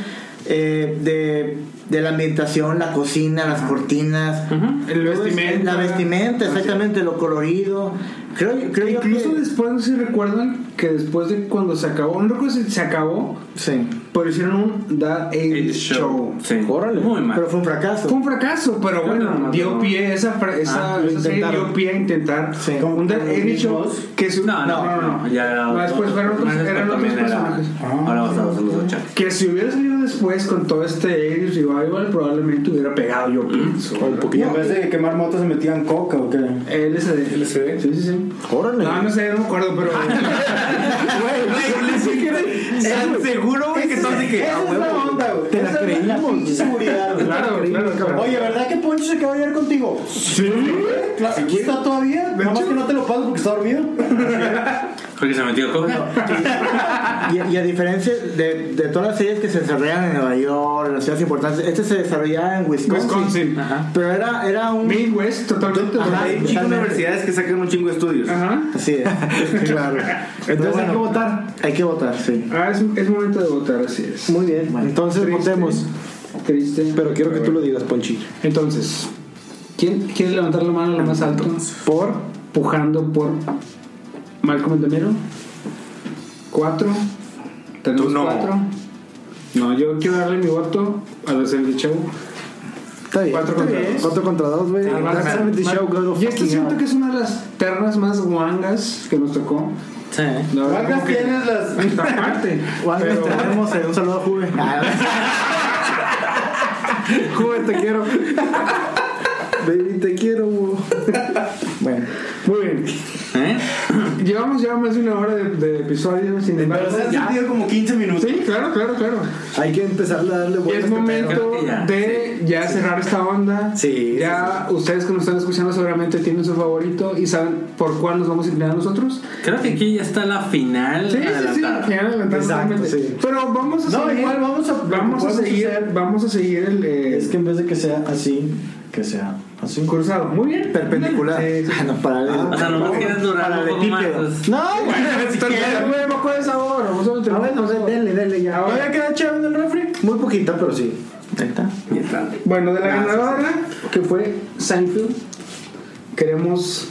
Speaker 5: eh, de, de la ambientación, la cocina, las cortinas.
Speaker 1: El
Speaker 5: todo es-
Speaker 1: vestimenta.
Speaker 5: La vestimenta, exactamente, lo colorido. Creo, creo yo
Speaker 1: Incluso
Speaker 5: que-
Speaker 1: después, no sé si recuerdan, que después de cuando se acabó, no recuerdo si se acabó,
Speaker 5: Sí.
Speaker 1: pero hicieron un That
Speaker 2: El
Speaker 1: Eight
Speaker 2: show.
Speaker 1: show.
Speaker 2: Sí.
Speaker 6: Órale.
Speaker 2: Muy mal.
Speaker 5: Pero fue un fracaso.
Speaker 1: Fue un fracaso, pero
Speaker 2: Creo que nada
Speaker 1: bueno,
Speaker 2: más
Speaker 1: dio
Speaker 2: no.
Speaker 1: pie, a esa, fra- esa,
Speaker 5: Ah, lo
Speaker 1: esa serie
Speaker 5: intentaron.
Speaker 1: dio pie a intentar
Speaker 5: Sí.
Speaker 1: un That Eight Show que se-
Speaker 2: No, no, no, no, ya era
Speaker 1: No,
Speaker 2: otro-
Speaker 1: después
Speaker 2: otros
Speaker 1: fueron otros,
Speaker 2: personajes,
Speaker 1: eran
Speaker 2: pero
Speaker 1: otros
Speaker 2: también era-
Speaker 1: personajes.
Speaker 2: Ahora vamos a los ochenta.
Speaker 1: Que si hubiera salido después con todo este 80s Revival, probablemente hubiera pegado, yo
Speaker 16: Mm.
Speaker 1: pienso.
Speaker 17: Un
Speaker 4: Y
Speaker 17: poquillo.
Speaker 4: en vez de quemar motos se metían coca o qué.
Speaker 1: LCD. LCD. Sí, sí, sí. Ah,
Speaker 6: Órale.
Speaker 1: No, no sé, no me acuerdo, pero.
Speaker 16: Seguro, güey, que "Ah, todo así que.
Speaker 1: "Ah,
Speaker 4: Esa es la onda, güey. Te la creímos. seguridad, güey.
Speaker 1: Claro, claro, claro.
Speaker 4: Oye, ¿verdad que Poncho se quedó ayer contigo? Sí. Claro, aquí está todavía. Nada más que no te lo paso porque está dormido.
Speaker 2: Porque se metió con.
Speaker 5: Y, y a diferencia de, de todas las series que se desarrollan en Nueva York, en las ciudades importantes, este se desarrollaba en Wisconsin.
Speaker 1: Wisconsin.
Speaker 5: Pero era, era un.
Speaker 1: Midwest, totalmente.
Speaker 5: Ajá.
Speaker 16: Hay un chingo de universidades que sacan un chingo de estudios.
Speaker 1: Ajá.
Speaker 5: Así es. claro.
Speaker 6: Entonces hay que votar.
Speaker 5: Hay que votar, sí.
Speaker 1: Ah, es, es momento de votar, así es.
Speaker 6: Muy bien. Entonces
Speaker 1: Triste.
Speaker 6: votemos.
Speaker 1: Triste.
Speaker 6: Pero quiero que tú lo digas, Ponchi.
Speaker 1: Entonces, ¿quién quiere levantar la mano lo más alto? Por pujando por Malcolm Endemiro. Cuatro. Tenemos
Speaker 16: Tú no.
Speaker 1: cuatro. No, yo quiero darle mi voto a los del show.
Speaker 6: Está bien.
Speaker 1: Cuatro contra dos.
Speaker 6: Cuatro contra dos, güey. That's
Speaker 1: Mar-
Speaker 6: 70 Show, God of
Speaker 1: Y esta
Speaker 6: fucking
Speaker 1: siento
Speaker 6: hell.
Speaker 1: que es una de las ternas más guangas que nos tocó.
Speaker 2: Sí.
Speaker 1: La verdad,
Speaker 4: Guangas
Speaker 1: como que-
Speaker 4: tienes las.
Speaker 1: Aparte.
Speaker 5: Pero...
Speaker 1: Pero-
Speaker 5: Tenemos eh, un saludo a Juve.
Speaker 6: Juve, te quiero. Baby, te quiero. güey.
Speaker 5: bueno,
Speaker 1: Muy bien.
Speaker 2: ¿Eh?
Speaker 1: Llevamos ya más de una hora de, de episodio. Sin embargo, ya-
Speaker 4: como 15 minutos.
Speaker 1: Sí, claro, claro, claro.
Speaker 6: Hay que empezar a darle
Speaker 1: Y
Speaker 6: vueltas.
Speaker 1: es momento
Speaker 2: Creo que ya,
Speaker 1: de ya cerrar esta onda.
Speaker 6: Sí,
Speaker 1: Ya ustedes que nos están escuchando seguramente tienen su favorito y saben por cuál nos vamos a inclinar nosotros.
Speaker 2: Creo que aquí ya está la final
Speaker 1: Sí, sí, sí,
Speaker 2: adelantada.
Speaker 1: ya adelantamos
Speaker 6: Exacto,
Speaker 1: totalmente.
Speaker 6: sí.
Speaker 1: Pero vamos a
Speaker 4: No,
Speaker 1: seguir.
Speaker 4: igual vamos a-
Speaker 1: vamos a
Speaker 4: vamos a
Speaker 1: seguir,
Speaker 4: hacer-
Speaker 1: vamos a seguir el eh,
Speaker 4: Es que en vez de que sea así, que sea así.
Speaker 1: cruzado. Muy bien.
Speaker 5: perpendicular.
Speaker 1: Sí, sí.
Speaker 5: Ah, no, paralelo.
Speaker 2: O sea, nomás quieres durar un poco más.
Speaker 5: Paralelepípedo.
Speaker 2: pues.
Speaker 5: No,
Speaker 1: Bueno, si quieres, güey, me acuerdas ahora. Vamos a meter-
Speaker 6: Dele, dele ya.
Speaker 1: Ahora
Speaker 6: queda chévere en el refri. Muy poquita, pero sí.
Speaker 5: Ahí está.
Speaker 1: Bueno, de la ganadora, que fue Seinfeld, queremos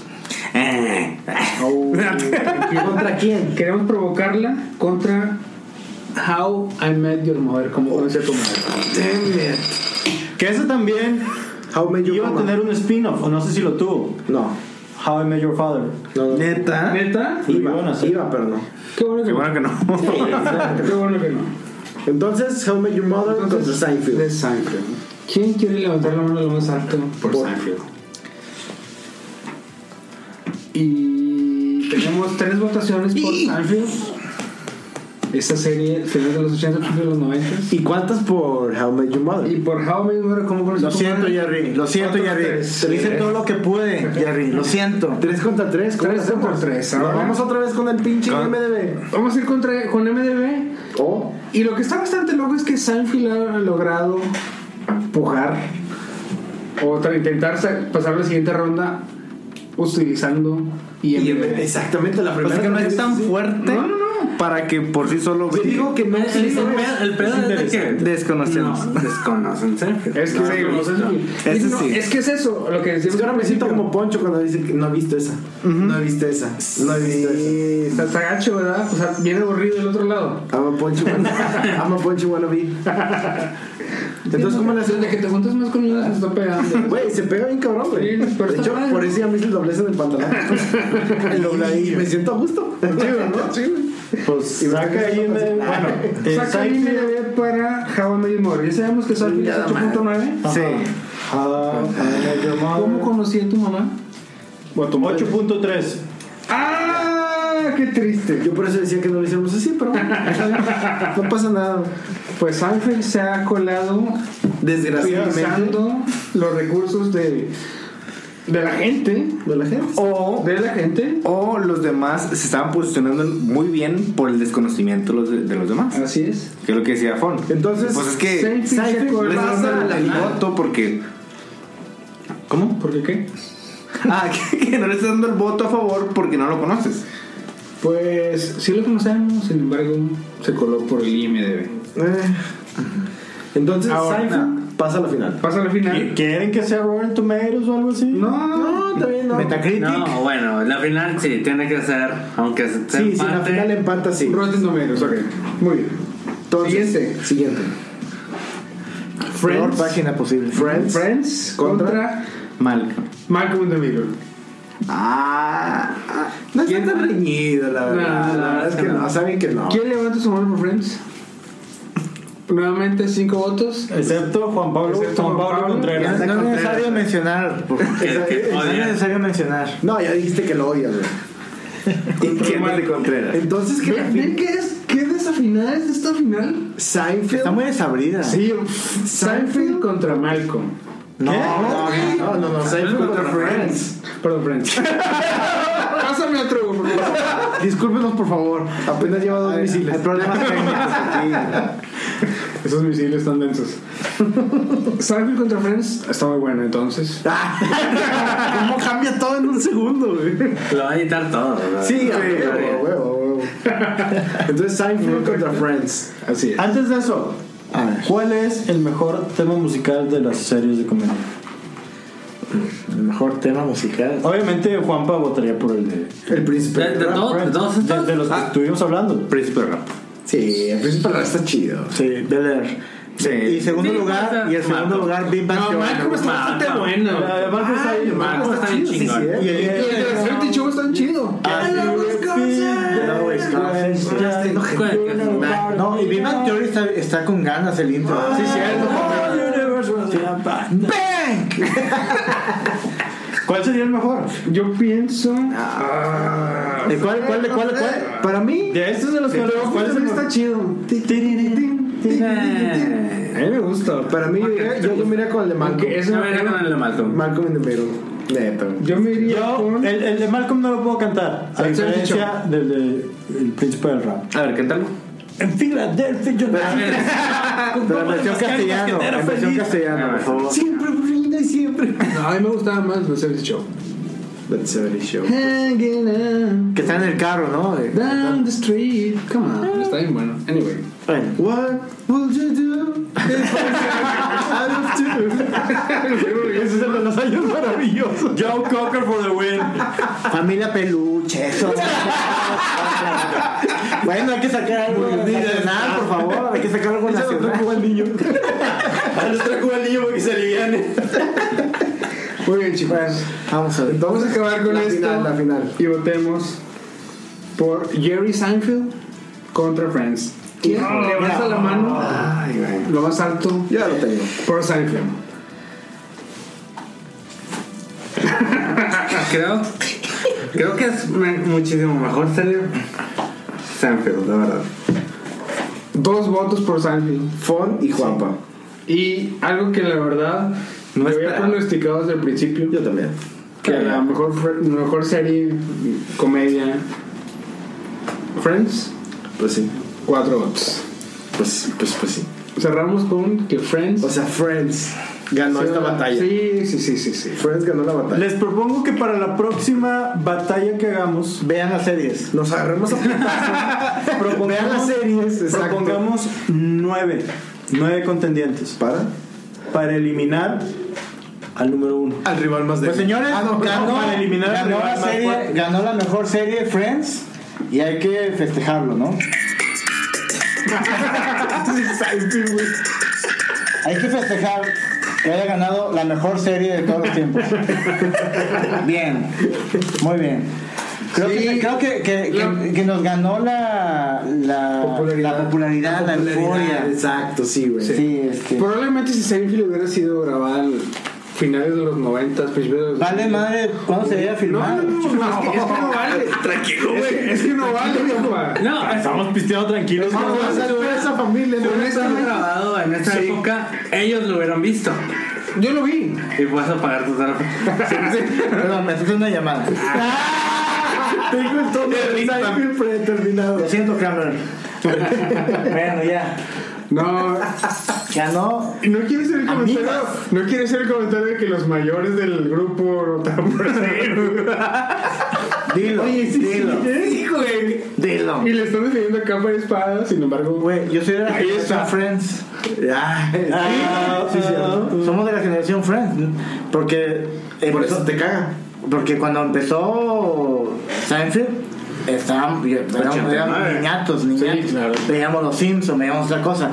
Speaker 14: Eh.
Speaker 15: Oh,
Speaker 1: ¿Contra quién? Queremos provocarla contra How I Met Your Mother, como conoce tu madre.
Speaker 4: Que eso también
Speaker 6: How May You
Speaker 4: iba a
Speaker 6: Mama.
Speaker 4: tener un spin-off, o no sé si lo tuvo.
Speaker 6: No,
Speaker 4: How I Met Your Father.
Speaker 6: no, no.
Speaker 14: Neta.
Speaker 1: ¿Neta?
Speaker 4: Lo iban a
Speaker 6: Iba,
Speaker 4: hacer.
Speaker 6: iba, pero no.
Speaker 1: Qué bueno que
Speaker 14: Qué
Speaker 1: no.
Speaker 14: bueno que no.
Speaker 1: Qué bueno que no.
Speaker 6: Entonces, How Met Your Mother contra
Speaker 1: Entonces,
Speaker 6: Seinfeld.
Speaker 1: De Seinfeld. ¿Quién quiere levantar la mano lo más alto por,
Speaker 6: Por-
Speaker 1: Seinfeld? Y tenemos tres votaciones por Seinfeld. Esta serie, finales de los 80, principios de los 90.
Speaker 6: ¿Y cuántas por How Met Your Mother?
Speaker 1: Y por How Many More, ¿cómo conocí
Speaker 5: Lo
Speaker 1: tu
Speaker 5: siento,
Speaker 1: madre?
Speaker 5: Jerry. Lo siento,
Speaker 1: ¿Cuántos
Speaker 5: Jerry.
Speaker 1: tres?
Speaker 5: Te hice
Speaker 1: Tres.
Speaker 5: todo lo que pude, Jerry. Lo siento.
Speaker 6: ¿Tres contra tres? ¿Cómo
Speaker 1: Tres
Speaker 6: lo hacemos?
Speaker 1: contra tres,
Speaker 6: Nos
Speaker 1: ahora.
Speaker 6: vamos otra vez con el pinche MDB.
Speaker 1: Vamos a ir contra, con MDB.
Speaker 6: O
Speaker 1: Y lo que está bastante loco es que Seinfeld ha logrado pujar o tra- intentar sa- pasar la siguiente ronda utilizando
Speaker 6: Pues
Speaker 1: IMDb.
Speaker 6: exactamente la
Speaker 14: O
Speaker 6: primera.
Speaker 14: sea que no es tan fuerte
Speaker 1: No, no, no.
Speaker 14: para que por sí solo.
Speaker 6: Yo digo que no es
Speaker 2: El pedo- el pedo es de que
Speaker 14: Desconocemos.
Speaker 2: No, desconocen Seinfeld.
Speaker 1: Es que,
Speaker 14: No,
Speaker 1: sí,
Speaker 14: no,
Speaker 1: no sé si-
Speaker 14: no. Ese
Speaker 1: no,
Speaker 14: sí.
Speaker 1: es que es eso, lo que decimos.
Speaker 6: Es que ahora me siento como Poncho cuando dice que no he visto esa. No he visto esa. No he visto esa.
Speaker 1: Está, está gacho, ¿verdad? O sea, viene aburrido del otro lado.
Speaker 6: Amo Poncho. Amo Poncho wannabe. Entonces, ¿cómo le hacen?
Speaker 1: De que te juntas más con una se está pegando.
Speaker 6: Güey, se pega bien cabrón, güey.
Speaker 1: Sí, pero
Speaker 6: De
Speaker 1: está
Speaker 6: hecho,
Speaker 1: mal.
Speaker 6: por eso ya me hice el doblez en el pantalón. el dobladillo. Me siento a gusto. ¿no? Sí, güey.
Speaker 4: Pues
Speaker 6: Y me
Speaker 4: saca
Speaker 6: estoy
Speaker 4: ahí
Speaker 6: haciendo
Speaker 4: MDB. Bueno, eh,
Speaker 1: Saca
Speaker 4: Seinfeld-
Speaker 1: IMDb para How I Met Your Mother. Ya sabemos que Seinfeld es 8.9.
Speaker 4: Ajá. How I Met Your
Speaker 1: ¿Cómo
Speaker 4: Mother.
Speaker 1: conocí a tu mamá?
Speaker 4: 8.3.
Speaker 1: ¡Ah! ¡Qué triste!
Speaker 6: Yo por eso decía que no lo hiciéramos así, pues. pero no pasa nada.
Speaker 1: Pues Seinfeld se ha colado
Speaker 6: Desgraciadamente.
Speaker 1: utilizando los recursos de, de la gente. Oh.
Speaker 6: De la gente.
Speaker 14: O,
Speaker 1: De la gente.
Speaker 14: o los demás se estaban posicionando muy bien por el desconocimiento los de, de los demás.
Speaker 1: Así es.
Speaker 14: Que es lo que decía Fon.
Speaker 6: Entonces,
Speaker 14: pues es que
Speaker 1: Seinfeld se ha
Speaker 6: Seinfeld
Speaker 14: les
Speaker 1: colado-
Speaker 14: pasa la voto porque. ¿Cómo?
Speaker 1: ¿Por qué qué?
Speaker 14: Ah, que, que no le estás dando el voto a favor porque no lo conoces.
Speaker 1: Pues sí lo conocemos, sin embargo, se coló por el IMDB.
Speaker 6: Eh. Entonces,
Speaker 1: Ahora,
Speaker 6: Seinfeld pasa a la final.
Speaker 1: Pasa a la final.
Speaker 4: ¿Quieren que sea Rotten Tomatoes o algo así?
Speaker 1: No,
Speaker 6: No, también no.
Speaker 5: Metacritic.
Speaker 2: No, bueno, la final sí tiene que ser, aunque sea
Speaker 6: Sí, si la
Speaker 2: empate.
Speaker 6: final empata, sí.
Speaker 1: Rotten Tomatoes, ok. Muy bien.
Speaker 6: Entonces,
Speaker 1: Siguiente.
Speaker 6: Siguiente.
Speaker 5: Peor
Speaker 1: Friends.
Speaker 5: página posible.
Speaker 6: Friends.
Speaker 1: Friends contra,
Speaker 14: Mal.
Speaker 1: Malcolm in the Middle.
Speaker 6: Ah, ah, no está tan reñido, la verdad.
Speaker 1: No, no,
Speaker 6: la verdad es que no, saben que no.
Speaker 1: ¿Quién levanta su mano por Friends? Nuevamente cinco votos.
Speaker 4: Excepto Juan Pablo,
Speaker 1: Excepto
Speaker 4: Juan
Speaker 1: Juan
Speaker 4: Pablo
Speaker 1: Pablo.
Speaker 5: No,
Speaker 4: Contreras.
Speaker 5: no es
Speaker 6: Contreras.
Speaker 5: necesario mencionar. por-
Speaker 2: El
Speaker 5: No
Speaker 2: que
Speaker 5: es
Speaker 2: odia.
Speaker 5: necesario mencionar.
Speaker 6: No, ya dijiste que lo odias, güey.
Speaker 14: ¿Quién de Contreras?
Speaker 6: Entonces, ¿qué
Speaker 1: ¿Ven, ven qué es? ¿Qué desafinada es esta final?
Speaker 6: Seinfeld.
Speaker 5: Está muy desabrida.
Speaker 1: Sí, Seinfeld contra Malcolm.
Speaker 5: No, no,
Speaker 6: No, no, no, no, Seinfeld contra Friends.
Speaker 1: Perdón, Friends. Pásame otro, por favor.
Speaker 6: Discúlpenos, por favor. Apenas lleva dos misiles.
Speaker 5: Hay problemas técnicos.
Speaker 1: Esos misiles tan densos. Seinfeld contra Friends está muy bueno, entonces.
Speaker 6: ¿Cómo cambia todo en un segundo, güey?
Speaker 2: Lo va a editar todo. ¿verdad?
Speaker 6: Sí, a
Speaker 2: Sí,
Speaker 6: huevo, a huevo, a huevo. Entonces, Seinfeld contra Friends.
Speaker 1: Así es.
Speaker 4: Antes de eso, ¿cuál es el mejor tema musical de las series de comedia?
Speaker 5: El mejor tema musical.
Speaker 4: Obviamente Juanpa votaría por el de,
Speaker 6: El príncipe.
Speaker 2: De, de todo- de todos
Speaker 4: de,
Speaker 2: estos.
Speaker 4: de los que estuvimos hablando.
Speaker 14: Príncipe Rap.
Speaker 6: Sí, el príncipe Rap está chido.
Speaker 5: Sí, Bel Air.
Speaker 14: Sí.
Speaker 5: Y segundo
Speaker 2: Sí,
Speaker 5: lugar,
Speaker 2: pasa.
Speaker 5: y el segundo
Speaker 2: Malcolm.
Speaker 5: lugar, Big Bang
Speaker 1: No,
Speaker 5: Theory.
Speaker 1: Malcolm está bastante bueno.
Speaker 4: Además que Eh, está ahí,
Speaker 2: Malcolm Ah, está bien
Speaker 6: Sí,
Speaker 2: chingón.
Speaker 6: sí,
Speaker 4: y
Speaker 6: eh.
Speaker 1: Y
Speaker 4: el-
Speaker 1: el de Celebrity Show está chido.
Speaker 5: Ah, pues, No, y Big Bang Theory está, está con ganas el intro. Sí,
Speaker 4: ¿Cuál sería el mejor?
Speaker 1: Yo pienso.
Speaker 5: ¿Y cuál, cuál, cuál, cuál?
Speaker 6: Para mí,
Speaker 4: De estos de los que hablamos, ¿cuál es el
Speaker 1: también
Speaker 4: mejor?
Speaker 1: está chido.
Speaker 2: Eh,
Speaker 1: A mí me gusta.
Speaker 6: para mí, yo, iría- yo, yo me iría con el de Malcolm.
Speaker 1: Aunque es
Speaker 2: Yo me iría con el de Malcolm.
Speaker 6: Malcolm in the Middle. Neta, güey.
Speaker 1: Yo me iría
Speaker 4: Yo,
Speaker 1: con.
Speaker 4: el, el de Malcolm no lo puedo cantar, a
Speaker 1: Sí, sí,
Speaker 4: diferencia del de El Príncipe del Rap.
Speaker 14: A ver, cántalo.
Speaker 4: En Filadelfia yo
Speaker 5: Pero en versión castellano. En versión castellano, por favor.
Speaker 6: Siempre aburrida y siempre.
Speaker 1: No, a mí me gustaba más The Celebrity Show.
Speaker 6: That's a very show.
Speaker 1: Hanging out
Speaker 5: Que está en el carro, ¿no? Eh,
Speaker 1: down the street. Come on. Ah, Está bien bueno. Anyway.
Speaker 5: Bueno.
Speaker 6: What will you do if I out of two? Ese es el de los años maravillosos.
Speaker 4: Joe Cocker for the win.
Speaker 5: Familia peluche, eso. bueno, hay que sacar algo nacional, por favor. Hay que sacar algo nacional.
Speaker 6: al niño.
Speaker 4: A los trajo al niño para que se aliviane.
Speaker 1: Muy bien, chicos.
Speaker 5: Vamos a ver.
Speaker 1: Vamos a acabar con
Speaker 6: La
Speaker 1: esto.
Speaker 6: final, la final.
Speaker 1: Y votemos por Jerry Seinfeld contra Friends. ¿Quién levanta la mano lo más alto
Speaker 6: Ya lo tengo.
Speaker 1: por Seinfeld?
Speaker 2: Creo, creo que es me- muchísimo mejor serie Sanfield, la verdad.
Speaker 1: Dos votos por Seinfeld.
Speaker 6: Fon y Juanpa.
Speaker 1: Y algo que la verdad
Speaker 2: No
Speaker 1: no había
Speaker 2: esperaba.
Speaker 1: pronosticado desde el principio.
Speaker 6: Yo también.
Speaker 1: Que la mejor, fr- mejor serie, comedia, Friends,
Speaker 6: Pues sí.
Speaker 1: cuatro votos.
Speaker 6: Pues, pues, pues sí.
Speaker 1: Cerramos con que Friends
Speaker 6: O sea, Friends ganó
Speaker 1: Sí,
Speaker 6: esta
Speaker 1: ¿verdad?
Speaker 6: batalla.
Speaker 1: Sí, sí, sí, sí, sí.
Speaker 6: Friends ganó la
Speaker 5: pues.
Speaker 6: batalla.
Speaker 4: Les propongo que para la próxima batalla que hagamos,
Speaker 5: Vean las series.
Speaker 6: Nos agarramos a Vean las
Speaker 4: propongamos,
Speaker 6: series. Exacto.
Speaker 4: propongamos nueve, nueve contendientes
Speaker 6: Para.
Speaker 4: para eliminar al número uno.
Speaker 6: Al rival más
Speaker 5: Pues señores,
Speaker 6: Ah, no,
Speaker 5: ganó,
Speaker 4: para eliminar
Speaker 5: ganó
Speaker 4: al
Speaker 5: la
Speaker 4: rival más
Speaker 5: serie,
Speaker 4: fuerte.
Speaker 5: ganó la mejor serie Friends y hay que festejarlo, ¿no? Hay que festejar que haya ganado la mejor serie de todos los tiempos. Bien, muy bien. Creo que, creo que, que- que- que nos ganó la, la popularidad, la, popularidad, la euforia.
Speaker 6: Exacto, sí, güey.
Speaker 5: Sí, este,
Speaker 1: Probablemente si Seinfeld hubiera sido grabada al finales de los 90, principios de los
Speaker 6: Ah,
Speaker 5: Vale
Speaker 1: 2000.
Speaker 5: madre, ¿cuándo se veía
Speaker 1: No,
Speaker 5: filmar?
Speaker 1: no, no, no, es que, es que no vale. Tranquilo, güey. Es, que no vale, compa.
Speaker 2: No,
Speaker 4: Estamos pisteando tranquilos.
Speaker 1: No,
Speaker 6: Vamos a hacer toda esa familia.
Speaker 2: si hubiera estado este grabado en esta época, ellos lo hubieran visto.
Speaker 1: Yo lo vi.
Speaker 2: Y vas a pagar tu teléfono.
Speaker 5: Perdón, me haces una llamada.
Speaker 6: Tengo el tono de Seinfeld predeterminado.
Speaker 5: Lo siento, Cameron. bueno, ya.
Speaker 1: No,
Speaker 5: Ganó.
Speaker 1: no quiero ser el comentario.
Speaker 5: Amigas.
Speaker 1: No quiero ser el comentario de que los mayores del grupo votaron por Seinfeld.
Speaker 5: Dilo. dilo.
Speaker 1: Sí, güey.
Speaker 5: Dilo.
Speaker 1: Y le están defendiendo a capa de espada, sin embargo,
Speaker 5: Güey, yo soy de la
Speaker 1: Ahí
Speaker 5: generación
Speaker 1: está.
Speaker 5: Friends. Ah,
Speaker 6: sí, cierto.
Speaker 5: Somos de la generación Friends. Porque.
Speaker 6: Por
Speaker 5: empezó-
Speaker 6: eso te caga.
Speaker 5: Porque cuando empezó Seinfeld, estaban, éramos, éramos niñatos, niñatos. Veíamos los Simpsons, veíamos otra cosa.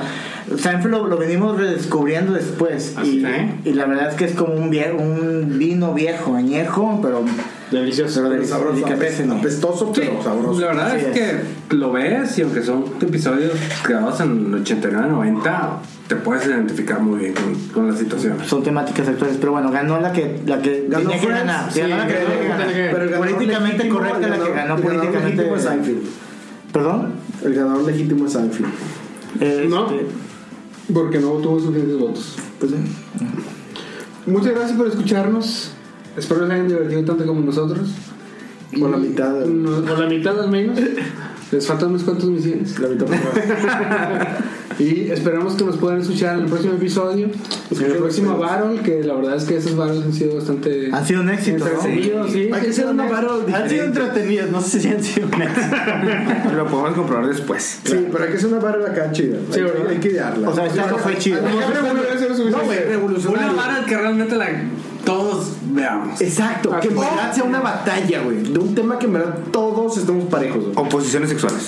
Speaker 5: Seinfeld lo, lo venimos redescubriendo después.
Speaker 6: ¿Ah,
Speaker 5: Y, y la verdad es que es como un, vie- un vino viejo, añejo, pero.
Speaker 1: delicioso.
Speaker 5: Pero
Speaker 6: Pero
Speaker 5: delicioso,
Speaker 6: sabroso.
Speaker 5: delicatesimo.
Speaker 6: Apestoso, pero sabroso.
Speaker 2: La verdad
Speaker 5: Así
Speaker 2: es, que lo ves y aunque son episodios grabados en 89-90, te puedes identificar muy bien con, con las situaciones.
Speaker 5: Son temáticas actuales, pero bueno, ganó la que, la que
Speaker 6: Ganó
Speaker 5: tenía que
Speaker 6: Friends,
Speaker 5: ganar.
Speaker 6: sí,
Speaker 5: ganó la que
Speaker 6: ganó-
Speaker 5: tenía que ganar.
Speaker 1: ganó-
Speaker 6: Pero el ganador
Speaker 5: políticamente
Speaker 6: legítimo,
Speaker 5: correcta
Speaker 6: el
Speaker 5: la que
Speaker 6: ganador-
Speaker 5: ganó
Speaker 6: el ganador legítimo es
Speaker 5: políticamente.
Speaker 6: Seinfeld.
Speaker 5: ¿Perdón?
Speaker 6: El ganador legítimo es Seinfeld.
Speaker 1: No.
Speaker 5: Este,
Speaker 1: Porque no tuvo suficientes votos.
Speaker 6: Pues sí.
Speaker 1: Muchas gracias por escucharnos. Espero les hayan divertido tanto como nosotros.
Speaker 6: Por la mitad.
Speaker 1: No, por la mitad al menos. Les faltan unos cuantos misiones.
Speaker 6: La mitad por favor.
Speaker 1: Y esperamos que nos puedan escuchar en el próximo episodio. En el próximo Barrel, que la verdad es que esos Barrels han sido bastante.
Speaker 5: Han sido un éxito, ¿no?
Speaker 1: entretenidos, sí.
Speaker 6: Hay que hacer una barrel
Speaker 4: Han sido
Speaker 6: diferente.
Speaker 4: entretenidas, no sé si han sido netas.
Speaker 18: Lo podemos comprobar después.
Speaker 6: Sí, pero hay que hacer una barrel acá chida. Hay,
Speaker 1: Sí,
Speaker 6: que-
Speaker 1: ¿verdad?
Speaker 6: hay que idearla.
Speaker 5: O sea, esto fue
Speaker 1: Ah,
Speaker 5: chido.
Speaker 6: no, güey,
Speaker 2: Una
Speaker 6: revolucionario.
Speaker 2: vara que realmente la todos veamos.
Speaker 6: Exacto, que en verdad sea una batalla, güey. De un tema que en verdad todos estamos parejos, güey.
Speaker 18: Oposiciones sexuales.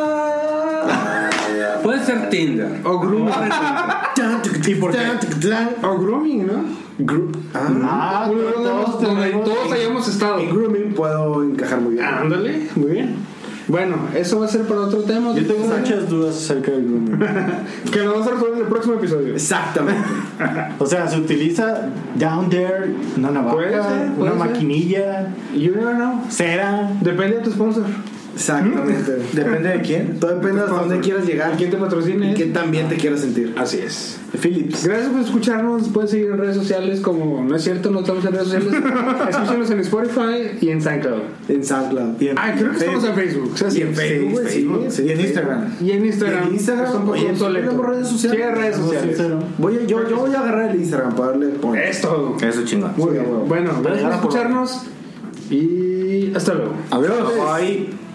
Speaker 6: Ah.
Speaker 2: Puede ser Tinder.
Speaker 1: O grooming.
Speaker 6: ¿Y por qué?
Speaker 1: O grooming, ¿no?
Speaker 5: Ah,
Speaker 1: Un lugar
Speaker 5: pero
Speaker 1: donde
Speaker 5: todos
Speaker 1: hemos- donde
Speaker 5: tenemos-
Speaker 1: todos hayamos estado.
Speaker 6: En grooming puedo encajar muy bien.
Speaker 1: Ah, Ándale, muy bien. Bueno, eso va a ser para otro tema.
Speaker 4: Yo tengo muchas dudas acerca del grooming.
Speaker 1: Que lo vamos a resolver en el próximo episodio.
Speaker 6: Exactamente.
Speaker 4: O sea, se utiliza down there, una navaja,
Speaker 1: Puede ser, puede
Speaker 4: una
Speaker 1: ser.
Speaker 4: maquinilla,
Speaker 1: You never know.
Speaker 4: cera.
Speaker 1: Depende de tu sponsor.
Speaker 6: Exactamente.
Speaker 5: Depende de quién. Pues,
Speaker 6: Todo depende hasta dónde quieras llegar
Speaker 1: ¿Quién te patrocina?
Speaker 6: y qué también te quieras sentir.
Speaker 1: Así es.
Speaker 6: Philips.
Speaker 1: Gracias por escucharnos. Pueden seguir en redes sociales como no es cierto, no estamos en redes sociales. Escúchenos en Spotify y en SoundCloud.
Speaker 6: En SoundCloud. Y en,
Speaker 1: Ah, creo que estamos en Facebook. Sí,
Speaker 6: y en Facebook, sí, sí,
Speaker 5: Y en Instagram.
Speaker 1: Y en Instagram.
Speaker 6: Y en Instagram.
Speaker 1: Es un poco
Speaker 6: Oye, ¿sí
Speaker 1: obsoleto.
Speaker 6: tenemos redes sociales?
Speaker 1: Sí, hay redes
Speaker 4: no sé,
Speaker 1: sociales.
Speaker 4: cero.
Speaker 6: Voy a, yo, yo voy a agarrar el Instagram para darle point.
Speaker 1: Es todo.
Speaker 18: Eso chingón.
Speaker 6: Muy
Speaker 1: Muy
Speaker 6: bien,
Speaker 1: bien.
Speaker 6: huevo.
Speaker 1: Bueno, gracias por escucharnos y hasta luego.
Speaker 6: Adiós.
Speaker 18: Bye.